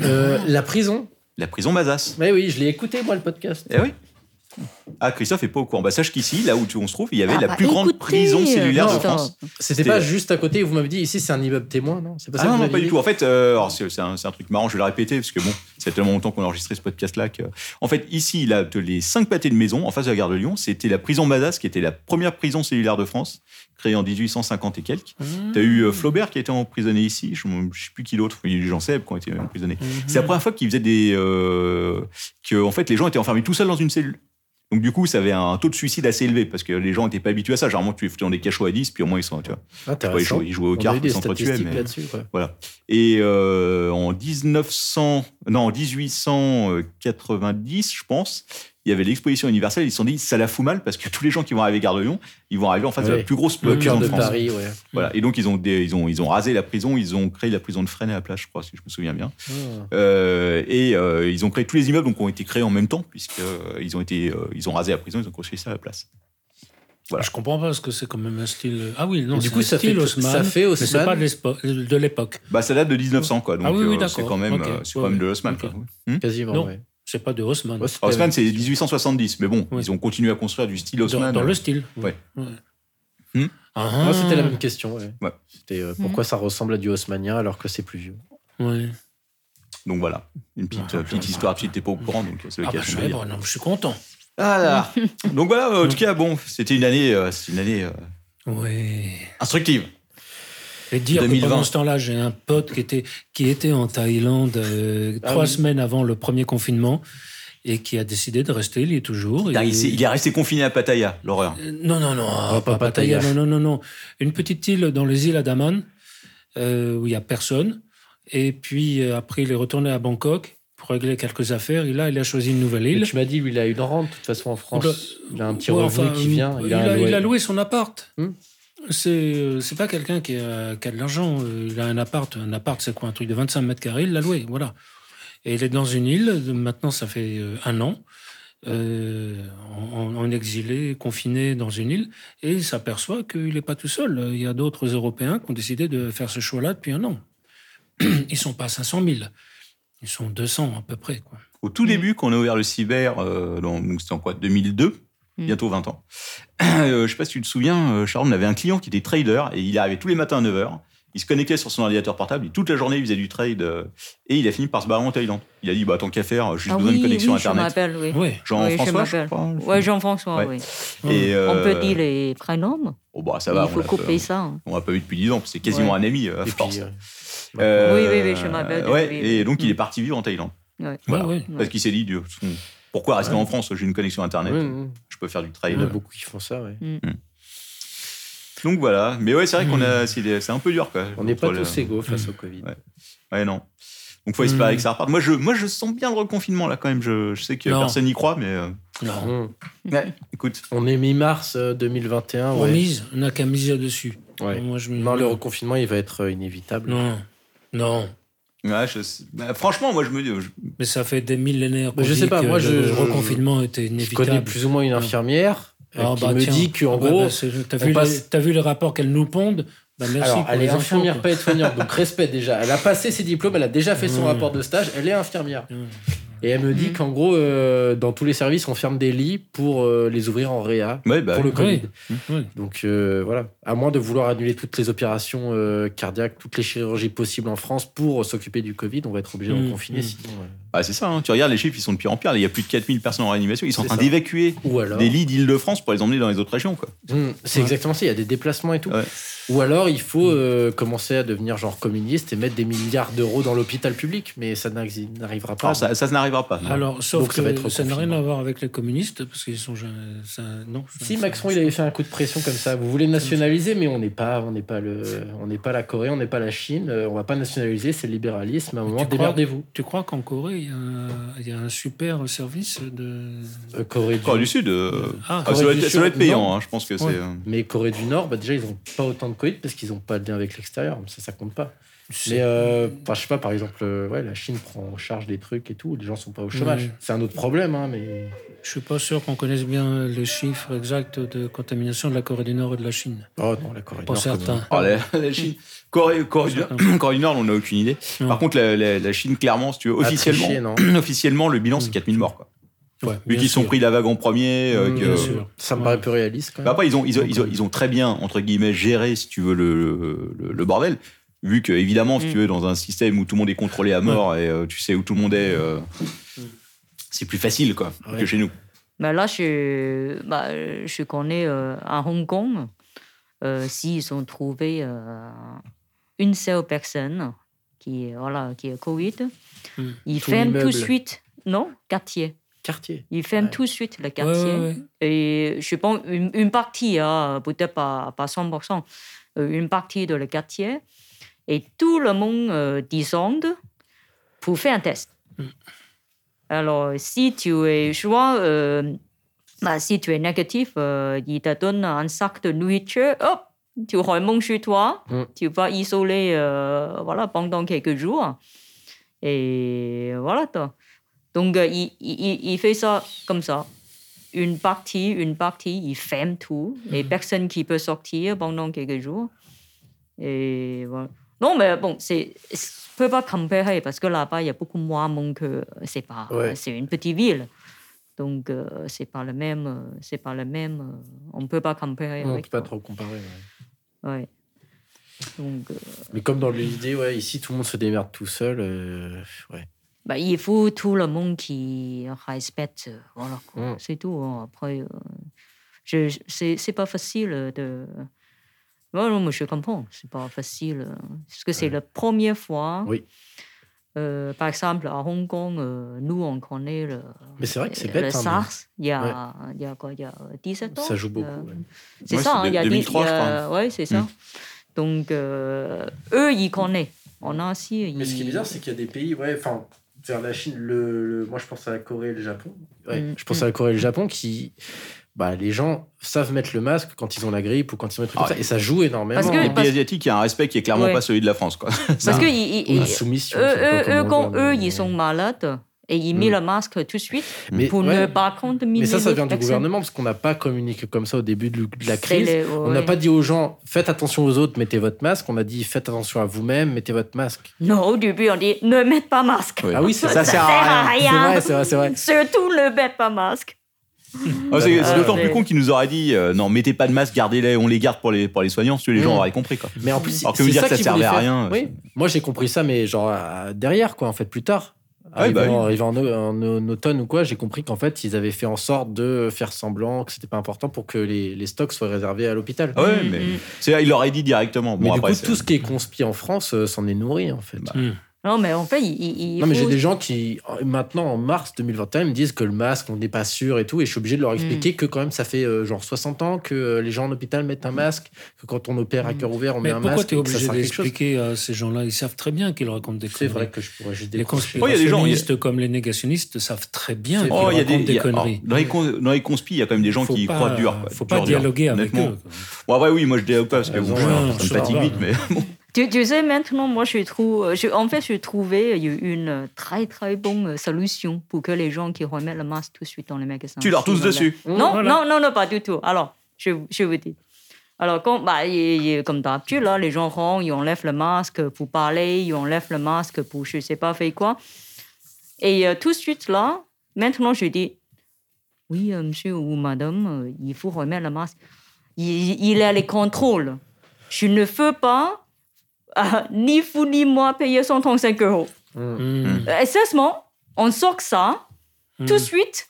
[SPEAKER 9] Euh, la prison
[SPEAKER 7] La prison Mazas.
[SPEAKER 9] Mais oui, je l'ai écouté, moi, le podcast.
[SPEAKER 7] Eh oui. Ah, Christophe est pas au courant. Bah, sache qu'ici, là où tu- on se trouve, il y avait
[SPEAKER 8] Ah,
[SPEAKER 7] la
[SPEAKER 8] bah,
[SPEAKER 7] plus grande
[SPEAKER 8] écoutez, euh,
[SPEAKER 7] prison cellulaire de
[SPEAKER 8] non,
[SPEAKER 7] France.
[SPEAKER 9] C'était
[SPEAKER 7] C'était- euh,
[SPEAKER 9] pas juste à côté, vous m'avez dit, ici, c'est un immeuble témoin, non C'est pas Bah, ça
[SPEAKER 7] Ah
[SPEAKER 9] que
[SPEAKER 7] non,
[SPEAKER 9] vous
[SPEAKER 7] non,
[SPEAKER 9] aviez
[SPEAKER 7] pas du
[SPEAKER 9] dit
[SPEAKER 7] tout. En fait, euh, alors, c'est c'est un, c'est un truc marrant, je vais le répéter, parce que bon, c'est tellement longtemps qu'on a enregistré ce podcast-là que. En fait, ici, là, de les cinq pâtés de maison, en face de la gare de Lyon, c'était la prison Mazas, qui était la première prison cellulaire de France, créée en 1850 et quelques.
[SPEAKER 9] Mmh.
[SPEAKER 7] T'as eu euh, Flaubert qui a été emprisonné ici, je ne sais plus qui l'autre, il y a eu Jean Seb qui ont été emprisonnés.
[SPEAKER 9] Mmh.
[SPEAKER 7] C'est la première fois qu'ils faisaient des. euh, que, en fait, les gens étaient enfermés tout seuls dans une cellule. Donc, du coup, ça avait un taux de suicide assez élevé parce que les gens n'étaient pas habitués à ça. Généralement, tu les foutais dans des cachots à 10, puis au moins, ils sont. Tu vois, Ouais, ils,
[SPEAKER 9] Intéressant.
[SPEAKER 7] jouaient, ils jouaient aux
[SPEAKER 9] Ah, On a
[SPEAKER 7] cartes,
[SPEAKER 9] eu
[SPEAKER 7] ils
[SPEAKER 9] des
[SPEAKER 7] s'entretuaient.
[SPEAKER 9] statistiques
[SPEAKER 7] Mais...
[SPEAKER 9] là-dessus, quoi.
[SPEAKER 7] Et euh, en 1900. Non, en 1890, je pense, il y avait l'exposition universelle. Ils se sont dit, ça la fout mal parce que tous les gens qui vont arriver à Gare de Lyon, ils vont arriver en face de la
[SPEAKER 9] Ouais.
[SPEAKER 7] plus grosse
[SPEAKER 9] Le
[SPEAKER 7] prison
[SPEAKER 9] cœur
[SPEAKER 7] de
[SPEAKER 9] de
[SPEAKER 7] France.
[SPEAKER 9] Paris, ouais.
[SPEAKER 7] Voilà. Et donc, ils ont, des- ils, ont, ils ont rasé la prison, ils ont créé la prison de Fresnes à la plage, je crois, si je me souviens bien.
[SPEAKER 9] Ah.
[SPEAKER 7] Euh, et euh, ils ont créé tous les immeubles donc ont été créés en même temps puisque euh, ils ont été euh, ils ont rasé la prison ils ont construit ça à la place. Voilà.
[SPEAKER 2] Je comprends pas parce que c'est quand même un style. Ah oui, non,
[SPEAKER 9] Et du
[SPEAKER 2] c'est
[SPEAKER 9] coup,
[SPEAKER 2] un
[SPEAKER 9] ça
[SPEAKER 2] style
[SPEAKER 9] fait-
[SPEAKER 2] Haussmann,
[SPEAKER 9] ça fait
[SPEAKER 2] Mais c'est
[SPEAKER 9] Haussmann.
[SPEAKER 2] pas de l'espo- de l'époque.
[SPEAKER 7] Bah ça date de 1900 quoi donc
[SPEAKER 2] Ah oui, oui,
[SPEAKER 7] euh,
[SPEAKER 2] d'accord.
[SPEAKER 7] c'est quand même
[SPEAKER 2] Ok.
[SPEAKER 7] euh, c'est
[SPEAKER 2] Ouais,
[SPEAKER 7] quand même
[SPEAKER 2] ouais.
[SPEAKER 7] de Haussmann.
[SPEAKER 2] Ok.
[SPEAKER 7] quoi. Hmm
[SPEAKER 9] Quasiment,
[SPEAKER 2] Non.
[SPEAKER 9] ouais.
[SPEAKER 2] C'est pas de Haussmann.
[SPEAKER 9] Ouais, c'était-
[SPEAKER 7] Haussmann c'est 1870 mais bon
[SPEAKER 2] Oui.
[SPEAKER 7] ils ont continué à construire du style
[SPEAKER 2] Dans,
[SPEAKER 7] Haussmann. hein.
[SPEAKER 2] dans le style.
[SPEAKER 7] Ouais. Hmm.
[SPEAKER 2] Ouais. Ah,
[SPEAKER 9] Moi, c'était la même question, ouais.
[SPEAKER 7] Ouais.
[SPEAKER 9] C'était euh, pourquoi ça ressemble à du Haussmannien alors que c'est plus vieux.
[SPEAKER 2] Ouais. Ah,
[SPEAKER 7] Donc voilà une petite euh, petite histoire petite t'es pas au courant donc c'est
[SPEAKER 2] Ah,
[SPEAKER 7] le cas.
[SPEAKER 2] bah, je, ouais, bon, non, je suis content.
[SPEAKER 7] Ah là. donc voilà en tout cas bon c'était une année euh, c'est une année euh,
[SPEAKER 2] Oui.
[SPEAKER 7] instructive.
[SPEAKER 2] Et dire
[SPEAKER 7] 2020.
[SPEAKER 2] que pendant ce temps-là, j'ai un pote qui était, qui était en Thaïlande euh,
[SPEAKER 9] Ah
[SPEAKER 2] trois
[SPEAKER 9] oui.
[SPEAKER 2] semaines avant le premier confinement et qui a décidé de rester, il y est toujours.
[SPEAKER 7] Putain,
[SPEAKER 2] et-
[SPEAKER 7] Il, s'est- il est resté confiné à Pattaya, l'horreur.
[SPEAKER 2] Euh, Non, non, non,
[SPEAKER 9] Ah,
[SPEAKER 2] pas
[SPEAKER 9] pas Pattaya.
[SPEAKER 2] Pattaya, non, non, non, non. Une petite île dans les îles Adaman, euh, où il n'y a personne. Et puis, euh, après, il est retourné à Bangkok pour régler quelques affaires. Et là, il a choisi une nouvelle
[SPEAKER 9] Mais
[SPEAKER 2] île.
[SPEAKER 9] tu m'as dit, lui, il a une rente, de toute façon, en France.
[SPEAKER 2] Oula.
[SPEAKER 9] il a un petit
[SPEAKER 2] Ouais,
[SPEAKER 9] revenu
[SPEAKER 2] enfin, euh,
[SPEAKER 9] qui vient.
[SPEAKER 2] Il,
[SPEAKER 9] un
[SPEAKER 2] a,
[SPEAKER 9] loyer.
[SPEAKER 2] il a loué son appart.
[SPEAKER 9] Hmm.
[SPEAKER 2] C'est euh, c'est pas quelqu'un qui a, qui a de l'argent. euh, Il a un appart. Un appart, c'est quoi Un truc de 25 mètres carrés. Il l'a loué. Voilà. Et il est dans une île. de- Maintenant, ça fait euh, un an. euh, en, en exilé, confiné dans une île. Et il s'aperçoit qu'il n'est pas tout seul. Il y a d'autres Européens qui ont décidé de faire ce choix-là depuis un an. Ils sont pas à 500 000. Ils sont 200 à peu près. Quoi.
[SPEAKER 7] Au tout début, quand on a ouvert le cyber, euh, dans- donc c'était en quoi 2002
[SPEAKER 8] Mm.
[SPEAKER 7] Bientôt 20 ans. Euh, je sais pas si tu te souviens, euh, Charles, on avait un client qui était trader et il arrivait tous les matins à 9h. Il se connectait sur son ordinateur portable et toute la journée il faisait du trade euh, et il a fini par se barrer en Thaïlande. Il a dit bah tant qu'à faire, j'ai juste
[SPEAKER 8] Ah
[SPEAKER 7] besoin
[SPEAKER 8] oui,
[SPEAKER 7] d'une connexion
[SPEAKER 8] oui, je
[SPEAKER 7] internet.
[SPEAKER 8] m'appelle, oui.
[SPEAKER 2] Ouais.
[SPEAKER 8] Oui, je
[SPEAKER 7] Jean-François, je
[SPEAKER 8] m'appelle.
[SPEAKER 7] crois.
[SPEAKER 8] Ouais, Jean-François,
[SPEAKER 7] Ouais.
[SPEAKER 8] oui.
[SPEAKER 7] Et,
[SPEAKER 8] On
[SPEAKER 7] euh,
[SPEAKER 8] peut dire les prénoms.
[SPEAKER 7] oh, bah, ça va,
[SPEAKER 8] Il
[SPEAKER 7] on
[SPEAKER 8] faut
[SPEAKER 7] l'a-
[SPEAKER 8] couper ça. hein.
[SPEAKER 7] on l'a pas vu depuis 10 ans, c'est quasiment
[SPEAKER 9] Ouais.
[SPEAKER 7] un ami euh, à
[SPEAKER 9] Et
[SPEAKER 7] force.
[SPEAKER 9] puis, euh,
[SPEAKER 7] Euh,
[SPEAKER 8] Oui, oui, oui, je m'appelle,
[SPEAKER 7] ouais,
[SPEAKER 8] oui, oui.
[SPEAKER 7] et donc il est parti vivre en Thaïlande.
[SPEAKER 8] Ouais.
[SPEAKER 7] Voilà.
[SPEAKER 2] Ouais, ouais.
[SPEAKER 7] Parce qu'il s'est dit, Dieu, pourquoi rester en France J'ai une connexion Internet,
[SPEAKER 9] ouais, ouais.
[SPEAKER 7] je peux faire du
[SPEAKER 9] Il
[SPEAKER 7] trade.
[SPEAKER 9] y en a beaucoup qui font ça, ouais.
[SPEAKER 7] Donc voilà. Mais ouais, c'est vrai qu'on a, c'est des- c'est un peu dur, quoi.
[SPEAKER 9] Mm. On n'est pas
[SPEAKER 7] Entre le-
[SPEAKER 9] tous égaux face au Covid.
[SPEAKER 7] Ouais. Ouais, non. Donc faut espérer
[SPEAKER 9] Mm.
[SPEAKER 7] que ça reparte. Moi, je, moi, je sens bien le reconfinement là quand même. Je, je sais que
[SPEAKER 2] Non.
[SPEAKER 7] personne n'y croit, mais euh,
[SPEAKER 2] Non.
[SPEAKER 9] Hum.
[SPEAKER 7] écoute,
[SPEAKER 9] On est mi-mars euh, 2021.
[SPEAKER 2] On
[SPEAKER 9] ouais.
[SPEAKER 2] mise, on n'a qu'à miser dessus.
[SPEAKER 9] Ouais.
[SPEAKER 2] Moi, je me-
[SPEAKER 9] Non, le reconfinement, il va être euh, inévitable.
[SPEAKER 2] Non, non.
[SPEAKER 7] ouais, je- bah, franchement, moi, je me dis, je-
[SPEAKER 2] Mais ça fait des millénaires. qu'on
[SPEAKER 9] Mais je
[SPEAKER 2] dit
[SPEAKER 9] sais pas,
[SPEAKER 2] que
[SPEAKER 9] moi,
[SPEAKER 2] le
[SPEAKER 9] je-
[SPEAKER 2] reconfinement était
[SPEAKER 9] Je connais
[SPEAKER 2] inévitable.
[SPEAKER 9] plus ou moins une infirmière euh,
[SPEAKER 2] Ah,
[SPEAKER 9] qui
[SPEAKER 2] bah,
[SPEAKER 9] me
[SPEAKER 2] tiens.
[SPEAKER 9] dit qu'en
[SPEAKER 2] Ah, bah,
[SPEAKER 9] gros.
[SPEAKER 2] bah, c'est- t'as
[SPEAKER 9] on
[SPEAKER 2] vu, les,
[SPEAKER 9] passe-
[SPEAKER 2] t'as vu les rapports qu'elle nous pondent Bah, Merci
[SPEAKER 9] alors,
[SPEAKER 2] pour
[SPEAKER 9] elle est
[SPEAKER 2] les infos,
[SPEAKER 9] infirmière,
[SPEAKER 2] quoi.
[SPEAKER 9] pas soignante, donc respect déjà. Elle a passé ses diplômes, elle a déjà fait son
[SPEAKER 2] Mmh.
[SPEAKER 9] rapport de stage, elle est infirmière.
[SPEAKER 2] Mmh.
[SPEAKER 9] Et elle me dit
[SPEAKER 8] Mmh.
[SPEAKER 9] qu'en gros, euh, dans tous les services, on ferme des lits pour euh, les ouvrir en réa.
[SPEAKER 7] ouais, bah,
[SPEAKER 9] Pour le
[SPEAKER 2] oui.
[SPEAKER 9] Covid.
[SPEAKER 2] Oui.
[SPEAKER 9] Donc euh, voilà, à moins de vouloir annuler toutes les opérations euh, cardiaques, toutes les chirurgies possibles en France pour s'occuper du Covid, on va être obligé de
[SPEAKER 2] Mmh.
[SPEAKER 9] reconfiner
[SPEAKER 2] Mmh.
[SPEAKER 9] sinon. euh. ouais.
[SPEAKER 7] bah, c'est ça. hein. Tu regardes les chiffres, ils sont de pire en pire. Il y a plus de 4000 personnes en réanimation. Ils sont en
[SPEAKER 9] C'est
[SPEAKER 7] train
[SPEAKER 9] ça.
[SPEAKER 7] d'évacuer
[SPEAKER 9] Ou alors.
[SPEAKER 7] des lits d'Île-de-France pour les emmener dans les autres régions, quoi.
[SPEAKER 9] Mmh, c'est
[SPEAKER 2] Ouais.
[SPEAKER 9] exactement ça, il y a des déplacements et tout.
[SPEAKER 7] Ouais.
[SPEAKER 9] Ou alors il faut euh, commencer à devenir genre communiste et mettre des milliards d'euros dans l'hôpital public, mais ça n'arri- n'arrivera pas.
[SPEAKER 7] Alors, Ah, ça, ça n'arrivera pas. non.
[SPEAKER 2] Alors, sauf
[SPEAKER 9] Donc, ça va
[SPEAKER 2] que
[SPEAKER 9] être
[SPEAKER 2] ça n'a rien
[SPEAKER 9] reconfinement.
[SPEAKER 2] à voir avec les communistes, parce qu'ils sont. je- ça- non,
[SPEAKER 9] Si
[SPEAKER 2] ça-
[SPEAKER 9] Macron il avait fait un coup de pression comme ça, vous voulez nationaliser, mais on n'est pas, on n'est pas le, on n'est pas la Corée, on n'est pas la Chine, euh, on va pas nationaliser, c'est le libéralisme. À un moment,
[SPEAKER 2] crois-
[SPEAKER 9] Ah, démerdez-vous.
[SPEAKER 2] Tu crois qu'en Corée, il y, a un- il y a un super service de.
[SPEAKER 9] Euh, Corée du
[SPEAKER 7] Corée du Sud, euh, ah,
[SPEAKER 2] Ah,
[SPEAKER 7] ça, doit
[SPEAKER 9] Corée du
[SPEAKER 7] être, ça doit
[SPEAKER 9] Sud,
[SPEAKER 7] être payant.
[SPEAKER 9] non.
[SPEAKER 7] hein. Je pense que
[SPEAKER 2] Ouais.
[SPEAKER 7] c'est. euh,
[SPEAKER 9] Mais Corée du Nord, bah déjà, ils n'ont pas autant de Covid parce qu'ils n'ont pas de lien avec l'extérieur. Ça, ça compte pas. Mais euh, enfin, je sais pas, par exemple, euh, ouais, la Chine prend en charge des trucs et tout. Les gens sont pas au chômage.
[SPEAKER 2] Ouais.
[SPEAKER 9] C'est un autre problème, hein, mais
[SPEAKER 2] Je suis pas sûr qu'on connaisse bien les chiffres exacts de contamination de la Corée du Nord et de la Chine.
[SPEAKER 9] oh non, la Corée du
[SPEAKER 2] Pas
[SPEAKER 9] Nord. comme-
[SPEAKER 2] certain.
[SPEAKER 7] Oh, la, la Chine. Corée, Corée du, Corée du Nord, on n'a aucune idée.
[SPEAKER 2] Non.
[SPEAKER 7] Par contre, la, la- la Chine, clairement, si tu veux,
[SPEAKER 9] A triché,
[SPEAKER 7] officiellement,
[SPEAKER 9] non
[SPEAKER 7] officiellement le bilan, c'est 4000 morts. Quoi.
[SPEAKER 2] Ouais,
[SPEAKER 7] Vu
[SPEAKER 2] bien
[SPEAKER 7] qu'ils sont
[SPEAKER 2] sûr. Mm,
[SPEAKER 7] pris la vague en premier. euh,
[SPEAKER 2] Bien
[SPEAKER 7] que-
[SPEAKER 2] sûr.
[SPEAKER 9] Ça me
[SPEAKER 2] Ouais.
[SPEAKER 9] paraît peu réaliste. Quand
[SPEAKER 7] Bah,
[SPEAKER 9] même.
[SPEAKER 7] après, ils ont, ils, ont, ils, ont, ils ont très bien, entre guillemets, géré, si tu veux, le, le, le bordel. Vu que, évidemment, si
[SPEAKER 8] Mm.
[SPEAKER 7] tu veux, dans un système où tout le monde est contrôlé à mort et euh, tu sais où tout le monde est, euh, c'est plus facile quoi,
[SPEAKER 9] Ouais.
[SPEAKER 7] que chez nous.
[SPEAKER 8] Mais Ben là, je, bah, je connais euh, à Hong Kong, euh, s'ils ont trouvé euh, une seule personne qui, est- voilà, qui est Covid,
[SPEAKER 2] Hmm.
[SPEAKER 8] ils
[SPEAKER 9] Tout
[SPEAKER 8] ferment tout
[SPEAKER 9] l'immeuble.
[SPEAKER 8] de suite, non, quartier.
[SPEAKER 9] Quartier.
[SPEAKER 8] Ils ferment
[SPEAKER 9] Ouais.
[SPEAKER 8] tout de suite le
[SPEAKER 2] Ouais,
[SPEAKER 8] quartier.
[SPEAKER 2] ouais, ouais.
[SPEAKER 8] Et je pense une, une partie, hein, peut-être pas, pas 100%, euh, une partie de le quartier. Et tout le monde euh, descend pour faire un test. Alors, si tu es, soit, euh, bah, si tu es négatif, euh, il te donne un sac de nourriture, hop, tu remontes chez toi,
[SPEAKER 9] Mm.
[SPEAKER 8] tu vas isoler euh, voilà, pendant quelques jours. Et voilà. toi. Donc, euh, il, il- il- il fait ça comme ça. Une partie, une partie, il ferme tout.
[SPEAKER 9] Mm.
[SPEAKER 8] Les personnes qui peuvent sortir pendant quelques jours. Et voilà. Non, mais bon, c'est. Je peux pas comparer parce que là-bas, il y a beaucoup moins de monde que. C'est pas.
[SPEAKER 9] Ouais.
[SPEAKER 8] C'est une petite ville. Donc, euh, c'est pas le même. euh, C'est pas le même. euh, On peut pas comparer.
[SPEAKER 9] On peut
[SPEAKER 8] avec
[SPEAKER 9] pas
[SPEAKER 8] quoi.
[SPEAKER 9] trop comparer. ouais.
[SPEAKER 8] Ouais. Donc, euh,
[SPEAKER 9] Mais comme dans l'idée, ouais, ici tout le monde se démerde tout seul. euh, ouais.
[SPEAKER 8] bah, il faut tout le monde qui respecte. euh, Voilà, quoi.
[SPEAKER 9] Mm.
[SPEAKER 8] c'est tout. hein. Après, euh, je, je- c'est, c'est pas facile euh, de. Ouais, non, mais je comprends, c'est pas facile. euh, Parce que c'est la première fois.
[SPEAKER 9] Oui.
[SPEAKER 8] Euh, par exemple, à Hong Kong, euh, nous, on connaît le,
[SPEAKER 9] Mais c'est vrai que c'est
[SPEAKER 8] le
[SPEAKER 9] bête. hein,
[SPEAKER 8] SARS il y a, il y a quoi, il y a 17 ans.
[SPEAKER 9] Ça joue beaucoup,
[SPEAKER 8] euh,
[SPEAKER 9] ouais.
[SPEAKER 8] C'est
[SPEAKER 7] Ouais,
[SPEAKER 8] ça,
[SPEAKER 7] c'est
[SPEAKER 8] hein,
[SPEAKER 7] de-
[SPEAKER 8] il y a
[SPEAKER 7] 2003,
[SPEAKER 8] dix- il y a-
[SPEAKER 7] je Mm.
[SPEAKER 8] Ouais, c'est ça. Donc, euh, eux, ils connaissent. En Asie, ils...
[SPEAKER 9] Mais ce qui est bizarre, c'est qu'il y a des pays, ouais, enfin, vers la Chine, le, le- moi je pense à la Corée et le Japon. Ouais,
[SPEAKER 8] Mm.
[SPEAKER 9] je pense à la Corée et le Japon qui. Bah, les gens savent mettre le masque quand ils ont la grippe ou quand ils ont des trucs
[SPEAKER 7] Ah
[SPEAKER 9] comme ça, et ça joue énormément.
[SPEAKER 8] Parce que-
[SPEAKER 7] Les
[SPEAKER 9] hein.
[SPEAKER 7] pays asiatiques, il y a un respect qui est clairement
[SPEAKER 8] Ouais.
[SPEAKER 7] pas celui de la France, quoi.
[SPEAKER 8] Parce
[SPEAKER 9] Non.
[SPEAKER 8] que ils-
[SPEAKER 9] Ou
[SPEAKER 8] ils-
[SPEAKER 9] la soumission.
[SPEAKER 8] eux,
[SPEAKER 9] je sais pas comment
[SPEAKER 8] eux- eux,
[SPEAKER 9] on
[SPEAKER 8] quand
[SPEAKER 9] dit,
[SPEAKER 8] eux,
[SPEAKER 9] mais-
[SPEAKER 8] ils sont malades, et ils mettent
[SPEAKER 9] Mm.
[SPEAKER 8] le masque tout de suite
[SPEAKER 9] Mais,
[SPEAKER 8] pour
[SPEAKER 9] ouais,
[SPEAKER 8] ne pas contaminer
[SPEAKER 9] mais ça, ça
[SPEAKER 8] l'autre
[SPEAKER 9] vient du
[SPEAKER 8] personne.
[SPEAKER 9] gouvernement parce qu'on n'a pas communiqué comme ça au début de de la
[SPEAKER 8] C'est
[SPEAKER 9] crise.
[SPEAKER 8] les-
[SPEAKER 9] On n'a
[SPEAKER 8] ouais.
[SPEAKER 9] pas dit aux gens faites attention aux autres, mettez votre masque. On a dit faites attention à vous-même, mettez votre masque.
[SPEAKER 8] Non, au début, on dit ne mettez pas masque.
[SPEAKER 7] Ouais.
[SPEAKER 9] Ah oui, c'est
[SPEAKER 7] Ça
[SPEAKER 9] vrai.
[SPEAKER 7] sert à rien.
[SPEAKER 9] C'est vrai, c'est vrai, c'est vrai.
[SPEAKER 8] Surtout ne mettez pas masque.
[SPEAKER 7] Ah, c'est c'est
[SPEAKER 8] Euh,
[SPEAKER 7] d'autant
[SPEAKER 8] mais-
[SPEAKER 7] plus con qu'ils nous auraient dit euh, non, mettez pas de masque, gardez-les, on les garde pour les, pour les soignants, parce que les gens
[SPEAKER 9] Mm.
[SPEAKER 7] auraient compris, quoi.
[SPEAKER 9] Mais en plus,
[SPEAKER 7] Alors que
[SPEAKER 9] c'est
[SPEAKER 7] vous dire
[SPEAKER 9] ça
[SPEAKER 7] que ça
[SPEAKER 9] qu'ils
[SPEAKER 7] servait
[SPEAKER 9] voulaient
[SPEAKER 7] à
[SPEAKER 9] faire.
[SPEAKER 7] rien,
[SPEAKER 9] Oui. Moi, j'ai compris ça, mais genre à- derrière, quoi, en fait, plus tard.
[SPEAKER 7] Ouais, bah
[SPEAKER 9] arrivé en,
[SPEAKER 7] oui.
[SPEAKER 9] arrivé en, au- en au- en automne ou quoi, j'ai compris qu'en fait, ils avaient fait en sorte de faire semblant que c'était pas important pour que les, les stocks soient réservés à l'hôpital.
[SPEAKER 7] Ah ouais,
[SPEAKER 8] Mm,
[SPEAKER 7] mais
[SPEAKER 8] mm.
[SPEAKER 7] c'est- il l'aurait dit directement.
[SPEAKER 9] mais
[SPEAKER 7] Bon,
[SPEAKER 9] du
[SPEAKER 7] après,
[SPEAKER 9] coup,
[SPEAKER 7] c'est- Bah.
[SPEAKER 9] tout ce qui est conspi en France euh, s'en est nourri, en fait.
[SPEAKER 2] Hmm.
[SPEAKER 8] Non, mais en fait, il, il- il
[SPEAKER 9] non, mais
[SPEAKER 8] faut-
[SPEAKER 9] j'ai des gens qui, en- maintenant, en mars 2021, ils me disent que le masque, on n'est pas sûr et tout, et je suis obligé de
[SPEAKER 8] Hmm.
[SPEAKER 9] leur expliquer que quand même, ça fait euh, genre 60 ans que euh, les gens en hôpital mettent un masque, que quand on opère à
[SPEAKER 8] Hmm.
[SPEAKER 2] Mm.
[SPEAKER 9] cœur ouvert, on
[SPEAKER 2] Mais
[SPEAKER 9] met un
[SPEAKER 2] pourquoi
[SPEAKER 9] masque.
[SPEAKER 2] tu es
[SPEAKER 9] et que ça
[SPEAKER 2] obligé
[SPEAKER 9] sert à quelque chose.
[SPEAKER 2] d'expliquer à ces gens-là Ils savent très bien qu'ils racontent des
[SPEAKER 9] C'est
[SPEAKER 2] conneries.
[SPEAKER 9] vrai que je pourrais juste
[SPEAKER 2] Les
[SPEAKER 9] décrocher.
[SPEAKER 7] Oh, il y a des gens,
[SPEAKER 2] conspirationnistes comme les négationnistes savent très bien qu'ils
[SPEAKER 7] Oh, il y a
[SPEAKER 2] racontent
[SPEAKER 7] des,
[SPEAKER 2] des,
[SPEAKER 7] il y a-
[SPEAKER 2] conneries.
[SPEAKER 7] alors, dans, les cons- dans les conspis, il y a quand même des gens
[SPEAKER 2] Faut
[SPEAKER 7] qui
[SPEAKER 2] pas-
[SPEAKER 7] croient dur. Quoi,
[SPEAKER 2] Faut
[SPEAKER 7] Dur,
[SPEAKER 2] pas
[SPEAKER 7] dur.
[SPEAKER 2] dialoguer avec
[SPEAKER 7] Honnêtement.
[SPEAKER 2] eux. quoi.
[SPEAKER 7] Bon, après, oui, moi je dialogue pas parce que
[SPEAKER 9] Ah,
[SPEAKER 7] bon,
[SPEAKER 9] non,
[SPEAKER 7] je-
[SPEAKER 2] non,
[SPEAKER 7] ça
[SPEAKER 2] je
[SPEAKER 7] me fatigue
[SPEAKER 2] parle.
[SPEAKER 7] vite, mais
[SPEAKER 8] Tu, tu sais, maintenant, moi, je trouve, je- en fait, je trouvais euh, une très, très bonne euh, solution pour que les gens qui remettent le masque tout de suite dans les magasins.
[SPEAKER 7] tu leur tousses
[SPEAKER 8] Sinon, là-
[SPEAKER 7] dessus.
[SPEAKER 8] Non,
[SPEAKER 2] Mmh. Voilà.
[SPEAKER 8] non, non, non, pas du tout. Alors, je, je vous dis. Alors, comme, bah, il- il- comme d'habitude, là, les gens rentrent, ils enlèvent le masque pour parler, ils enlèvent le masque pour je ne sais pas faire quoi. Et euh, tout de suite, là, maintenant, je dis Oui, euh, monsieur ou madame, euh, il faut remettre le masque. Il, il a les contrôles. Je ne veux pas, euh, ni vous ni moi, payer 135 euros.
[SPEAKER 9] Hmm.
[SPEAKER 7] Hmm.
[SPEAKER 2] Mmh.
[SPEAKER 8] Euh, Et sérieusement, on sort que ça, tout de
[SPEAKER 2] Mmh.
[SPEAKER 8] suite.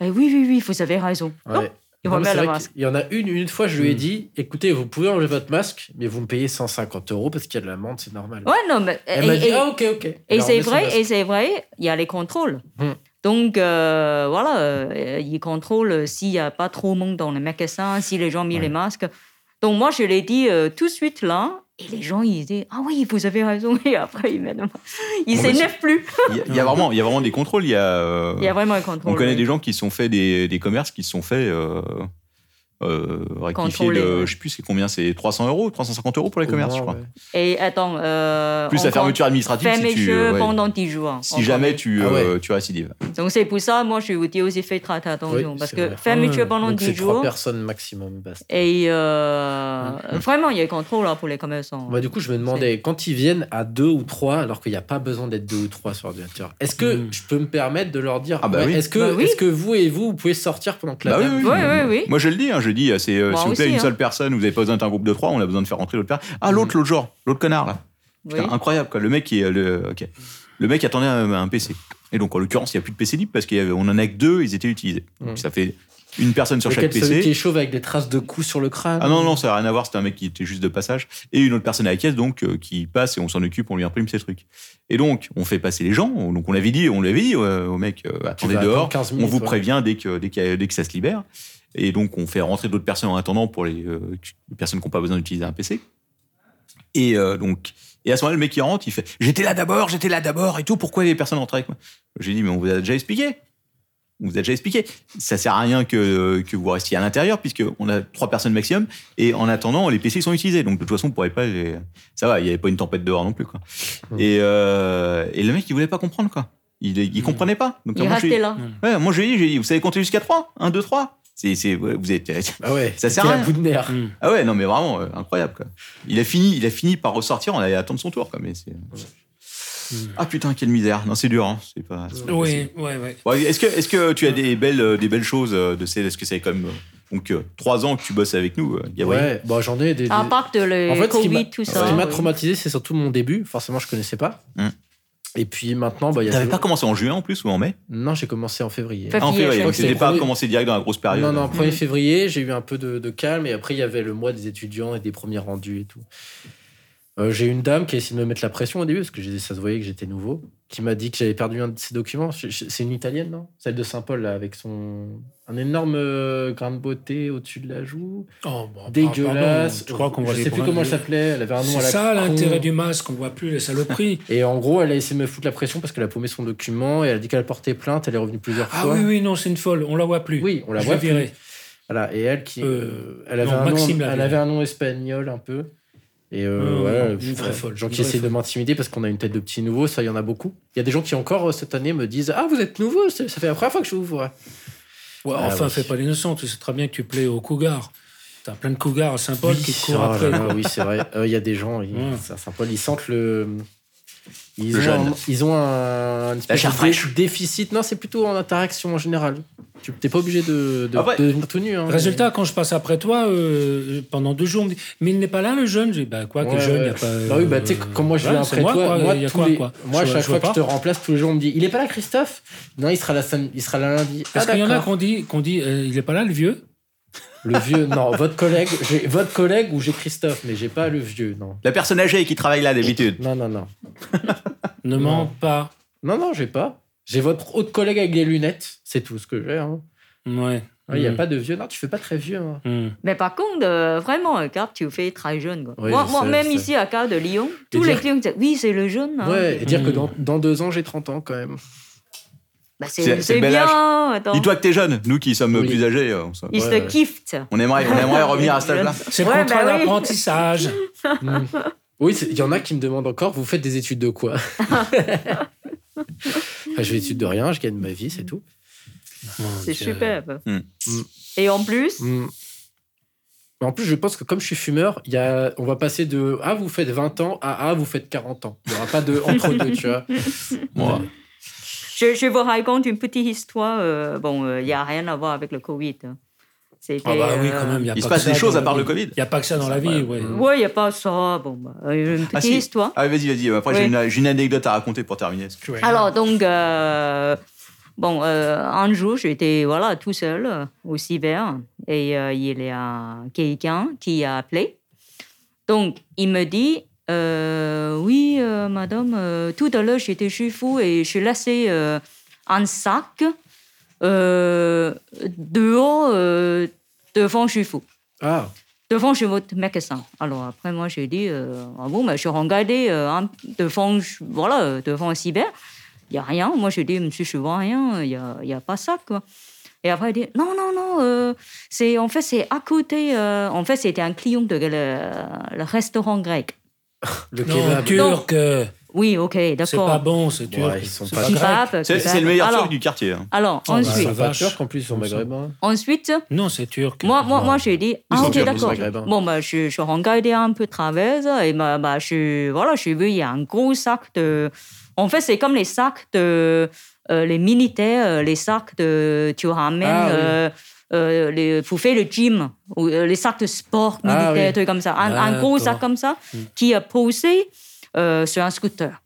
[SPEAKER 8] Eh oui, oui, oui, vous avez raison. Non,
[SPEAKER 9] Ouais. Non, mais
[SPEAKER 8] il remet
[SPEAKER 9] c'est
[SPEAKER 8] le
[SPEAKER 9] vrai
[SPEAKER 8] masque.
[SPEAKER 9] qu'il- Il y en a une, une fois, je lui ai
[SPEAKER 2] Mm.
[SPEAKER 7] Hmm.
[SPEAKER 9] dit écoutez, vous pouvez enlever votre masque, mais vous me payez 150 euros parce qu'il y a de l'amende, c'est normal.
[SPEAKER 8] Ouais, non, mais.
[SPEAKER 9] Elle
[SPEAKER 8] et-
[SPEAKER 9] m'a dit
[SPEAKER 8] et-
[SPEAKER 9] ah, ok, ok.
[SPEAKER 8] et
[SPEAKER 9] Alors, on
[SPEAKER 8] c'est
[SPEAKER 9] met son masque.
[SPEAKER 8] vrai, et c'est vrai, il y a les contrôles.
[SPEAKER 9] Hmm.
[SPEAKER 8] Donc, euh, voilà, euh, ils contrôlent s'il n'y a pas trop de monde dans les magasins, si les gens ont mis les masques. Donc, moi, je l'ai dit euh, tout de suite là, et les gens, ils disaient Ah oui, vous avez raison, et après, ils mettent- ils
[SPEAKER 7] Bon,
[SPEAKER 8] s'énervent plus.
[SPEAKER 7] Il y a- il y a vraiment il y a vraiment des contrôles. Il y a, euh,
[SPEAKER 8] Il y a vraiment un contrôle.
[SPEAKER 7] on connaît
[SPEAKER 8] oui.
[SPEAKER 7] des gens qui se sont fait des, des commerces qui se sont fait euh, euh, rectifier
[SPEAKER 8] Contrôler,
[SPEAKER 7] de.
[SPEAKER 8] ouais.
[SPEAKER 7] Je sais plus, c'est combien C'est 300 euros, 350 euros pour les
[SPEAKER 9] Au
[SPEAKER 7] commerces,
[SPEAKER 9] moins,
[SPEAKER 7] je crois.
[SPEAKER 9] ouais.
[SPEAKER 8] Et attends. euh,
[SPEAKER 7] Plus
[SPEAKER 8] on
[SPEAKER 7] la fermeture
[SPEAKER 8] compte-
[SPEAKER 7] administrative si tu.
[SPEAKER 8] fermeture
[SPEAKER 7] ouais.
[SPEAKER 8] pendant 10 jours.
[SPEAKER 7] Si
[SPEAKER 8] on
[SPEAKER 7] jamais
[SPEAKER 8] compte.
[SPEAKER 7] tu,
[SPEAKER 9] Ah ouais.
[SPEAKER 7] euh, tu récidives.
[SPEAKER 8] Donc, c'est pour ça, moi, je vous dis aussi, faites très attention.
[SPEAKER 9] Oui,
[SPEAKER 8] parce
[SPEAKER 9] c'est
[SPEAKER 8] que
[SPEAKER 9] vrai.
[SPEAKER 8] fermeture pendant
[SPEAKER 9] Ah, Donc, c'est
[SPEAKER 8] 10
[SPEAKER 9] trois
[SPEAKER 8] jours.
[SPEAKER 9] personnes maximum. basta.
[SPEAKER 8] Et euh, vraiment, il y a un contrôle là, pour les commerçants.
[SPEAKER 9] Moi, du coup, je me demandais, quand ils viennent à deux ou trois, alors qu'il n'y a pas besoin d'être deux ou trois sur l'ordinateur, est-ce que
[SPEAKER 2] Mm.
[SPEAKER 9] je peux me permettre de leur dire
[SPEAKER 7] Hmm. Ah bah
[SPEAKER 9] ouais,
[SPEAKER 7] oui.
[SPEAKER 9] est-ce que,
[SPEAKER 8] Bah oui.
[SPEAKER 9] est-ce que vous et vous, vous pouvez sortir pendant que la
[SPEAKER 7] Bah oui,
[SPEAKER 9] dame-
[SPEAKER 7] oui,
[SPEAKER 8] oui, oui, oui.
[SPEAKER 7] Moi je le dis, hein, je dis, euh, c'est euh,
[SPEAKER 8] Moi
[SPEAKER 7] s'il vous plaît,
[SPEAKER 8] aussi,
[SPEAKER 7] une
[SPEAKER 8] hein. Mm.
[SPEAKER 7] seule personne, vous avez pas besoin d'un groupe de trois, on a besoin de faire rentrer l'autre personne. Ah, l'autre, l'autre genre, l'autre connard là.
[SPEAKER 8] Oui.
[SPEAKER 7] Putain, incroyable quoi. Le mec qui est le ok. Le mec attendait un, un PC. Et donc en l'occurrence, il n'y a plus de PC libre parce qu'on en a que deux, ils étaient utilisés. Donc
[SPEAKER 9] Mm.
[SPEAKER 7] ça fait une personne sur chaque
[SPEAKER 9] Lequel, celui qui est
[SPEAKER 7] PC.
[SPEAKER 9] chauve avec des traces de coups sur le crâne.
[SPEAKER 7] Ah non non, ça n'a rien à voir, c'était un mec qui était juste de passage et une autre personne à la caisse donc euh, qui passe et on s'en occupe, on lui imprime ses trucs. Et donc on fait passer les gens, on- donc on avait dit, on lui avait dit euh, au mec euh,
[SPEAKER 9] Tu
[SPEAKER 7] attendez
[SPEAKER 9] vas attendre
[SPEAKER 7] dehors,
[SPEAKER 9] 15
[SPEAKER 7] on
[SPEAKER 9] minutes,
[SPEAKER 7] vous
[SPEAKER 9] ouais.
[SPEAKER 7] prévient dès que, dès, que, dès que ça se libère. Et donc, on fait rentrer d'autres personnes en attendant pour les, euh, les personnes qui n'ont pas besoin d'utiliser un PC. Et euh, donc, et à ce moment-là, le mec qui rentre, il fait J'étais là d'abord, j'étais là d'abord et tout, pourquoi les personnes rentrent avec moi J'ai dit Mais on vous a déjà expliqué. On vous a déjà expliqué. Ça sert à rien que, que vous restiez à l'intérieur, puisqu'on a trois personnes maximum. Et en attendant, les PC sont utilisés. Donc, de toute façon, on pourrait pas les. Ça va, il n'y avait pas une tempête dehors non plus. Quoi.
[SPEAKER 9] Mmh.
[SPEAKER 7] Et, euh, et le mec, il voulait pas comprendre, quoi. Il, il
[SPEAKER 2] Mmh.
[SPEAKER 7] comprenait pas. Donc, à un
[SPEAKER 8] Il
[SPEAKER 7] moment, je lui-
[SPEAKER 8] restait là.
[SPEAKER 7] Ouais, moi je lui ai dit, j'ai dit, vous savez compter jusqu'à 3 1, 2, 3 c'est, c'est, ouais, vous êtes...
[SPEAKER 9] Ah ouais,
[SPEAKER 7] Ça sert
[SPEAKER 9] t'es
[SPEAKER 7] à
[SPEAKER 9] à
[SPEAKER 7] rien.
[SPEAKER 9] bout de nerfs.
[SPEAKER 2] Mmh.
[SPEAKER 7] Ah ouais, non mais vraiment, euh, incroyable quoi. Il a fini, il a fini par ressortir, on allait attendre son tour quoi, mais c'est... Ah putain, quelle misère. Non, c'est dur, hein. C'est pas... c'est pas facile.
[SPEAKER 2] Oui, oui, oui.
[SPEAKER 7] Bon, est-ce, que, est-ce que tu as des belles, euh, des belles choses euh, de ces... Est-ce que c'est quand même... euh, Donc, 3 ans que tu bosses avec nous, euh, Gabriel.
[SPEAKER 9] Ouais, bon, j'en ai des. des-
[SPEAKER 8] À part de le
[SPEAKER 9] En fait, ce qui m'a-
[SPEAKER 8] Covid, tout Ah, ça.
[SPEAKER 9] Ce qui m'a
[SPEAKER 8] oui.
[SPEAKER 9] traumatisé, c'est surtout mon début. Forcément, je connaissais pas.
[SPEAKER 2] Mm.
[SPEAKER 7] Hmm.
[SPEAKER 9] Et puis maintenant, bah, il y a.
[SPEAKER 7] T'avais pas commencé en juin en plus ou en mai
[SPEAKER 9] Non, j'ai commencé en février.
[SPEAKER 8] Pas
[SPEAKER 7] Ah, en
[SPEAKER 8] Février,
[SPEAKER 7] février. Donc,
[SPEAKER 8] je
[SPEAKER 9] crois que
[SPEAKER 7] c'était
[SPEAKER 9] c'est
[SPEAKER 7] pas
[SPEAKER 9] premier-
[SPEAKER 7] commencé direct dans la grosse
[SPEAKER 2] Ah,
[SPEAKER 7] période.
[SPEAKER 9] Non, non, 1er
[SPEAKER 8] Mhm.
[SPEAKER 9] février, j'ai eu un peu de, de calme et après, il y avait le mois des étudiants et des premiers rendus et tout. Euh, j'ai eu une dame qui a essayé de me mettre la pression au début parce que j'ai- ça se voyait que j'étais nouveau. qui m'a dit que j'avais perdu un de ses documents. Je- je- C'est une italienne, non Celle de Saint-Paul, là, avec son. Un énorme euh, grain de beauté au-dessus de la joue.
[SPEAKER 2] Oh, bah,
[SPEAKER 9] Dégueulasse.
[SPEAKER 2] pardon, je crois qu'on va
[SPEAKER 9] Je
[SPEAKER 2] les
[SPEAKER 9] sais plus
[SPEAKER 2] prendre.
[SPEAKER 9] comment elle s'appelait. Elle avait un nom à
[SPEAKER 2] C'est
[SPEAKER 9] la
[SPEAKER 2] ça
[SPEAKER 9] con.
[SPEAKER 2] l'intérêt du masque, on voit plus les saloperies.
[SPEAKER 9] Et en gros, elle a essayé de me foutre la pression parce qu'elle a paumé son document et elle a dit qu'elle portait plainte. Elle est revenue plusieurs
[SPEAKER 2] ah
[SPEAKER 9] fois.
[SPEAKER 2] oui, oui, non, c'est une folle, on la voit plus.
[SPEAKER 9] Oui, on la
[SPEAKER 2] Je
[SPEAKER 9] voit
[SPEAKER 2] l'ai virée.
[SPEAKER 9] Voilà, et elle qui.
[SPEAKER 2] Euh,
[SPEAKER 9] euh, elle avait,
[SPEAKER 2] non,
[SPEAKER 9] un,
[SPEAKER 2] Maxime
[SPEAKER 9] nom,
[SPEAKER 2] l'a
[SPEAKER 9] elle
[SPEAKER 2] vu.
[SPEAKER 9] avait un nom espagnol un peu. Et euh,
[SPEAKER 2] Euh,
[SPEAKER 9] voilà,
[SPEAKER 2] une vraie
[SPEAKER 9] ouais,
[SPEAKER 2] folle,
[SPEAKER 9] gens
[SPEAKER 2] une
[SPEAKER 9] qui
[SPEAKER 2] vraie
[SPEAKER 9] essayent de
[SPEAKER 2] folle.
[SPEAKER 9] m'intimider parce qu'on a une tête de petit nouveau, ça, il y en a beaucoup. Il y a des gens qui, encore euh, cette année, me disent Ah, vous êtes nouveau, c'est- ça fait la première fois que je vous vois.
[SPEAKER 2] Ouais,
[SPEAKER 9] Ah
[SPEAKER 2] enfin,
[SPEAKER 9] oui.
[SPEAKER 2] fais pas l'innocent, tu sais très bien que tu plais aux cougars. T'as plein de cougars à Saint-Paul qui te courent
[SPEAKER 9] Oh
[SPEAKER 2] après.
[SPEAKER 9] là là, oui, c'est vrai. Euh, Il y a des gens, ils,
[SPEAKER 2] Ouais.
[SPEAKER 9] ça, ça, Paul, ils sentent le. Ils,
[SPEAKER 7] Le
[SPEAKER 9] ont,
[SPEAKER 7] jeune.
[SPEAKER 9] un- ils ont un une espèce
[SPEAKER 7] chair
[SPEAKER 9] de dé-
[SPEAKER 7] fraîche.
[SPEAKER 9] déficit. Non, c'est plutôt en interaction en général. Tu n'es pas obligé de, de,
[SPEAKER 7] Après-
[SPEAKER 9] de devenir tout nu. hein.
[SPEAKER 2] Résultat, quand je passe après toi, euh, pendant deux jours, on me dit Mais il n'est pas là le jeune J'ai dit Bah quoi, que
[SPEAKER 9] Ouais,
[SPEAKER 2] le jeune, il
[SPEAKER 9] ouais.
[SPEAKER 2] a pas.
[SPEAKER 9] Ah oui, bah tu sais,
[SPEAKER 2] euh,
[SPEAKER 9] quand moi je
[SPEAKER 2] ouais,
[SPEAKER 9] viens
[SPEAKER 2] c'est
[SPEAKER 9] après toi, moi,
[SPEAKER 2] il y a
[SPEAKER 9] tous
[SPEAKER 2] quoi,
[SPEAKER 9] les-
[SPEAKER 2] quoi
[SPEAKER 9] moi à
[SPEAKER 2] Je-
[SPEAKER 9] chaque
[SPEAKER 2] je
[SPEAKER 9] fois
[SPEAKER 2] vois
[SPEAKER 9] que je
[SPEAKER 2] pas.
[SPEAKER 9] te remplace, tous les jours on me dit Il est pas là, Christophe Non, il sera là, samedi- il sera là lundi. Ah,
[SPEAKER 2] Est-ce qu'il y en a
[SPEAKER 9] d'accord.
[SPEAKER 2] qu'on dit, qu'on dit euh, Il n'est pas là le vieux
[SPEAKER 9] Le vieux, non, votre collègue, j'ai votre collègue ou j'ai Christophe, mais j'ai pas le vieux, non.
[SPEAKER 7] La personne âgée qui travaille là d'habitude.
[SPEAKER 9] Non, non, non.
[SPEAKER 2] Ne
[SPEAKER 9] Non.
[SPEAKER 2] mens pas.
[SPEAKER 9] Non, non, j'ai pas. J'ai votre autre collègue avec les lunettes, c'est tout ce que j'ai. hein.
[SPEAKER 2] Ouais.
[SPEAKER 9] Il n'y a
[SPEAKER 2] Mm.
[SPEAKER 9] pas de vieux. Non, tu fais pas très vieux. hein.
[SPEAKER 2] Mm.
[SPEAKER 8] Mais par contre, euh, vraiment, Cap, tu fais très jeune. quoi.
[SPEAKER 9] Oui,
[SPEAKER 8] moi,
[SPEAKER 9] je
[SPEAKER 8] moi,
[SPEAKER 9] sais,
[SPEAKER 8] même
[SPEAKER 9] je sais.
[SPEAKER 8] ici, à Cap de Lyon, tous
[SPEAKER 9] dire-
[SPEAKER 8] les clients disent Oui, c'est le jeune. hein.
[SPEAKER 9] Ouais, et dire que
[SPEAKER 2] Mm.
[SPEAKER 9] dans, dans deux ans, j'ai 30 ans quand même.
[SPEAKER 8] Bah,
[SPEAKER 7] C'est-
[SPEAKER 8] c'est
[SPEAKER 7] c'est le
[SPEAKER 8] c'est
[SPEAKER 7] bel
[SPEAKER 8] bien.
[SPEAKER 7] âge.
[SPEAKER 8] attends.
[SPEAKER 7] Dis-toi que t'es jeune, nous qui sommes
[SPEAKER 9] Oui.
[SPEAKER 7] plus âgés, euh, on, s'en-
[SPEAKER 8] Ils
[SPEAKER 9] Ouais,
[SPEAKER 8] se
[SPEAKER 9] ouais.
[SPEAKER 8] kiffent.
[SPEAKER 7] on aimerait, on aimerait revenir à cet âge-là.
[SPEAKER 2] C'est le
[SPEAKER 8] Ouais,
[SPEAKER 2] contrat
[SPEAKER 8] bah oui.
[SPEAKER 2] d'apprentissage.
[SPEAKER 9] Mm. Oui, c'est- il y en a qui me demandent encore Vous faites des études de quoi Enfin, Je fais des études de rien, je gagne ma vie, c'est tout.
[SPEAKER 2] euh,
[SPEAKER 8] C'est superbe.
[SPEAKER 7] Hmm.
[SPEAKER 9] Hmm.
[SPEAKER 8] Et en plus,
[SPEAKER 9] Mm. Mais en plus, je pense que comme je suis fumeur, il y a, on va passer de Ah, vous faites 20 ans à Ah, vous faites 40 ans. Il n'y aura pas de entre deux, tu vois.
[SPEAKER 7] Moi.
[SPEAKER 8] je, je vous raconte une petite histoire. euh, bon, euh, il n'y a rien à voir avec le Covid. hein. C'était,
[SPEAKER 2] Ah bah oui,
[SPEAKER 8] euh,
[SPEAKER 2] quand même. y a
[SPEAKER 7] Il se
[SPEAKER 2] pas que
[SPEAKER 7] passe des
[SPEAKER 2] ça
[SPEAKER 7] choses
[SPEAKER 2] dans
[SPEAKER 7] à part
[SPEAKER 2] la
[SPEAKER 7] le
[SPEAKER 2] vie.
[SPEAKER 7] Covid.
[SPEAKER 2] Il n'y a pas que ça dans la vie, ouais.
[SPEAKER 8] Ouais, il n'y a pas ça. Bon, bah, euh, une petite
[SPEAKER 7] Ah, si.
[SPEAKER 8] histoire.
[SPEAKER 7] Ah, vas-y, vas-y. Après, j'ai
[SPEAKER 8] Oui.
[SPEAKER 7] une, j'ai une anecdote à raconter pour terminer.
[SPEAKER 8] Alors, donc, euh, bon, euh, un jour, j'étais voilà, tout seul euh, au cyber et euh, il y a quelqu'un qui a appelé. Donc, il me dit euh, Oui, euh, madame, euh, tout à l'heure, j'étais chez vous et je laissé euh, un sac euh, dehors euh, devant chez vous
[SPEAKER 9] Ah,
[SPEAKER 8] devant chez votre médecin. Alors après, moi, j'ai dit, euh, ah bon, mais je regardais euh, un- devant, je- voilà, euh, devant un cyber, il n'y a rien. Moi, j'ai dit, monsieur, je ne vois rien, il n'y a, il y a pas ça, quoi. Et après, il dit, non, non, non, euh, c'est, en fait, c'est à côté, euh, en fait, c'était un client de le, le restaurant grec.
[SPEAKER 9] le
[SPEAKER 2] Non,
[SPEAKER 9] kebab.
[SPEAKER 2] turc, euh,
[SPEAKER 8] Oui, ok,
[SPEAKER 2] c'est pas
[SPEAKER 8] d'accord.
[SPEAKER 2] bon, c'est turc.
[SPEAKER 9] Ouais, ils sont
[SPEAKER 2] C'est
[SPEAKER 9] pas
[SPEAKER 2] grec.
[SPEAKER 8] Kebab,
[SPEAKER 7] C'est
[SPEAKER 8] kebab.
[SPEAKER 7] c'est le meilleur
[SPEAKER 8] alors,
[SPEAKER 7] truc du quartier. hein.
[SPEAKER 8] Alors,
[SPEAKER 2] Oh, bah,
[SPEAKER 9] Ils
[SPEAKER 8] ensuite,
[SPEAKER 9] sont
[SPEAKER 2] la
[SPEAKER 9] pas
[SPEAKER 2] vache.
[SPEAKER 9] turcs en plus, ils sont
[SPEAKER 2] Ils sont-
[SPEAKER 9] maghrébins.
[SPEAKER 8] ensuite,
[SPEAKER 2] Non, c'est turc.
[SPEAKER 8] Moi, moi, moi j'ai dit, ah,
[SPEAKER 9] sont
[SPEAKER 8] ok,
[SPEAKER 9] turcs,
[SPEAKER 8] d'accord.
[SPEAKER 9] ils sont maghrébins.
[SPEAKER 8] Bon, bah, je, je regardais un peu de travers et bah, bah, je, voilà, j'ai vu, il y a un gros sac de. En fait, c'est comme les sacs de. euh, les militaires, euh, les sacs de. Tu ramènes.
[SPEAKER 9] Ah, oui.
[SPEAKER 8] euh, euh, les, pour faire le gym, ou, euh, les sacs de sport
[SPEAKER 9] Ah,
[SPEAKER 8] militaires,
[SPEAKER 9] oui.
[SPEAKER 8] trucs comme ça. Un, un gros sac
[SPEAKER 2] D'accord.
[SPEAKER 8] comme ça qui est posé euh, sur un scooter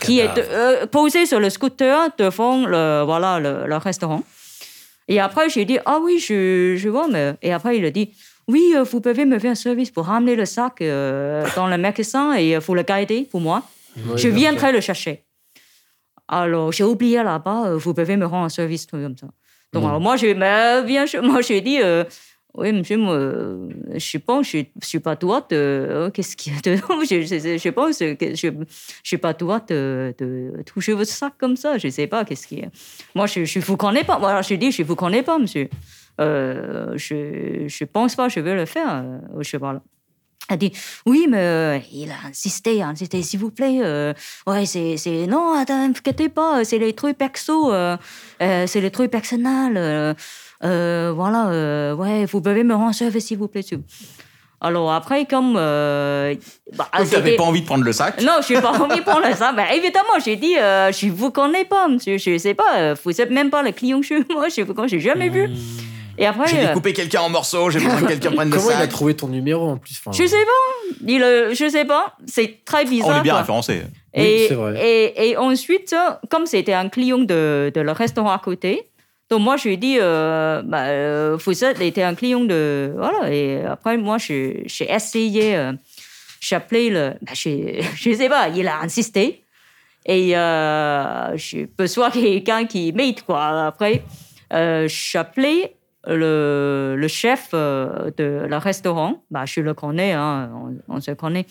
[SPEAKER 8] qui est euh, posé sur le scooter devant le, voilà, le, le restaurant. Et après, j'ai dit, ah oui, je, je vois, mais... Et après, il a dit, oui, euh, vous pouvez me faire un service pour ramener le sac euh, dans le magasin et euh, vous le garder pour moi. je viendrai le chercher. Alors, j'ai oublié là-bas, euh, vous pouvez me rendre un service, tout comme ça. Donc, alors, moi, je, mais, bien sûr, moi, j'ai dit, euh, oui, monsieur, moi, euh, je pense, je je suis pas droite, euh, qu'est-ce qu'il y a dedans je, je, je pense que je ne suis pas droite de, de toucher votre sac comme ça, je ne sais pas qu'est-ce qu'il y a. Moi, je ne vous connais pas. Voilà, je dis, je ne vous connais pas, monsieur. Euh, je ne pense pas, je vais le faire, euh, je sais pas là. Elle dit, oui, mais euh, il a insisté, a insisté, s'il vous plaît. euh, ouais, c'est, c'est. Non, attends, ne inquiétez pas, euh, c'est les trucs perso, euh, euh, c'est les trucs personnels. euh, euh, voilà, euh, ouais, vous pouvez me rendre service, s'il vous plaît. s'il vous- Alors après, comme. euh, bah,
[SPEAKER 7] Comme t'avais
[SPEAKER 8] c'était-
[SPEAKER 7] pas envie de prendre le sac.
[SPEAKER 8] non, je n'ai pas envie de prendre ça. Mais Ben, évidemment, j'ai dit, euh, je ne vous connais pas, monsieur. Je ne sais pas, euh, vous n'êtes même pas le client chez moi. Je vous connais, j'ai jamais vu. Et après,
[SPEAKER 7] Mmh. J'ai
[SPEAKER 8] euh,
[SPEAKER 7] découpé quelqu'un en morceaux, j'ai besoin que quelqu'un prenne le
[SPEAKER 9] Comment il a
[SPEAKER 7] sac.
[SPEAKER 9] trouvé ton numéro en plus Enfin,
[SPEAKER 8] je sais pas. Il, euh, je sais pas. C'est très bizarre.
[SPEAKER 7] On est bien
[SPEAKER 8] quoi.
[SPEAKER 7] référencé.
[SPEAKER 9] Oui,
[SPEAKER 8] Et,
[SPEAKER 9] c'est vrai.
[SPEAKER 8] et, et ensuite, euh, comme c'était un client de, de le restaurant à côté, donc moi, je lui ai dit, euh, bah, euh, vous êtes était un client de... Voilà, et après, moi, je- j'ai essayé, euh, j'ai appelé le... bah, je je sais pas, il a insisté. Et euh, je perçois quelqu'un qui m'aide, quoi. Après, euh, j'appelais le, le chef euh, de le restaurant. Bah, je le connais, hein, on, on se connaît.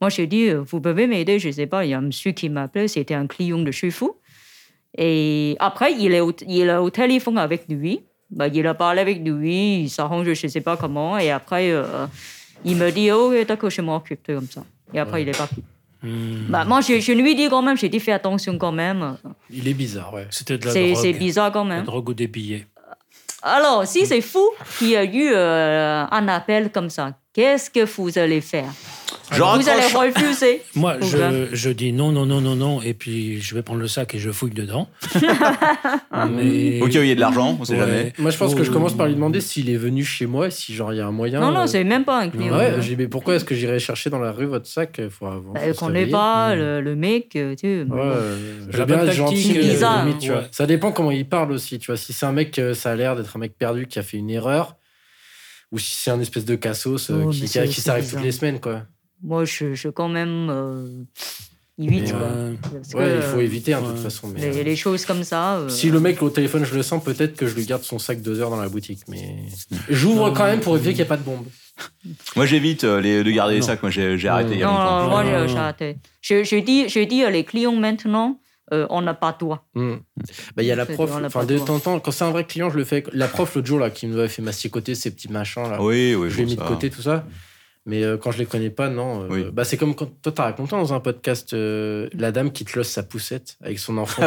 [SPEAKER 8] Moi, j'ai dit, euh, vous pouvez m'aider, je ne sais pas. Il y a un monsieur qui m'appelait, c'était un client de chez vous. Et après, il est au, il est au téléphone avec lui. Bah, il a parlé avec lui, il s'arrange, je ne sais pas comment. Et après, euh, il me dit, oh, d'accord, je m'occupe, comme ça. Et après, il est parti.
[SPEAKER 2] Hmm.
[SPEAKER 8] Bah, moi, je, je lui dis quand même, j'ai dit, fais attention quand même.
[SPEAKER 9] Il est bizarre, ouais.
[SPEAKER 2] C'était de la
[SPEAKER 8] C'est
[SPEAKER 2] drogue.
[SPEAKER 8] c'est bizarre quand
[SPEAKER 2] La
[SPEAKER 8] même.
[SPEAKER 2] drogue au dépillé.
[SPEAKER 8] Alors, si c'est fou qu'il y a eu euh, un appel comme ça, qu'est-ce que vous allez faire
[SPEAKER 7] Je
[SPEAKER 8] Vous allez
[SPEAKER 7] raccroche.
[SPEAKER 8] refuser.
[SPEAKER 2] Moi,
[SPEAKER 8] Pourquoi
[SPEAKER 2] je, je dis non, non, non, non, non, et puis je vais prendre le sac et je fouille dedans. Mais...
[SPEAKER 7] Ok, il y a de l'argent, on sait
[SPEAKER 2] Ouais.
[SPEAKER 7] jamais.
[SPEAKER 9] Moi, je pense que je
[SPEAKER 2] Oh.
[SPEAKER 9] commence par lui demander s'il est venu chez moi et si, genre, il y a un moyen.
[SPEAKER 8] Non, non,
[SPEAKER 9] euh,
[SPEAKER 8] c'est même pas un
[SPEAKER 9] Ouais,
[SPEAKER 8] client.
[SPEAKER 9] j'ai dit, mais pourquoi est-ce que j'irais chercher dans la rue votre sac Il faut avant.
[SPEAKER 8] Bah,
[SPEAKER 9] faut se
[SPEAKER 8] qu'on n'est
[SPEAKER 9] réveiller.
[SPEAKER 8] pas le, le mec, euh, tu sais.
[SPEAKER 9] Ouais, euh, je veux
[SPEAKER 2] La
[SPEAKER 9] bien
[SPEAKER 2] bonne
[SPEAKER 9] être gentil,
[SPEAKER 2] tactique,
[SPEAKER 9] mais
[SPEAKER 8] bizarre.
[SPEAKER 9] limite, tu vois.
[SPEAKER 2] Ouais.
[SPEAKER 9] Ça dépend comment il parle aussi, tu vois. Si c'est un mec, euh, ça a l'air d'être un mec perdu qui a fait une erreur, ou si c'est un espèce de cassos euh,
[SPEAKER 8] Oh,
[SPEAKER 9] qui,
[SPEAKER 8] mais
[SPEAKER 9] qui,
[SPEAKER 8] c'est-
[SPEAKER 9] qui
[SPEAKER 8] c'est
[SPEAKER 9] s'arrive
[SPEAKER 8] bizarre.
[SPEAKER 9] toutes les semaines, quoi.
[SPEAKER 8] Moi, je, je quand même euh, évite.
[SPEAKER 9] Mais,
[SPEAKER 8] quoi.
[SPEAKER 2] Euh,
[SPEAKER 8] Parce
[SPEAKER 9] Ouais,
[SPEAKER 8] que,
[SPEAKER 9] il faut
[SPEAKER 8] euh,
[SPEAKER 9] éviter, hein, de toute
[SPEAKER 2] ouais.
[SPEAKER 9] façon. Mais,
[SPEAKER 8] les,
[SPEAKER 9] euh,
[SPEAKER 8] les choses comme ça. euh,
[SPEAKER 9] Si le mec au téléphone, je le sens, peut-être que je lui garde son sac deux heures dans la boutique. Mais j'ouvre
[SPEAKER 2] Non,
[SPEAKER 9] quand même
[SPEAKER 2] mais-
[SPEAKER 9] pour éviter qu'il n'y ait pas de bombe.
[SPEAKER 7] Moi, j'évite euh, les- de garder les
[SPEAKER 2] Non.
[SPEAKER 7] sacs. Moi, j'ai j'ai arrêté il y a
[SPEAKER 8] Non,
[SPEAKER 7] longtemps.
[SPEAKER 8] non, moi,
[SPEAKER 2] Non.
[SPEAKER 8] j'ai j'ai arrêté. Je, je dis, je dis à les clients maintenant, euh, on n'a pas toi.
[SPEAKER 9] Hmm. Bah, il y a la
[SPEAKER 8] C'est
[SPEAKER 9] prof,
[SPEAKER 8] dur, on l'a
[SPEAKER 9] enfin,
[SPEAKER 8] pas
[SPEAKER 9] de
[SPEAKER 8] droit.
[SPEAKER 9] temps en temps, quand c'est un vrai client, je le fais. La prof, l'autre jour, là, qui nous avait fait masticoter ces petits machins, là,
[SPEAKER 7] Oui, oui,
[SPEAKER 9] je l'ai
[SPEAKER 7] bon,
[SPEAKER 9] mis
[SPEAKER 7] ça
[SPEAKER 9] de
[SPEAKER 7] va.
[SPEAKER 9] côté, tout ça. Mais euh, quand je les connais pas, non. euh,
[SPEAKER 7] Oui.
[SPEAKER 9] bah, c'est comme quand toi, t'as raconté dans un podcast euh, la dame qui te losse sa poussette avec son enfant.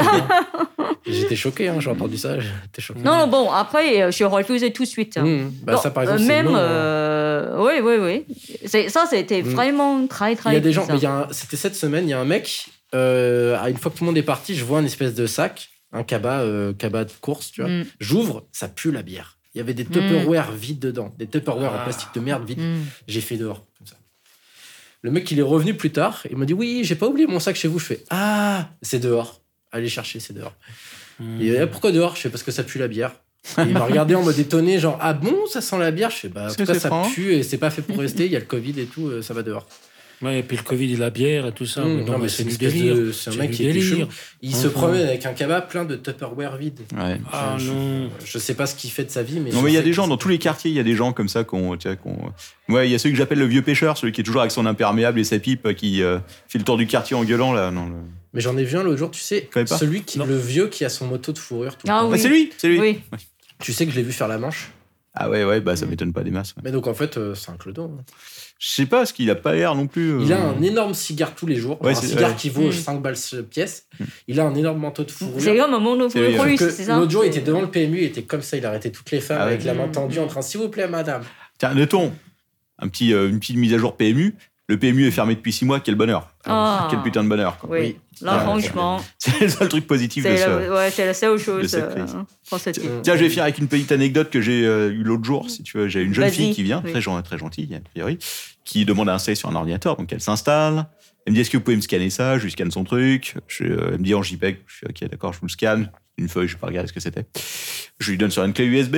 [SPEAKER 9] Et J'étais choqué, hein, j'ai entendu ça, j'étais choqué.
[SPEAKER 8] Non, non, bon, après, euh, je refusais tout de suite. hein.
[SPEAKER 9] Hmm. Mm. Bah,
[SPEAKER 8] Non,
[SPEAKER 9] ça, par
[SPEAKER 8] euh,
[SPEAKER 9] exemple, c'est
[SPEAKER 8] même,
[SPEAKER 9] non, hein.
[SPEAKER 8] euh, oui, oui, oui. C'est- Ça, c'était
[SPEAKER 9] Mm.
[SPEAKER 8] vraiment très,
[SPEAKER 9] Il
[SPEAKER 8] très
[SPEAKER 9] y a des gens,
[SPEAKER 8] bizarre.
[SPEAKER 9] mais il y a un- c'était cette semaine, il y a un mec, euh, ah, une fois que tout le monde est parti, je vois un espèce de sac, un cabas, euh, cabas de course, tu vois.
[SPEAKER 8] Mm,
[SPEAKER 9] J'ouvre, ça pue la bière. Il y avait des Tupperware vides dedans, des Tupperware en plastique de merde vides.
[SPEAKER 8] mm.
[SPEAKER 9] J'ai fait dehors, comme ça. Le mec, il est revenu plus tard, il m'a dit Oui, j'ai pas oublié mon sac chez vous. Je fais Ah, c'est dehors. Allez chercher, c'est dehors. Et ah, pourquoi dehors Je fais Parce que ça pue la bière. Et il m'a regardé en mode étonné, genre Ah bon, ça sent la bière Je fais Bah, en tout cas, ça pue et c'est pas fait pour rester, il y a le Covid et tout, euh, ça va dehors.
[SPEAKER 2] Ouais, et puis le Covid et la bière et tout ça.
[SPEAKER 9] Mmh,
[SPEAKER 2] non, mais c'est
[SPEAKER 9] une
[SPEAKER 2] du
[SPEAKER 9] espèce
[SPEAKER 2] délire.
[SPEAKER 9] de- C'est un
[SPEAKER 2] C'est
[SPEAKER 9] mec
[SPEAKER 2] du
[SPEAKER 9] qui est
[SPEAKER 2] délire.
[SPEAKER 9] chaud. Il se
[SPEAKER 2] Enfin.
[SPEAKER 9] promène avec un cabas plein de Tupperware vide.
[SPEAKER 7] Ouais.
[SPEAKER 2] Ah
[SPEAKER 9] Je- je-
[SPEAKER 2] non.
[SPEAKER 9] Je sais pas ce qu'il fait de sa vie, mais.
[SPEAKER 7] Non,
[SPEAKER 9] je
[SPEAKER 7] mais il y a
[SPEAKER 9] sais
[SPEAKER 7] des
[SPEAKER 9] que
[SPEAKER 7] gens,
[SPEAKER 9] c'est-
[SPEAKER 7] dans tous les quartiers, il y a des gens comme ça qu'on. tu vois, qu'on- Ouais, il y a celui que j'appelle le vieux pêcheur, celui qui est toujours avec son imperméable et sa pipe, qui euh, fait le tour du quartier en gueulant, là. Non, le-
[SPEAKER 9] Mais j'en ai vu un l'autre jour, tu sais,
[SPEAKER 7] connais pas
[SPEAKER 9] celui qui,
[SPEAKER 2] Non.
[SPEAKER 9] le vieux qui a son moto de fourrure. Tout le
[SPEAKER 8] Ah
[SPEAKER 9] temps.
[SPEAKER 7] Ah,
[SPEAKER 8] oui.
[SPEAKER 7] c'est lui C'est lui
[SPEAKER 8] Oui.
[SPEAKER 9] Tu sais que je l'ai vu faire la manche.
[SPEAKER 7] Ah ouais, ouais, bah ça m'étonne pas des masses. ouais.
[SPEAKER 9] Mais donc en fait, euh, c'est un clodo. hein.
[SPEAKER 7] Je sais pas, parce qu'il a pas l'air non plus. euh,
[SPEAKER 9] Il a un énorme cigare tous les jours,
[SPEAKER 7] Ouais,
[SPEAKER 9] un
[SPEAKER 7] c'est-
[SPEAKER 9] cigare
[SPEAKER 7] ouais. Mm.
[SPEAKER 9] qui vaut
[SPEAKER 8] Mm.
[SPEAKER 9] 5 balles ce pièce. Il a un énorme manteau de
[SPEAKER 8] C'est
[SPEAKER 9] fourrure.
[SPEAKER 8] comme un monde
[SPEAKER 7] C'est lui,
[SPEAKER 8] pour lui,
[SPEAKER 9] Que
[SPEAKER 8] c'est ça
[SPEAKER 9] hein. L'autre jour, il était devant le PMU, il était comme ça, il arrêtait toutes les femmes
[SPEAKER 7] Ah ouais.
[SPEAKER 9] avec la main
[SPEAKER 8] Mm.
[SPEAKER 9] tendue en train S'il vous plaît, madame.
[SPEAKER 7] Tiens, notons, un petit, euh, une petite mise à jour PMU. Le PMU est fermé depuis 6 mois, quel bonheur.
[SPEAKER 8] Ah.
[SPEAKER 7] Quel putain de bonheur. quoi.
[SPEAKER 8] Oui. Là,
[SPEAKER 7] Ah,
[SPEAKER 8] franchement,
[SPEAKER 7] C'est le seul truc positif de
[SPEAKER 8] c'est
[SPEAKER 7] ce.
[SPEAKER 8] la, ouais, c'est la
[SPEAKER 7] de
[SPEAKER 8] seule chose
[SPEAKER 7] cette
[SPEAKER 8] euh,
[SPEAKER 7] crise.
[SPEAKER 8] positive.
[SPEAKER 7] Tiens, je vais finir avec une petite anecdote que j'ai euh, eue l'autre
[SPEAKER 8] Mmh.
[SPEAKER 7] jour. Si tu veux, j'ai une jeune
[SPEAKER 8] Vas-y.
[SPEAKER 7] fille qui vient,
[SPEAKER 8] Oui.
[SPEAKER 7] très, gen- très gentille a priori, qui demande à installer sur un ordinateur. Donc elle s'installe. Elle me dit Est-ce que vous pouvez me scanner ça Je lui scanne son truc. Je- euh, elle me dit en JPEG. Je suis OK, d'accord, je vous le scanne. Une feuille, je vais pas regarder ce que c'était. Je lui donne sur une clé USB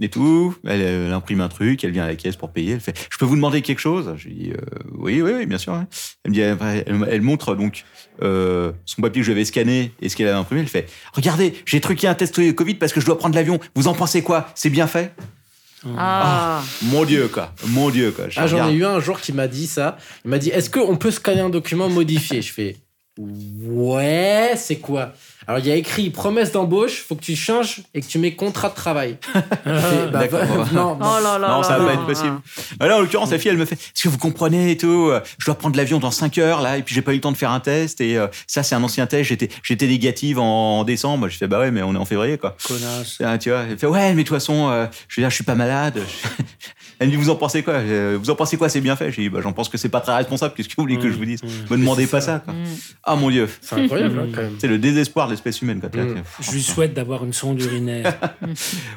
[SPEAKER 7] et tout. Elle, euh, elle imprime un truc. Elle vient à la caisse pour payer. Elle fait Je peux vous demander quelque chose Je lui dis Euh, Oui, oui, oui, bien sûr. hein. Elle me dit Elle, elle- elle montre donc euh, son papier que je lui avais scanné et ce qu'elle avait imprimé. Elle fait Regardez, j'ai truqué un test Covid parce que je dois prendre l'avion. Vous en pensez quoi C'est bien fait
[SPEAKER 8] Ah,
[SPEAKER 7] Mon Dieu, quoi. Mon Dieu, quoi. Je
[SPEAKER 9] Ah, j'en
[SPEAKER 7] regarde.
[SPEAKER 9] ai eu un un jour qui m'a dit ça. Il m'a dit Est-ce qu'on peut scanner un document modifié Je fais Ouais, c'est quoi Alors, il y a écrit promesse d'embauche, faut que tu changes et que tu mets contrat de travail. Je fais, bah,
[SPEAKER 7] D'accord.
[SPEAKER 9] va- non, non.
[SPEAKER 8] oh là là.
[SPEAKER 7] Non, ça va
[SPEAKER 8] là
[SPEAKER 7] pas
[SPEAKER 8] là.
[SPEAKER 7] être possible. Alors, en l'occurrence, la fille, elle me fait Est-ce que vous comprenez et tout euh, Je dois prendre l'avion dans 5 heures, là, et puis j'ai pas eu le temps de faire un test. Et euh, ça, c'est un ancien test. J'étais, j'étais négative en, en décembre. Je fais Bah ouais, mais on est en février, quoi.
[SPEAKER 2] Connasse.
[SPEAKER 7] Ah, tu vois, elle fait Ouais, mais de toute façon, euh, je veux dire, je suis pas malade. Elle me dit Vous en pensez quoi Euh, Vous en pensez quoi C'est bien fait. J'ai dit Bah, j'en pense que c'est pas très responsable. Qu'est-ce que vous voulez que je vous
[SPEAKER 9] Mmh,
[SPEAKER 7] dise Me demandez pas ça, quoi.
[SPEAKER 8] Mm.
[SPEAKER 7] Ah, mon Dieu.
[SPEAKER 9] C'est incroyable, hein, quand même.
[SPEAKER 7] C'est le désespoir de l'espèce humaine, quoi.
[SPEAKER 9] Mm.
[SPEAKER 2] Je lui souhaite d'avoir une sonde urinaire.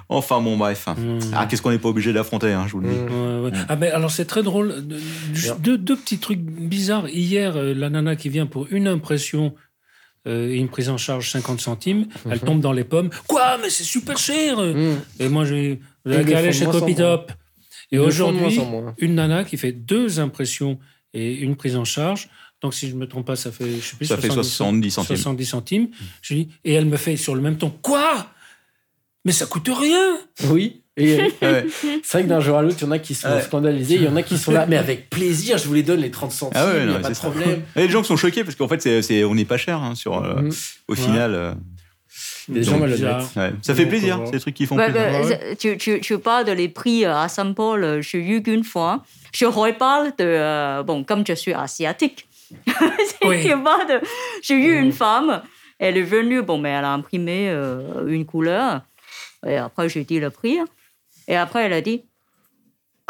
[SPEAKER 7] Enfin, bon, bref.
[SPEAKER 9] Mmh.
[SPEAKER 2] Mm.
[SPEAKER 7] Ah, qu'est-ce qu'on n'est pas obligé d'affronter, hein, je vous le dis.
[SPEAKER 9] Mm.
[SPEAKER 2] Ouais, ouais. Ah ben alors c'est très drôle. De- juste Deux, deux petits trucs bizarres. Hier, euh, la nana qui vient pour une impression euh, et une prise en charge 50 centimes,
[SPEAKER 9] Mhm.
[SPEAKER 2] elle tombe dans les pommes. Quoi Mais c'est super cher
[SPEAKER 9] Mm.
[SPEAKER 2] Et moi, j'ai
[SPEAKER 9] Ils le
[SPEAKER 2] calé
[SPEAKER 9] font
[SPEAKER 2] chez
[SPEAKER 9] de moins en
[SPEAKER 2] Copytop. Et
[SPEAKER 9] Ils le font de
[SPEAKER 2] aujourd'hui,
[SPEAKER 9] moins en moins.
[SPEAKER 2] une nana qui fait deux impressions et une prise en charge Donc, si je ne me trompe pas, ça fait, je sais plus,
[SPEAKER 7] Ça fait 70 centimes.
[SPEAKER 2] 70 centimes. Je lui dis, et elle me fait sur le même ton, quoi Mais ça coûte rien
[SPEAKER 9] Oui. Et euh,
[SPEAKER 7] Ouais.
[SPEAKER 9] c'est vrai que d'un jour à l'autre, il y en a qui sont
[SPEAKER 7] Ouais.
[SPEAKER 9] scandalisés, il y en a qui sont là. Mais avec plaisir, je vous les donne les 30 centimes,
[SPEAKER 7] Ah ouais,
[SPEAKER 9] il n'y
[SPEAKER 7] non,
[SPEAKER 9] a
[SPEAKER 7] mais
[SPEAKER 9] pas de
[SPEAKER 7] c'est ça.
[SPEAKER 9] problème.
[SPEAKER 7] Et les gens qui sont choqués parce qu'en fait, c'est, c'est- on n'est pas cher hein, sur, euh,
[SPEAKER 9] Mhm.
[SPEAKER 7] au
[SPEAKER 2] Ouais.
[SPEAKER 7] final. euh,
[SPEAKER 9] Les gens
[SPEAKER 2] Donc,
[SPEAKER 9] malhonnêtes.
[SPEAKER 2] bizarre.
[SPEAKER 7] ouais. Ça fait
[SPEAKER 2] Donc,
[SPEAKER 7] plaisir,
[SPEAKER 2] euh,
[SPEAKER 7] c'est des trucs qui font
[SPEAKER 8] Ouais,
[SPEAKER 7] plaisir.
[SPEAKER 9] Ah
[SPEAKER 8] bah,
[SPEAKER 2] ouais.
[SPEAKER 8] c'est- tu, tu, tu parles de les prix euh, à Saint-Paul, euh, j'ai eu qu'une fois. Je reparle de. euh, bon, comme je suis asiatique, c'est
[SPEAKER 2] Oui.
[SPEAKER 8] que moi, de- j'ai eu une femme, elle est venue, bon, mais elle a imprimé euh, une couleur. Et après, j'ai dit le prix. Et après, elle a dit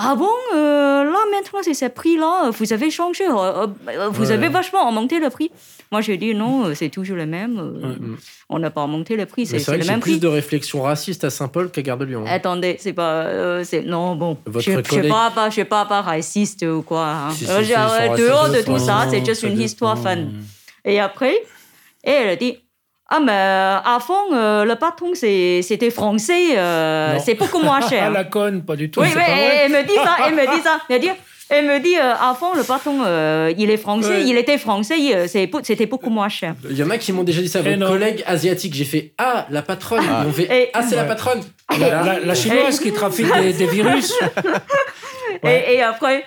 [SPEAKER 8] Ah bon, euh, là, maintenant, c'est ce prix-là, vous avez changé, euh, euh, vous
[SPEAKER 9] Ouais.
[SPEAKER 8] avez vachement augmenté le prix. Moi, j'ai dit Non, euh, c'est toujours le même. euh,
[SPEAKER 2] Ouais.
[SPEAKER 8] On n'a pas augmenté le prix,
[SPEAKER 9] Mm. Mais
[SPEAKER 8] c'est
[SPEAKER 9] c'est
[SPEAKER 8] c'est
[SPEAKER 9] vrai
[SPEAKER 8] le
[SPEAKER 9] que j'ai
[SPEAKER 8] même prix.
[SPEAKER 9] plus de réflexion raciste à Saint-Paul qu'à Gare de Lyon. hein.
[SPEAKER 8] Attendez, c'est pas. euh, c'est- non, bon.
[SPEAKER 9] Votre
[SPEAKER 8] je ne suis
[SPEAKER 9] collègue-
[SPEAKER 8] pas, pas- je sais pas, pas raciste ou quoi. hein.
[SPEAKER 9] Si, si,
[SPEAKER 8] Euh,
[SPEAKER 9] si,
[SPEAKER 8] je-
[SPEAKER 9] ils sont
[SPEAKER 8] euh,
[SPEAKER 9] racistes,
[SPEAKER 8] dehors de
[SPEAKER 9] ils sont
[SPEAKER 8] tout ça,
[SPEAKER 2] racistes.
[SPEAKER 8] c'est juste
[SPEAKER 2] Ça
[SPEAKER 8] une histoire
[SPEAKER 2] dépend.
[SPEAKER 8] fun. Et après, et elle a dit. Ah, mais euh, avant, euh, le patron, c'est- c'était français, euh,
[SPEAKER 2] Non.
[SPEAKER 8] c'est beaucoup moins
[SPEAKER 2] Ah,
[SPEAKER 8] cher.
[SPEAKER 2] la conne, pas du tout.
[SPEAKER 8] oui,
[SPEAKER 2] c'est
[SPEAKER 8] mais
[SPEAKER 2] pas
[SPEAKER 8] elle,
[SPEAKER 2] vrai.
[SPEAKER 8] elle me dit ça, elle me dit ça. Elle, dit, elle me dit, euh, avant, le patron, euh, il est français,
[SPEAKER 2] Ouais.
[SPEAKER 8] il était français, euh, c'est beau- c'était beaucoup moins cher.
[SPEAKER 9] Il y en a qui m'ont déjà dit ça,
[SPEAKER 2] Eh
[SPEAKER 9] vos
[SPEAKER 2] non.
[SPEAKER 9] collègues asiatiques. J'ai fait Ah, la patronne.
[SPEAKER 7] Ah.
[SPEAKER 9] Et on fait,
[SPEAKER 8] Eh.
[SPEAKER 9] Ah, c'est la
[SPEAKER 2] Ouais.
[SPEAKER 9] patronne.
[SPEAKER 2] La, la- la chinoise qui trafique des, des virus. Ouais.
[SPEAKER 8] Et, et après,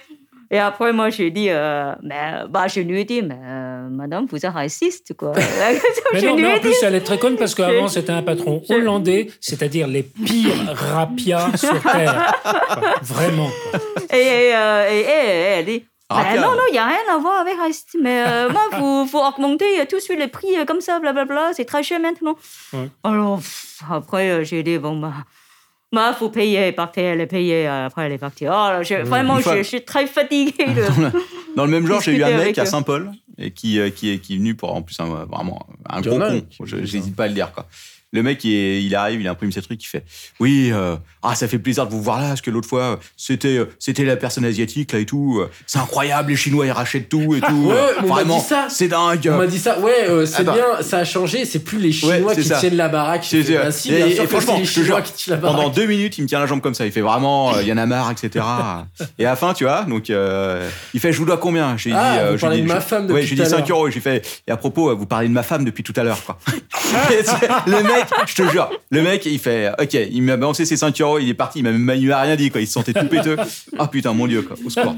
[SPEAKER 8] et après, moi, j'ai dit, euh, mais, bah, je lui ai dit, mais, euh, madame, vous êtes raciste, quoi.
[SPEAKER 2] Mais
[SPEAKER 8] je
[SPEAKER 2] non,
[SPEAKER 8] lui
[SPEAKER 2] mais en
[SPEAKER 8] ai dit.
[SPEAKER 2] plus, elle est très conne parce qu'avant,
[SPEAKER 8] Je-
[SPEAKER 2] c'était un patron
[SPEAKER 8] je-
[SPEAKER 2] hollandais, c'est-à-dire les pires rapias sur Terre. Enfin, Vraiment. quoi.
[SPEAKER 8] Et, et, euh, et- et- et elle dit,
[SPEAKER 7] Rapia.
[SPEAKER 8] mais bah, non, non, il n'y a rien à voir avec raciste. Mais euh, moi, vous, vous augmentez euh, tout de suite les prix euh, comme ça, blablabla, c'est très cher maintenant.
[SPEAKER 2] Ouais.
[SPEAKER 8] Alors, pff, après, euh, j'ai dit, bon, bah. Bah, faut payer, elle est partie, elle est payée, euh, après elle est partie. Oh, là, je- vraiment,
[SPEAKER 7] Une fois-
[SPEAKER 8] je, je suis très fatiguée. de-
[SPEAKER 7] Dans le même genre, j'ai eu un
[SPEAKER 8] Discuter
[SPEAKER 7] mec
[SPEAKER 8] avec
[SPEAKER 7] à
[SPEAKER 8] eux.
[SPEAKER 7] Saint-Paul et qui, euh, qui, est- qui est venu pour en plus un, vraiment un
[SPEAKER 9] Il y
[SPEAKER 7] gros
[SPEAKER 9] en a un
[SPEAKER 7] con.
[SPEAKER 9] qui-
[SPEAKER 7] Je- J'hésite pas à le dire quoi. Le mec, il, est- il arrive, il imprime ses trucs, il fait oui, euh, ah ça fait plaisir de vous voir là parce que l'autre fois c'était euh, c'était la personne asiatique là et tout. euh, C'est incroyable, les Chinois ils rachètent tout et
[SPEAKER 9] Ah,
[SPEAKER 7] tout.
[SPEAKER 9] Ouais,
[SPEAKER 7] euh,
[SPEAKER 9] on m'a dit
[SPEAKER 7] vraiment,
[SPEAKER 9] ça.
[SPEAKER 7] c'est dingue.
[SPEAKER 9] On m'a dit ça, ouais, euh, c'est
[SPEAKER 7] Attends.
[SPEAKER 9] bien, ça a changé, c'est plus les Chinois
[SPEAKER 7] Ouais, c'est
[SPEAKER 9] qui
[SPEAKER 7] ça.
[SPEAKER 9] tiennent la baraque.
[SPEAKER 7] C'est- c'est-
[SPEAKER 9] Bah, si,
[SPEAKER 7] et-
[SPEAKER 9] bien
[SPEAKER 7] et
[SPEAKER 9] sûr que
[SPEAKER 7] franchement,
[SPEAKER 9] c'est les
[SPEAKER 7] je te
[SPEAKER 9] Chinois
[SPEAKER 7] jure,
[SPEAKER 9] qui tiennent la
[SPEAKER 7] Pendant
[SPEAKER 9] baraque.
[SPEAKER 7] deux minutes, il me tient la jambe comme ça. Il fait vraiment, euh, il y en a marre, etc. Et à la fin, tu vois, donc euh, il fait, je vous dois combien J'ai
[SPEAKER 9] Ah,
[SPEAKER 7] dit,
[SPEAKER 9] vous
[SPEAKER 7] j'ai
[SPEAKER 9] parlez
[SPEAKER 7] dit-
[SPEAKER 9] de ma
[SPEAKER 7] je-
[SPEAKER 9] femme
[SPEAKER 7] Ouais,
[SPEAKER 9] depuis
[SPEAKER 7] j'ai
[SPEAKER 9] tout
[SPEAKER 7] dit
[SPEAKER 9] à
[SPEAKER 7] 5
[SPEAKER 9] l'heure.
[SPEAKER 7] euros. J'ai fait, et à propos, euh, vous parlez de ma femme depuis tout à l'heure, quoi. Et c'est- le mec, je te jure, le mec, il fait, ok, il m'a balancé ses 5 euros, il est parti, il m'a même- il m'a rien dit, quoi. Il se sentait tout péteux. Ah putain, mon dieu, quoi. Au secours.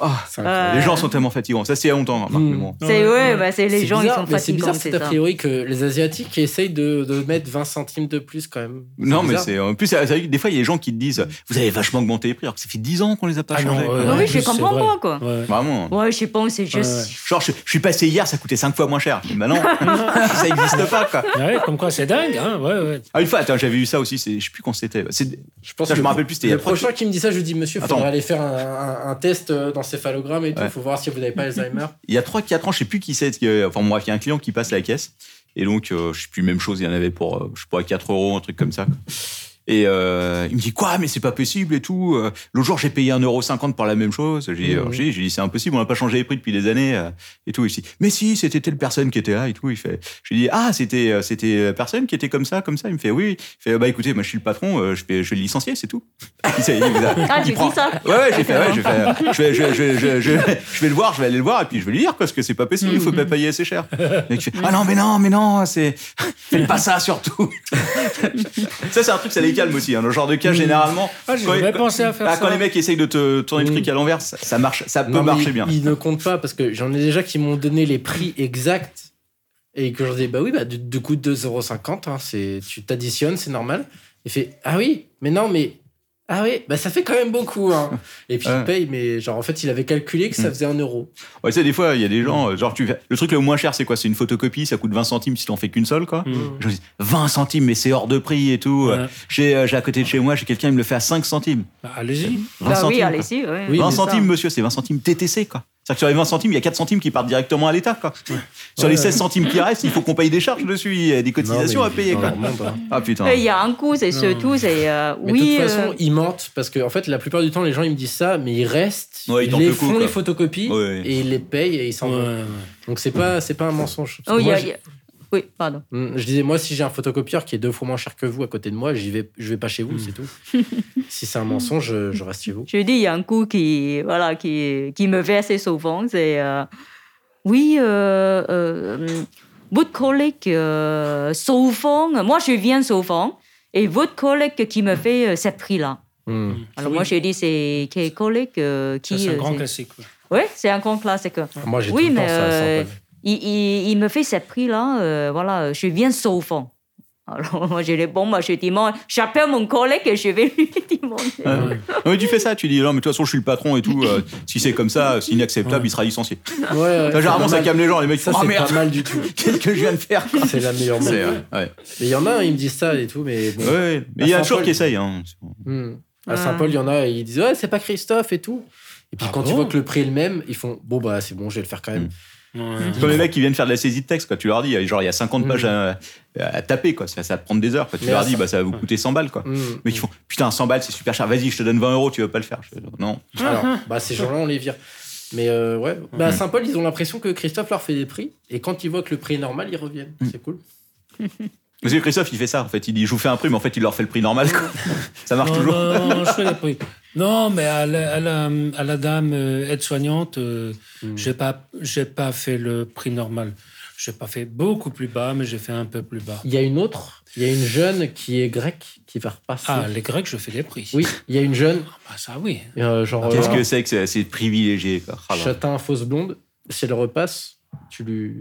[SPEAKER 7] Ah,
[SPEAKER 8] Euh,
[SPEAKER 7] les gens sont tellement fatigants. Ça, c'est il y a longtemps, hein, Marc,
[SPEAKER 9] Hmm.
[SPEAKER 7] mais bon.
[SPEAKER 8] C'est, ouais, bah, c'est les
[SPEAKER 9] C'est
[SPEAKER 8] gens,
[SPEAKER 9] bizarre,
[SPEAKER 8] ils sont
[SPEAKER 9] mais c'est
[SPEAKER 8] fatigants,
[SPEAKER 9] bizarre
[SPEAKER 8] c'est
[SPEAKER 9] cet a
[SPEAKER 8] ça.
[SPEAKER 9] priori que les Asiatiques essayent de, de mettre 20 centimes de plus quand même.
[SPEAKER 7] Non, mais
[SPEAKER 9] bizarre.
[SPEAKER 7] c'est. En plus, c'est vrai que des fois, il y a des gens qui te disent Vous avez vachement augmenté les prix, alors que ça fait 10 ans qu'on les a pas
[SPEAKER 2] Ah non,
[SPEAKER 7] changés. quoi.
[SPEAKER 2] ouais,
[SPEAKER 8] Ah
[SPEAKER 2] en
[SPEAKER 8] oui, je
[SPEAKER 2] plus, c'est
[SPEAKER 8] comprends
[SPEAKER 2] vrai.
[SPEAKER 8] pas, quoi.
[SPEAKER 2] Ouais.
[SPEAKER 7] Vraiment. hein.
[SPEAKER 8] Ouais, je pense, c'est juste.
[SPEAKER 7] Genre, je, je suis passé hier, ça coûtait 5 fois moins cher. Mais non, ça n'existe pas, quoi.
[SPEAKER 2] Ouais, comme quoi, c'est dingue. Hein, ouais, ouais.
[SPEAKER 7] Ah, une fois, attends, j'avais vu ça aussi, c'est- je sais plus quand c'était. C'est-
[SPEAKER 9] Je pense
[SPEAKER 7] Ça, je
[SPEAKER 9] que
[SPEAKER 7] me rappelle plus, c'était il y a
[SPEAKER 9] Le
[SPEAKER 7] trois-
[SPEAKER 9] prochain qui me dit ça, je lui dis Monsieur, il
[SPEAKER 7] Attends.
[SPEAKER 9] faudrait aller faire un, un- un test euh, d'encéphalogramme et tout,
[SPEAKER 7] Ouais.
[SPEAKER 9] faut voir si vous n'avez pas Alzheimer.
[SPEAKER 7] Il y a 3-4 ans, je sais plus qui c'est. parce que- euh, Enfin, moi, il y a un client qui passe la caisse. Et donc, euh, je sais plus, même chose, il y en avait pour, euh, je sais pas, 4 euros, un truc comme ça. quoi. Et euh, il me dit, quoi, mais c'est pas possible et tout. Euh, L'autre jour, j'ai payé 1,50€ pour la même chose. J'ai dit, euh,
[SPEAKER 9] Mhm.
[SPEAKER 7] j'ai dit, j'ai dit, c'est impossible, on n'a pas changé les prix depuis des années euh, et tout. Il dit, mais si, c'était telle personne qui était là et tout. Il fait, je lui dis, ah, c'était euh, c'était la personne qui était comme ça, comme ça. Il me fait, oui. Il fait, bah écoutez, moi, je suis le patron, euh, je, fais, je vais le licencier, c'est tout. Il s'est- il vous a-
[SPEAKER 8] Ah,
[SPEAKER 7] il
[SPEAKER 8] tu
[SPEAKER 7] prend-
[SPEAKER 8] dis ça
[SPEAKER 7] Ouais, ouais, j'ai fait, ouais, j'ai fait, euh, je vais, je, je, je, je, je vais le voir, je vais aller le voir, et puis je vais lui dire, quoi, parce que c'est pas possible, il faut
[SPEAKER 2] Mhm.
[SPEAKER 7] pas payer assez cher. Le mec fait, ah non, mais non, mais non, c'est, fais pas ça surtout. ça, c'est un truc, ça les calme aussi, hein, le genre de cas, généralement.
[SPEAKER 2] Ah, j'ai
[SPEAKER 7] quand-
[SPEAKER 2] jamais
[SPEAKER 7] quand-
[SPEAKER 2] pensé à faire
[SPEAKER 7] ah,
[SPEAKER 2] ça.
[SPEAKER 7] quand les mecs essayent de te tourner le
[SPEAKER 9] Mm.
[SPEAKER 7] truc à l'envers, ça, ça marche, ça peut
[SPEAKER 9] Ah Non, mais
[SPEAKER 7] marcher
[SPEAKER 9] ils-
[SPEAKER 7] bien.
[SPEAKER 9] Ils ne comptent pas parce que j'en ai déjà qui m'ont donné les prix exacts et que je leur dis bah oui, bah du, du coup 2,50€, hein, c'est- tu t'additionnes, c'est normal. Il fait ah oui, mais non, mais ah oui, bah ça fait quand même beaucoup. hein. Et puis
[SPEAKER 7] Ouais.
[SPEAKER 9] il paye, mais genre en fait il avait calculé que ça
[SPEAKER 7] Mm.
[SPEAKER 9] faisait 1 euro.
[SPEAKER 7] Ouais, tu sais, des fois, il y a des gens, euh, genre, tu fais- le truc le moins cher, c'est quoi? C'est une photocopie, ça coûte 20 centimes si t'en fais qu'une seule, quoi.
[SPEAKER 2] Mm.
[SPEAKER 7] Je dis 20 centimes, mais c'est hors de prix et tout.
[SPEAKER 2] Ouais.
[SPEAKER 7] J'ai, euh, j'ai à côté de chez moi, j'ai quelqu'un, il me le fait à 5 centimes.
[SPEAKER 2] Bah, Allez-y.
[SPEAKER 7] 20
[SPEAKER 8] Bah
[SPEAKER 7] centimes.
[SPEAKER 8] oui,
[SPEAKER 7] quoi.
[SPEAKER 8] allez-y, ouais.
[SPEAKER 9] Oui, mais
[SPEAKER 7] 20
[SPEAKER 9] ça- hein.
[SPEAKER 7] centimes, monsieur, c'est 20 centimes TTC, quoi. C'est-à-dire que sur les 20 centimes, il y a 4 centimes qui partent directement à l'État, quoi. Sur les 16 centimes qui restent, il faut qu'on paye des charges dessus, il y a des cotisations
[SPEAKER 9] Non,
[SPEAKER 7] à
[SPEAKER 9] mais
[SPEAKER 7] payer,
[SPEAKER 9] dans
[SPEAKER 7] quoi.
[SPEAKER 9] leur monde, hein.
[SPEAKER 7] Ah putain.
[SPEAKER 8] Et Euh, Il y a un coup, c'est
[SPEAKER 2] Non.
[SPEAKER 8] surtout, c'est. euh,
[SPEAKER 9] Mais
[SPEAKER 8] oui.
[SPEAKER 9] de toute façon,
[SPEAKER 8] euh,
[SPEAKER 9] ils mentent parce que en fait, la plupart du temps, les gens ils me disent ça, mais ils restent,
[SPEAKER 7] Ouais, ils
[SPEAKER 9] ils
[SPEAKER 7] tentent
[SPEAKER 9] les
[SPEAKER 7] le coup,
[SPEAKER 9] font
[SPEAKER 7] quoi.
[SPEAKER 9] les photocopies
[SPEAKER 7] Ouais.
[SPEAKER 9] et ils les payent et ils s'en
[SPEAKER 2] Ouais,
[SPEAKER 9] vont.
[SPEAKER 2] ouais.
[SPEAKER 9] Donc c'est pas c'est pas un mensonge. Parce
[SPEAKER 8] oh,
[SPEAKER 9] que
[SPEAKER 8] il y
[SPEAKER 9] moi,
[SPEAKER 8] a-
[SPEAKER 9] j'ai-
[SPEAKER 8] il y a- Oui, pardon.
[SPEAKER 9] Mm, Je disais, moi, si j'ai un photocopieur qui est deux fois moins cher que vous à côté de moi, j'y vais, je vais pas chez
[SPEAKER 7] Hum.
[SPEAKER 9] vous, c'est tout. si c'est un mensonge, je, je reste chez vous.
[SPEAKER 8] Je dis, il y a un coup qui, voilà, qui, qui me fait assez souvent, c'est. euh, Oui, euh, euh, votre collègue euh, Soufang, moi je viens de Soufang, et votre collègue qui me fait euh, ce prix-là.
[SPEAKER 9] Hmm.
[SPEAKER 7] Hum.
[SPEAKER 8] Alors
[SPEAKER 2] Oui.
[SPEAKER 8] moi j'ai dit, c'est quel collègue euh, qui.
[SPEAKER 2] Ça, C'est un
[SPEAKER 8] euh,
[SPEAKER 2] grand
[SPEAKER 8] c'est-
[SPEAKER 2] classique. ouais.
[SPEAKER 8] Oui, c'est un grand classique.
[SPEAKER 9] Ah, Moi, Oh, j'ai
[SPEAKER 8] Oui,
[SPEAKER 9] tout le temps
[SPEAKER 8] mais,
[SPEAKER 9] ça.
[SPEAKER 8] euh,
[SPEAKER 9] sans problème.
[SPEAKER 8] Il, il- il me fait ce prix-là, euh, voilà, je viens de Soufang. Alors moi j'ai dit, bon, moi je demande, j'appelle mon collègue et je vais lui demander.
[SPEAKER 7] Ouais.
[SPEAKER 2] Ouais.
[SPEAKER 7] Non, mais tu fais ça, tu dis non, mais de toute façon, je suis le patron et tout. euh, si c'est comme ça, c'est inacceptable, il sera licencié.
[SPEAKER 9] Ouais, ouais,
[SPEAKER 7] Ça, généralement,
[SPEAKER 9] c'est
[SPEAKER 7] ça
[SPEAKER 9] pas mal.
[SPEAKER 7] calme les gens, les mecs
[SPEAKER 9] Ça,
[SPEAKER 7] font Ah
[SPEAKER 9] c'est
[SPEAKER 7] merde,
[SPEAKER 9] pas mal du tout.
[SPEAKER 7] qu'est-ce que je viens de faire quoi
[SPEAKER 9] C'est la meilleure
[SPEAKER 7] C'est,
[SPEAKER 9] manière.
[SPEAKER 7] euh, ouais.
[SPEAKER 9] Mais il y en a, ils me disent ça et tout, mais bon.
[SPEAKER 7] Ouais, ouais. Mais il y a
[SPEAKER 9] Saint-Paul-
[SPEAKER 7] toujours qui essaye. Hein.
[SPEAKER 9] Hmm. À
[SPEAKER 8] Ah.
[SPEAKER 9] Saint-Paul, il y en a, ils disent Ouais, c'est pas Christophe et tout. Et puis
[SPEAKER 2] Ah
[SPEAKER 9] quand tu
[SPEAKER 2] bon
[SPEAKER 9] vois que le prix est le même, ils font Bon, bah c'est bon, je vais le faire quand même.
[SPEAKER 2] Ouais.
[SPEAKER 7] C'est Comme les mecs qui viennent faire de la saisie de texte, quoi. tu leur dis, genre il y a 50
[SPEAKER 9] Mm.
[SPEAKER 7] pages à, à taper, quoi. Ça, ça va te prendre des heures. Quoi. Tu
[SPEAKER 9] Mais
[SPEAKER 7] leur
[SPEAKER 9] là,
[SPEAKER 7] dis,
[SPEAKER 9] ça-
[SPEAKER 7] bah, ça va vous coûter 100 balles. Quoi.
[SPEAKER 9] Hmm.
[SPEAKER 2] Mm.
[SPEAKER 7] Mais ils font, putain, 100 balles, c'est super cher, vas-y, je te donne 20 euros, tu veux pas le faire. Je fais, non.
[SPEAKER 9] Alors, bah, ces gens-là, on les vire. Mais euh, ouais, bah, à
[SPEAKER 7] Hum.
[SPEAKER 9] Saint-Paul, ils ont l'impression que Christophe leur fait des prix. Et quand ils voient que le prix est normal, ils reviennent.
[SPEAKER 7] Hum.
[SPEAKER 9] C'est cool.
[SPEAKER 7] Monsieur Christophe, il fait ça, en fait. Il dit, je vous fais un prix, mais en fait, il leur fait le prix normal. quoi. ça marche
[SPEAKER 2] Non,
[SPEAKER 7] toujours.
[SPEAKER 2] non, non, je fais les prix. Non, mais à la, à la- à la dame euh, aide-soignante, euh,
[SPEAKER 7] Mm.
[SPEAKER 2] j'ai pas, j'ai pas fait le prix normal. J'ai pas fait beaucoup plus bas, mais j'ai fait un peu plus bas.
[SPEAKER 9] Il y a une autre, il y a une jeune qui est grecque qui va repasser.
[SPEAKER 2] Ah, les Grecs, je fais les prix.
[SPEAKER 9] Oui, il y a une jeune,
[SPEAKER 2] Ah, ça, oui.
[SPEAKER 9] euh, genre
[SPEAKER 7] Qu'est-ce
[SPEAKER 9] euh,
[SPEAKER 7] que c'est que c'est, c'est privilégié quoi. Ah, là.
[SPEAKER 9] châtain, fausse blonde. Si elle repasse, tu lui.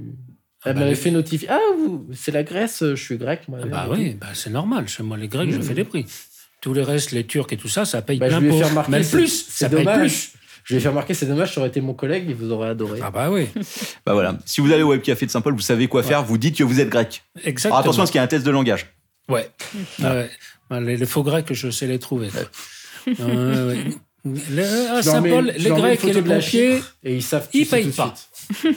[SPEAKER 9] Elle
[SPEAKER 2] bah
[SPEAKER 9] m'avait
[SPEAKER 2] oui.
[SPEAKER 9] fait notifier. Ah, vous, c'est la Grèce, euh, je suis grec. Moi,
[SPEAKER 2] Ah Bah oui, bah, c'est normal. Chez moi, les Grecs, je fais les prix. Tous les restes, les Turcs et tout ça, ça paye
[SPEAKER 9] Mmh. Bah, je
[SPEAKER 2] plein
[SPEAKER 9] lui ai fait
[SPEAKER 2] pot.
[SPEAKER 9] remarquer,
[SPEAKER 2] Même
[SPEAKER 9] c'est-
[SPEAKER 2] plus,
[SPEAKER 9] c'est
[SPEAKER 2] ça paye
[SPEAKER 9] dommage.
[SPEAKER 2] plus.
[SPEAKER 9] Je lui ai fait remarquer, c'est dommage, ça aurait été mon collègue, il vous aurait adoré.
[SPEAKER 2] Ah bah oui,
[SPEAKER 7] Bah voilà. Si vous allez au webcafé de Saint-Paul, vous savez quoi faire, vous dites que vous êtes grec. Alors
[SPEAKER 2] exactement.
[SPEAKER 7] attention parce qu'il y a un test de langage.
[SPEAKER 2] Ouais. Ouais. Ouais, Les, les faux grecs, je sais les trouver. Ah, Ouais, ouais. Le- à
[SPEAKER 9] Je leur mets-
[SPEAKER 2] Saint-Paul,
[SPEAKER 9] je
[SPEAKER 2] les
[SPEAKER 9] leur mets une
[SPEAKER 2] Grecs et
[SPEAKER 9] photo
[SPEAKER 2] les
[SPEAKER 9] de la
[SPEAKER 2] pompiers,
[SPEAKER 9] Chypre et ils savent
[SPEAKER 2] ils
[SPEAKER 9] qui c'est
[SPEAKER 2] payent
[SPEAKER 9] tout de
[SPEAKER 2] pas.
[SPEAKER 9] suite.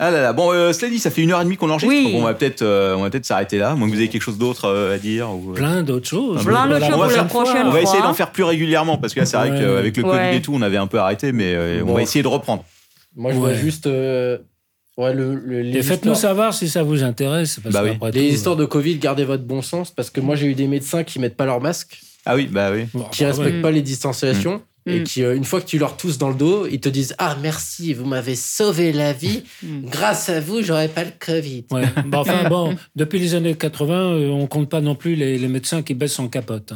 [SPEAKER 7] Ah là là. Bon, euh, cela dit, ça fait une heure et demie qu'on enregistre.
[SPEAKER 8] Oui.
[SPEAKER 7] donc on va peut-être, euh, on va peut-être s'arrêter là. Moi, vous avez quelque chose d'autre euh, à dire ou, euh,
[SPEAKER 2] plein d'autres choses.
[SPEAKER 8] Plein d'autres
[SPEAKER 2] Voilà,
[SPEAKER 8] choses
[SPEAKER 7] on va
[SPEAKER 8] pour la
[SPEAKER 7] faire-
[SPEAKER 8] prochaine
[SPEAKER 7] On va essayer
[SPEAKER 8] fois.
[SPEAKER 7] d'en faire plus régulièrement parce que là, c'est vrai
[SPEAKER 2] Ouais.
[SPEAKER 7] qu'avec le Covid
[SPEAKER 8] Ouais.
[SPEAKER 7] et tout, on avait un peu arrêté, mais euh, on
[SPEAKER 9] Bon.
[SPEAKER 7] va essayer de reprendre.
[SPEAKER 9] Moi, je vois
[SPEAKER 2] Ouais.
[SPEAKER 9] juste. euh, ouais, le, le- les
[SPEAKER 2] Et faites-nous
[SPEAKER 9] histoires-
[SPEAKER 2] savoir si ça vous intéresse. Parce
[SPEAKER 7] Bah oui.
[SPEAKER 2] qu'après
[SPEAKER 9] Les
[SPEAKER 2] tout,
[SPEAKER 9] histoires de Covid, gardez votre bon sens parce que moi j'ai eu des médecins qui mettent pas leur masque,
[SPEAKER 7] Ah oui, bah oui.
[SPEAKER 2] euh, bon,
[SPEAKER 9] qui
[SPEAKER 2] bah
[SPEAKER 9] respectent
[SPEAKER 2] ouais.
[SPEAKER 9] pas les distanciations
[SPEAKER 8] Mm.
[SPEAKER 9] et
[SPEAKER 8] Mm.
[SPEAKER 9] qui euh, une fois que tu leur tousses dans le dos, ils te disent ah merci vous m'avez sauvé la vie
[SPEAKER 8] Mm.
[SPEAKER 9] grâce à vous j'aurais pas le Covid.
[SPEAKER 2] Ouais. Bah, enfin bon, depuis les années 80, euh, on compte pas non plus les, les médecins qui baissent en capote.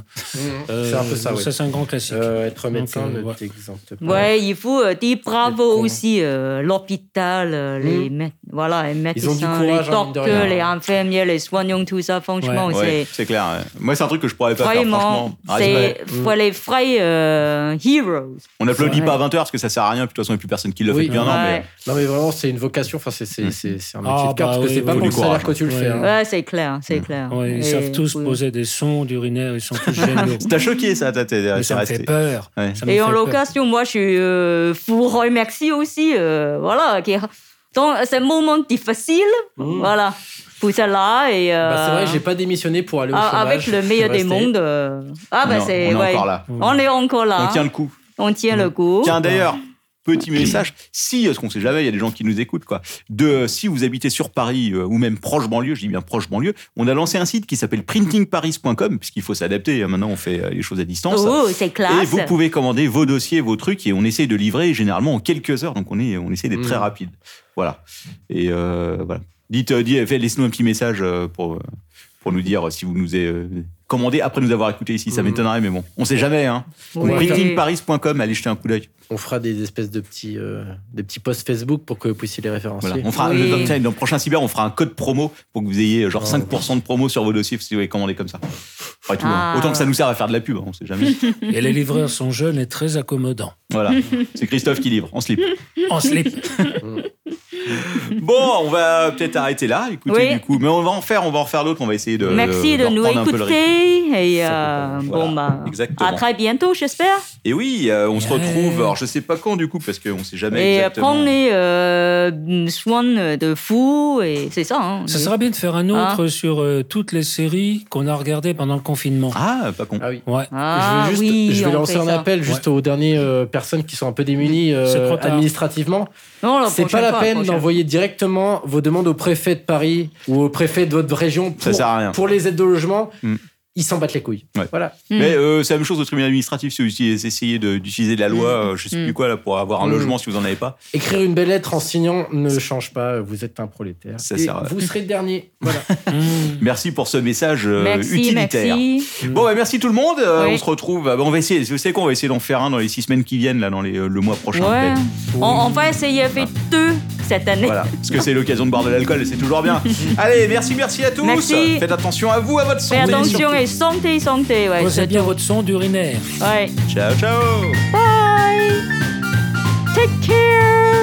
[SPEAKER 2] Euh,
[SPEAKER 9] c'est un peu ça. ouais.
[SPEAKER 2] Ça, c'est un grand classique.
[SPEAKER 9] Euh, être médecin
[SPEAKER 2] Donc, euh,
[SPEAKER 9] ne
[SPEAKER 2] ouais.
[SPEAKER 9] t'exempte pas.
[SPEAKER 8] Ouais, il faut euh, dire bravo
[SPEAKER 9] Exactement.
[SPEAKER 8] aussi euh, l'hôpital, euh, les mé- voilà, les
[SPEAKER 9] Hmm. Ils ont du
[SPEAKER 8] médecins,
[SPEAKER 9] courage,
[SPEAKER 8] les
[SPEAKER 9] hein, mine de
[SPEAKER 8] docteurs,
[SPEAKER 9] rien.
[SPEAKER 8] les infirmiers, les soignants, tout ça. Franchement,
[SPEAKER 2] Ouais.
[SPEAKER 7] Ouais,
[SPEAKER 8] c'est
[SPEAKER 7] c'est clair. ouais. Moi, c'est un truc que je pourrais pas faire,
[SPEAKER 8] vraiment,
[SPEAKER 7] franchement. Ah, c'est vrai.
[SPEAKER 8] c'est
[SPEAKER 9] hmm.
[SPEAKER 8] faut les vrais euh, heroes.
[SPEAKER 7] on applaudit
[SPEAKER 8] Ouais.
[SPEAKER 7] pas à 20h parce que ça sert à rien. Puis de toute façon, il n'y a plus personne qui le fait
[SPEAKER 9] Oui.
[SPEAKER 7] depuis un an.
[SPEAKER 8] ouais,
[SPEAKER 7] mais-
[SPEAKER 9] Non mais vraiment c'est une vocation. Enfin c'est c'est- c'est- c'est un métier
[SPEAKER 2] Ah,
[SPEAKER 9] de cœur
[SPEAKER 2] bah
[SPEAKER 9] parce que
[SPEAKER 2] oui,
[SPEAKER 9] c'est pas
[SPEAKER 2] oui,
[SPEAKER 9] pour
[SPEAKER 7] oui.
[SPEAKER 9] le salaire
[SPEAKER 7] Du
[SPEAKER 9] que tu le
[SPEAKER 2] courage.
[SPEAKER 9] fais. hein.
[SPEAKER 8] Ouais, c'est clair, c'est clair.
[SPEAKER 2] Ouais, ils
[SPEAKER 8] Et-
[SPEAKER 2] savent tous
[SPEAKER 8] oui.
[SPEAKER 2] poser des sons d'urinaire, ils sont tous géniaux.
[SPEAKER 7] T'as choqué ça, t'as t'es-
[SPEAKER 2] Mais
[SPEAKER 7] t'es
[SPEAKER 2] ça me fait
[SPEAKER 7] resté.
[SPEAKER 2] peur.
[SPEAKER 7] Ouais.
[SPEAKER 2] Ça me
[SPEAKER 8] Et en
[SPEAKER 2] fait peur.
[SPEAKER 8] l'occasion, moi, je suis euh, vous remercie aussi. euh, voilà, qui, dans ce moment difficile,
[SPEAKER 7] Mmh.
[SPEAKER 8] voilà, pour cela et euh,
[SPEAKER 9] Bah, c'est vrai, j'ai pas démissionné pour aller au
[SPEAKER 8] ah,
[SPEAKER 9] chômage.
[SPEAKER 8] avec le meilleur
[SPEAKER 9] Je suis
[SPEAKER 8] des
[SPEAKER 9] resté.
[SPEAKER 8] mondes. euh, ah bah
[SPEAKER 7] Non,
[SPEAKER 8] c'est
[SPEAKER 7] on est
[SPEAKER 8] ouais. Ah.
[SPEAKER 7] encore là.
[SPEAKER 8] On est encore là.
[SPEAKER 7] On tient le coup.
[SPEAKER 8] On tient le coup.
[SPEAKER 7] Tiens, d'ailleurs, petit message. Si, parce qu'on sait jamais, il y a des gens qui nous écoutent, quoi. De, euh, si vous habitez sur Paris euh, ou même proche banlieue, je dis bien proche banlieue, on a lancé un site qui s'appelle printingparis.com, puisqu'il faut s'adapter. hein, Maintenant, on fait euh, les choses à distance.
[SPEAKER 8] Oh, c'est classe.
[SPEAKER 7] Et vous pouvez commander vos dossiers, vos trucs, et on essaye de livrer généralement en quelques heures. Donc on, est, on essaie d'être
[SPEAKER 9] Mm.
[SPEAKER 7] très rapide. Voilà. Et euh, voilà. Dites, euh, dites- faites- laissez-nous un petit message euh, pour, euh, pour nous dire si vous nous avez euh, commandé après nous avoir écouté ici. Ça
[SPEAKER 9] Mm.
[SPEAKER 7] m'étonnerait, mais bon, on sait jamais. Hein.
[SPEAKER 8] Oui.
[SPEAKER 7] Printingparis.com, allez jeter un coup d'œil.
[SPEAKER 9] On fera des espèces de petits, euh, des petits posts Facebook pour que vous puissiez les référencer.
[SPEAKER 7] Voilà. On fera,
[SPEAKER 8] Oui.
[SPEAKER 7] le- dans, le prochain cyber, on fera un code promo pour que vous ayez euh, genre 5% de promo sur vos dossiers si vous les commandez comme ça. Pas tout, hein.
[SPEAKER 8] Ah.
[SPEAKER 7] Autant que ça nous sert à faire de la pub, hein, on sait jamais.
[SPEAKER 2] Et les livreurs sont jeunes et très accommodants. Oh,
[SPEAKER 7] voilà. C'est Christophe qui livre, en slip.
[SPEAKER 2] En slip.
[SPEAKER 7] Bon, on va peut-être arrêter là, écoutez,
[SPEAKER 8] Oui.
[SPEAKER 7] du coup. Mais on va en faire, on va en faire d'autres, on va essayer de.
[SPEAKER 8] Merci de, nous
[SPEAKER 7] reprendre euh, un peu le rythme.
[SPEAKER 8] écouter. Et
[SPEAKER 9] Ça
[SPEAKER 8] euh,
[SPEAKER 9] peut
[SPEAKER 7] pas-
[SPEAKER 8] bon,
[SPEAKER 7] voilà,
[SPEAKER 8] bah,
[SPEAKER 7] exactement.
[SPEAKER 8] à très bientôt, j'espère.
[SPEAKER 7] Et oui, euh, on se
[SPEAKER 2] Ouais.
[SPEAKER 7] retrouve, alors je sais pas quand du coup, parce qu'on sait jamais
[SPEAKER 8] Et euh,
[SPEAKER 7] exactement.
[SPEAKER 8] prenez euh, soin de vous. Et c'est ça. Hein,
[SPEAKER 2] Ça sera bien de faire un autre sur euh, toutes les séries qu'on a regardées pendant le confinement.
[SPEAKER 7] Ah, pas con.
[SPEAKER 9] Ah oui.
[SPEAKER 2] Ouais.
[SPEAKER 8] Ah,
[SPEAKER 9] je vais, juste-
[SPEAKER 8] oui,
[SPEAKER 9] je vais
[SPEAKER 8] on
[SPEAKER 9] lancer
[SPEAKER 8] fait
[SPEAKER 9] un
[SPEAKER 8] ça.
[SPEAKER 9] appel juste aux dernières euh, personnes qui sont un peu démunies euh,
[SPEAKER 2] C'est trop tard.
[SPEAKER 9] administrativement.
[SPEAKER 8] Non, la
[SPEAKER 9] C'est pas
[SPEAKER 8] prochaine
[SPEAKER 9] la
[SPEAKER 8] fois,
[SPEAKER 9] peine
[SPEAKER 8] prochaine.
[SPEAKER 9] d'envoyer directement vos demandes au préfet de Paris ou au préfet de votre région
[SPEAKER 7] Ça
[SPEAKER 9] pour,
[SPEAKER 7] sert à rien.
[SPEAKER 9] pour les aides de logement.
[SPEAKER 7] Mm.
[SPEAKER 9] ils s'en battent les couilles.
[SPEAKER 7] Ouais.
[SPEAKER 9] Voilà.
[SPEAKER 8] Mm.
[SPEAKER 7] Mais euh, c'est la même chose au tribunal administratif si vous utilisez- essayez de- d'utiliser de la loi, euh, je sais
[SPEAKER 8] Mm.
[SPEAKER 7] plus quoi, là, pour avoir un
[SPEAKER 9] Mm.
[SPEAKER 7] logement si vous en avez pas.
[SPEAKER 9] Écrire une belle lettre en signant ne change pas, vous êtes un prolétaire.
[SPEAKER 7] Ça
[SPEAKER 9] Et
[SPEAKER 7] sert à-
[SPEAKER 9] vous serez le dernier. Voilà.
[SPEAKER 2] Mmh.
[SPEAKER 7] Merci pour ce message euh,
[SPEAKER 8] merci,
[SPEAKER 7] utilitaire.
[SPEAKER 8] merci.
[SPEAKER 7] Bon, bah, merci tout le monde. Euh,
[SPEAKER 8] Oui.
[SPEAKER 7] On se retrouve. euh, bah, on va essayer. Vous savez quoi On va essayer d'en faire un dans les six semaines qui viennent, là, dans les, euh, le mois prochain.
[SPEAKER 8] Ouais.
[SPEAKER 7] peut-être.
[SPEAKER 8] On, on va essayer de faire deux cette année.
[SPEAKER 7] Voilà. Parce que c'est l'occasion de boire de l'alcool et c'est toujours bien. Allez, merci, merci à tous.
[SPEAKER 8] Merci.
[SPEAKER 7] Faites attention à vous, à votre
[SPEAKER 8] Fais
[SPEAKER 7] santé.
[SPEAKER 8] attention et santé, santé. Ouais,
[SPEAKER 2] Posez
[SPEAKER 8] c'est
[SPEAKER 2] bien
[SPEAKER 8] tout.
[SPEAKER 2] votre sonde urinaire.
[SPEAKER 8] Ouais.
[SPEAKER 7] Ciao, ciao.
[SPEAKER 8] Bye. Take care.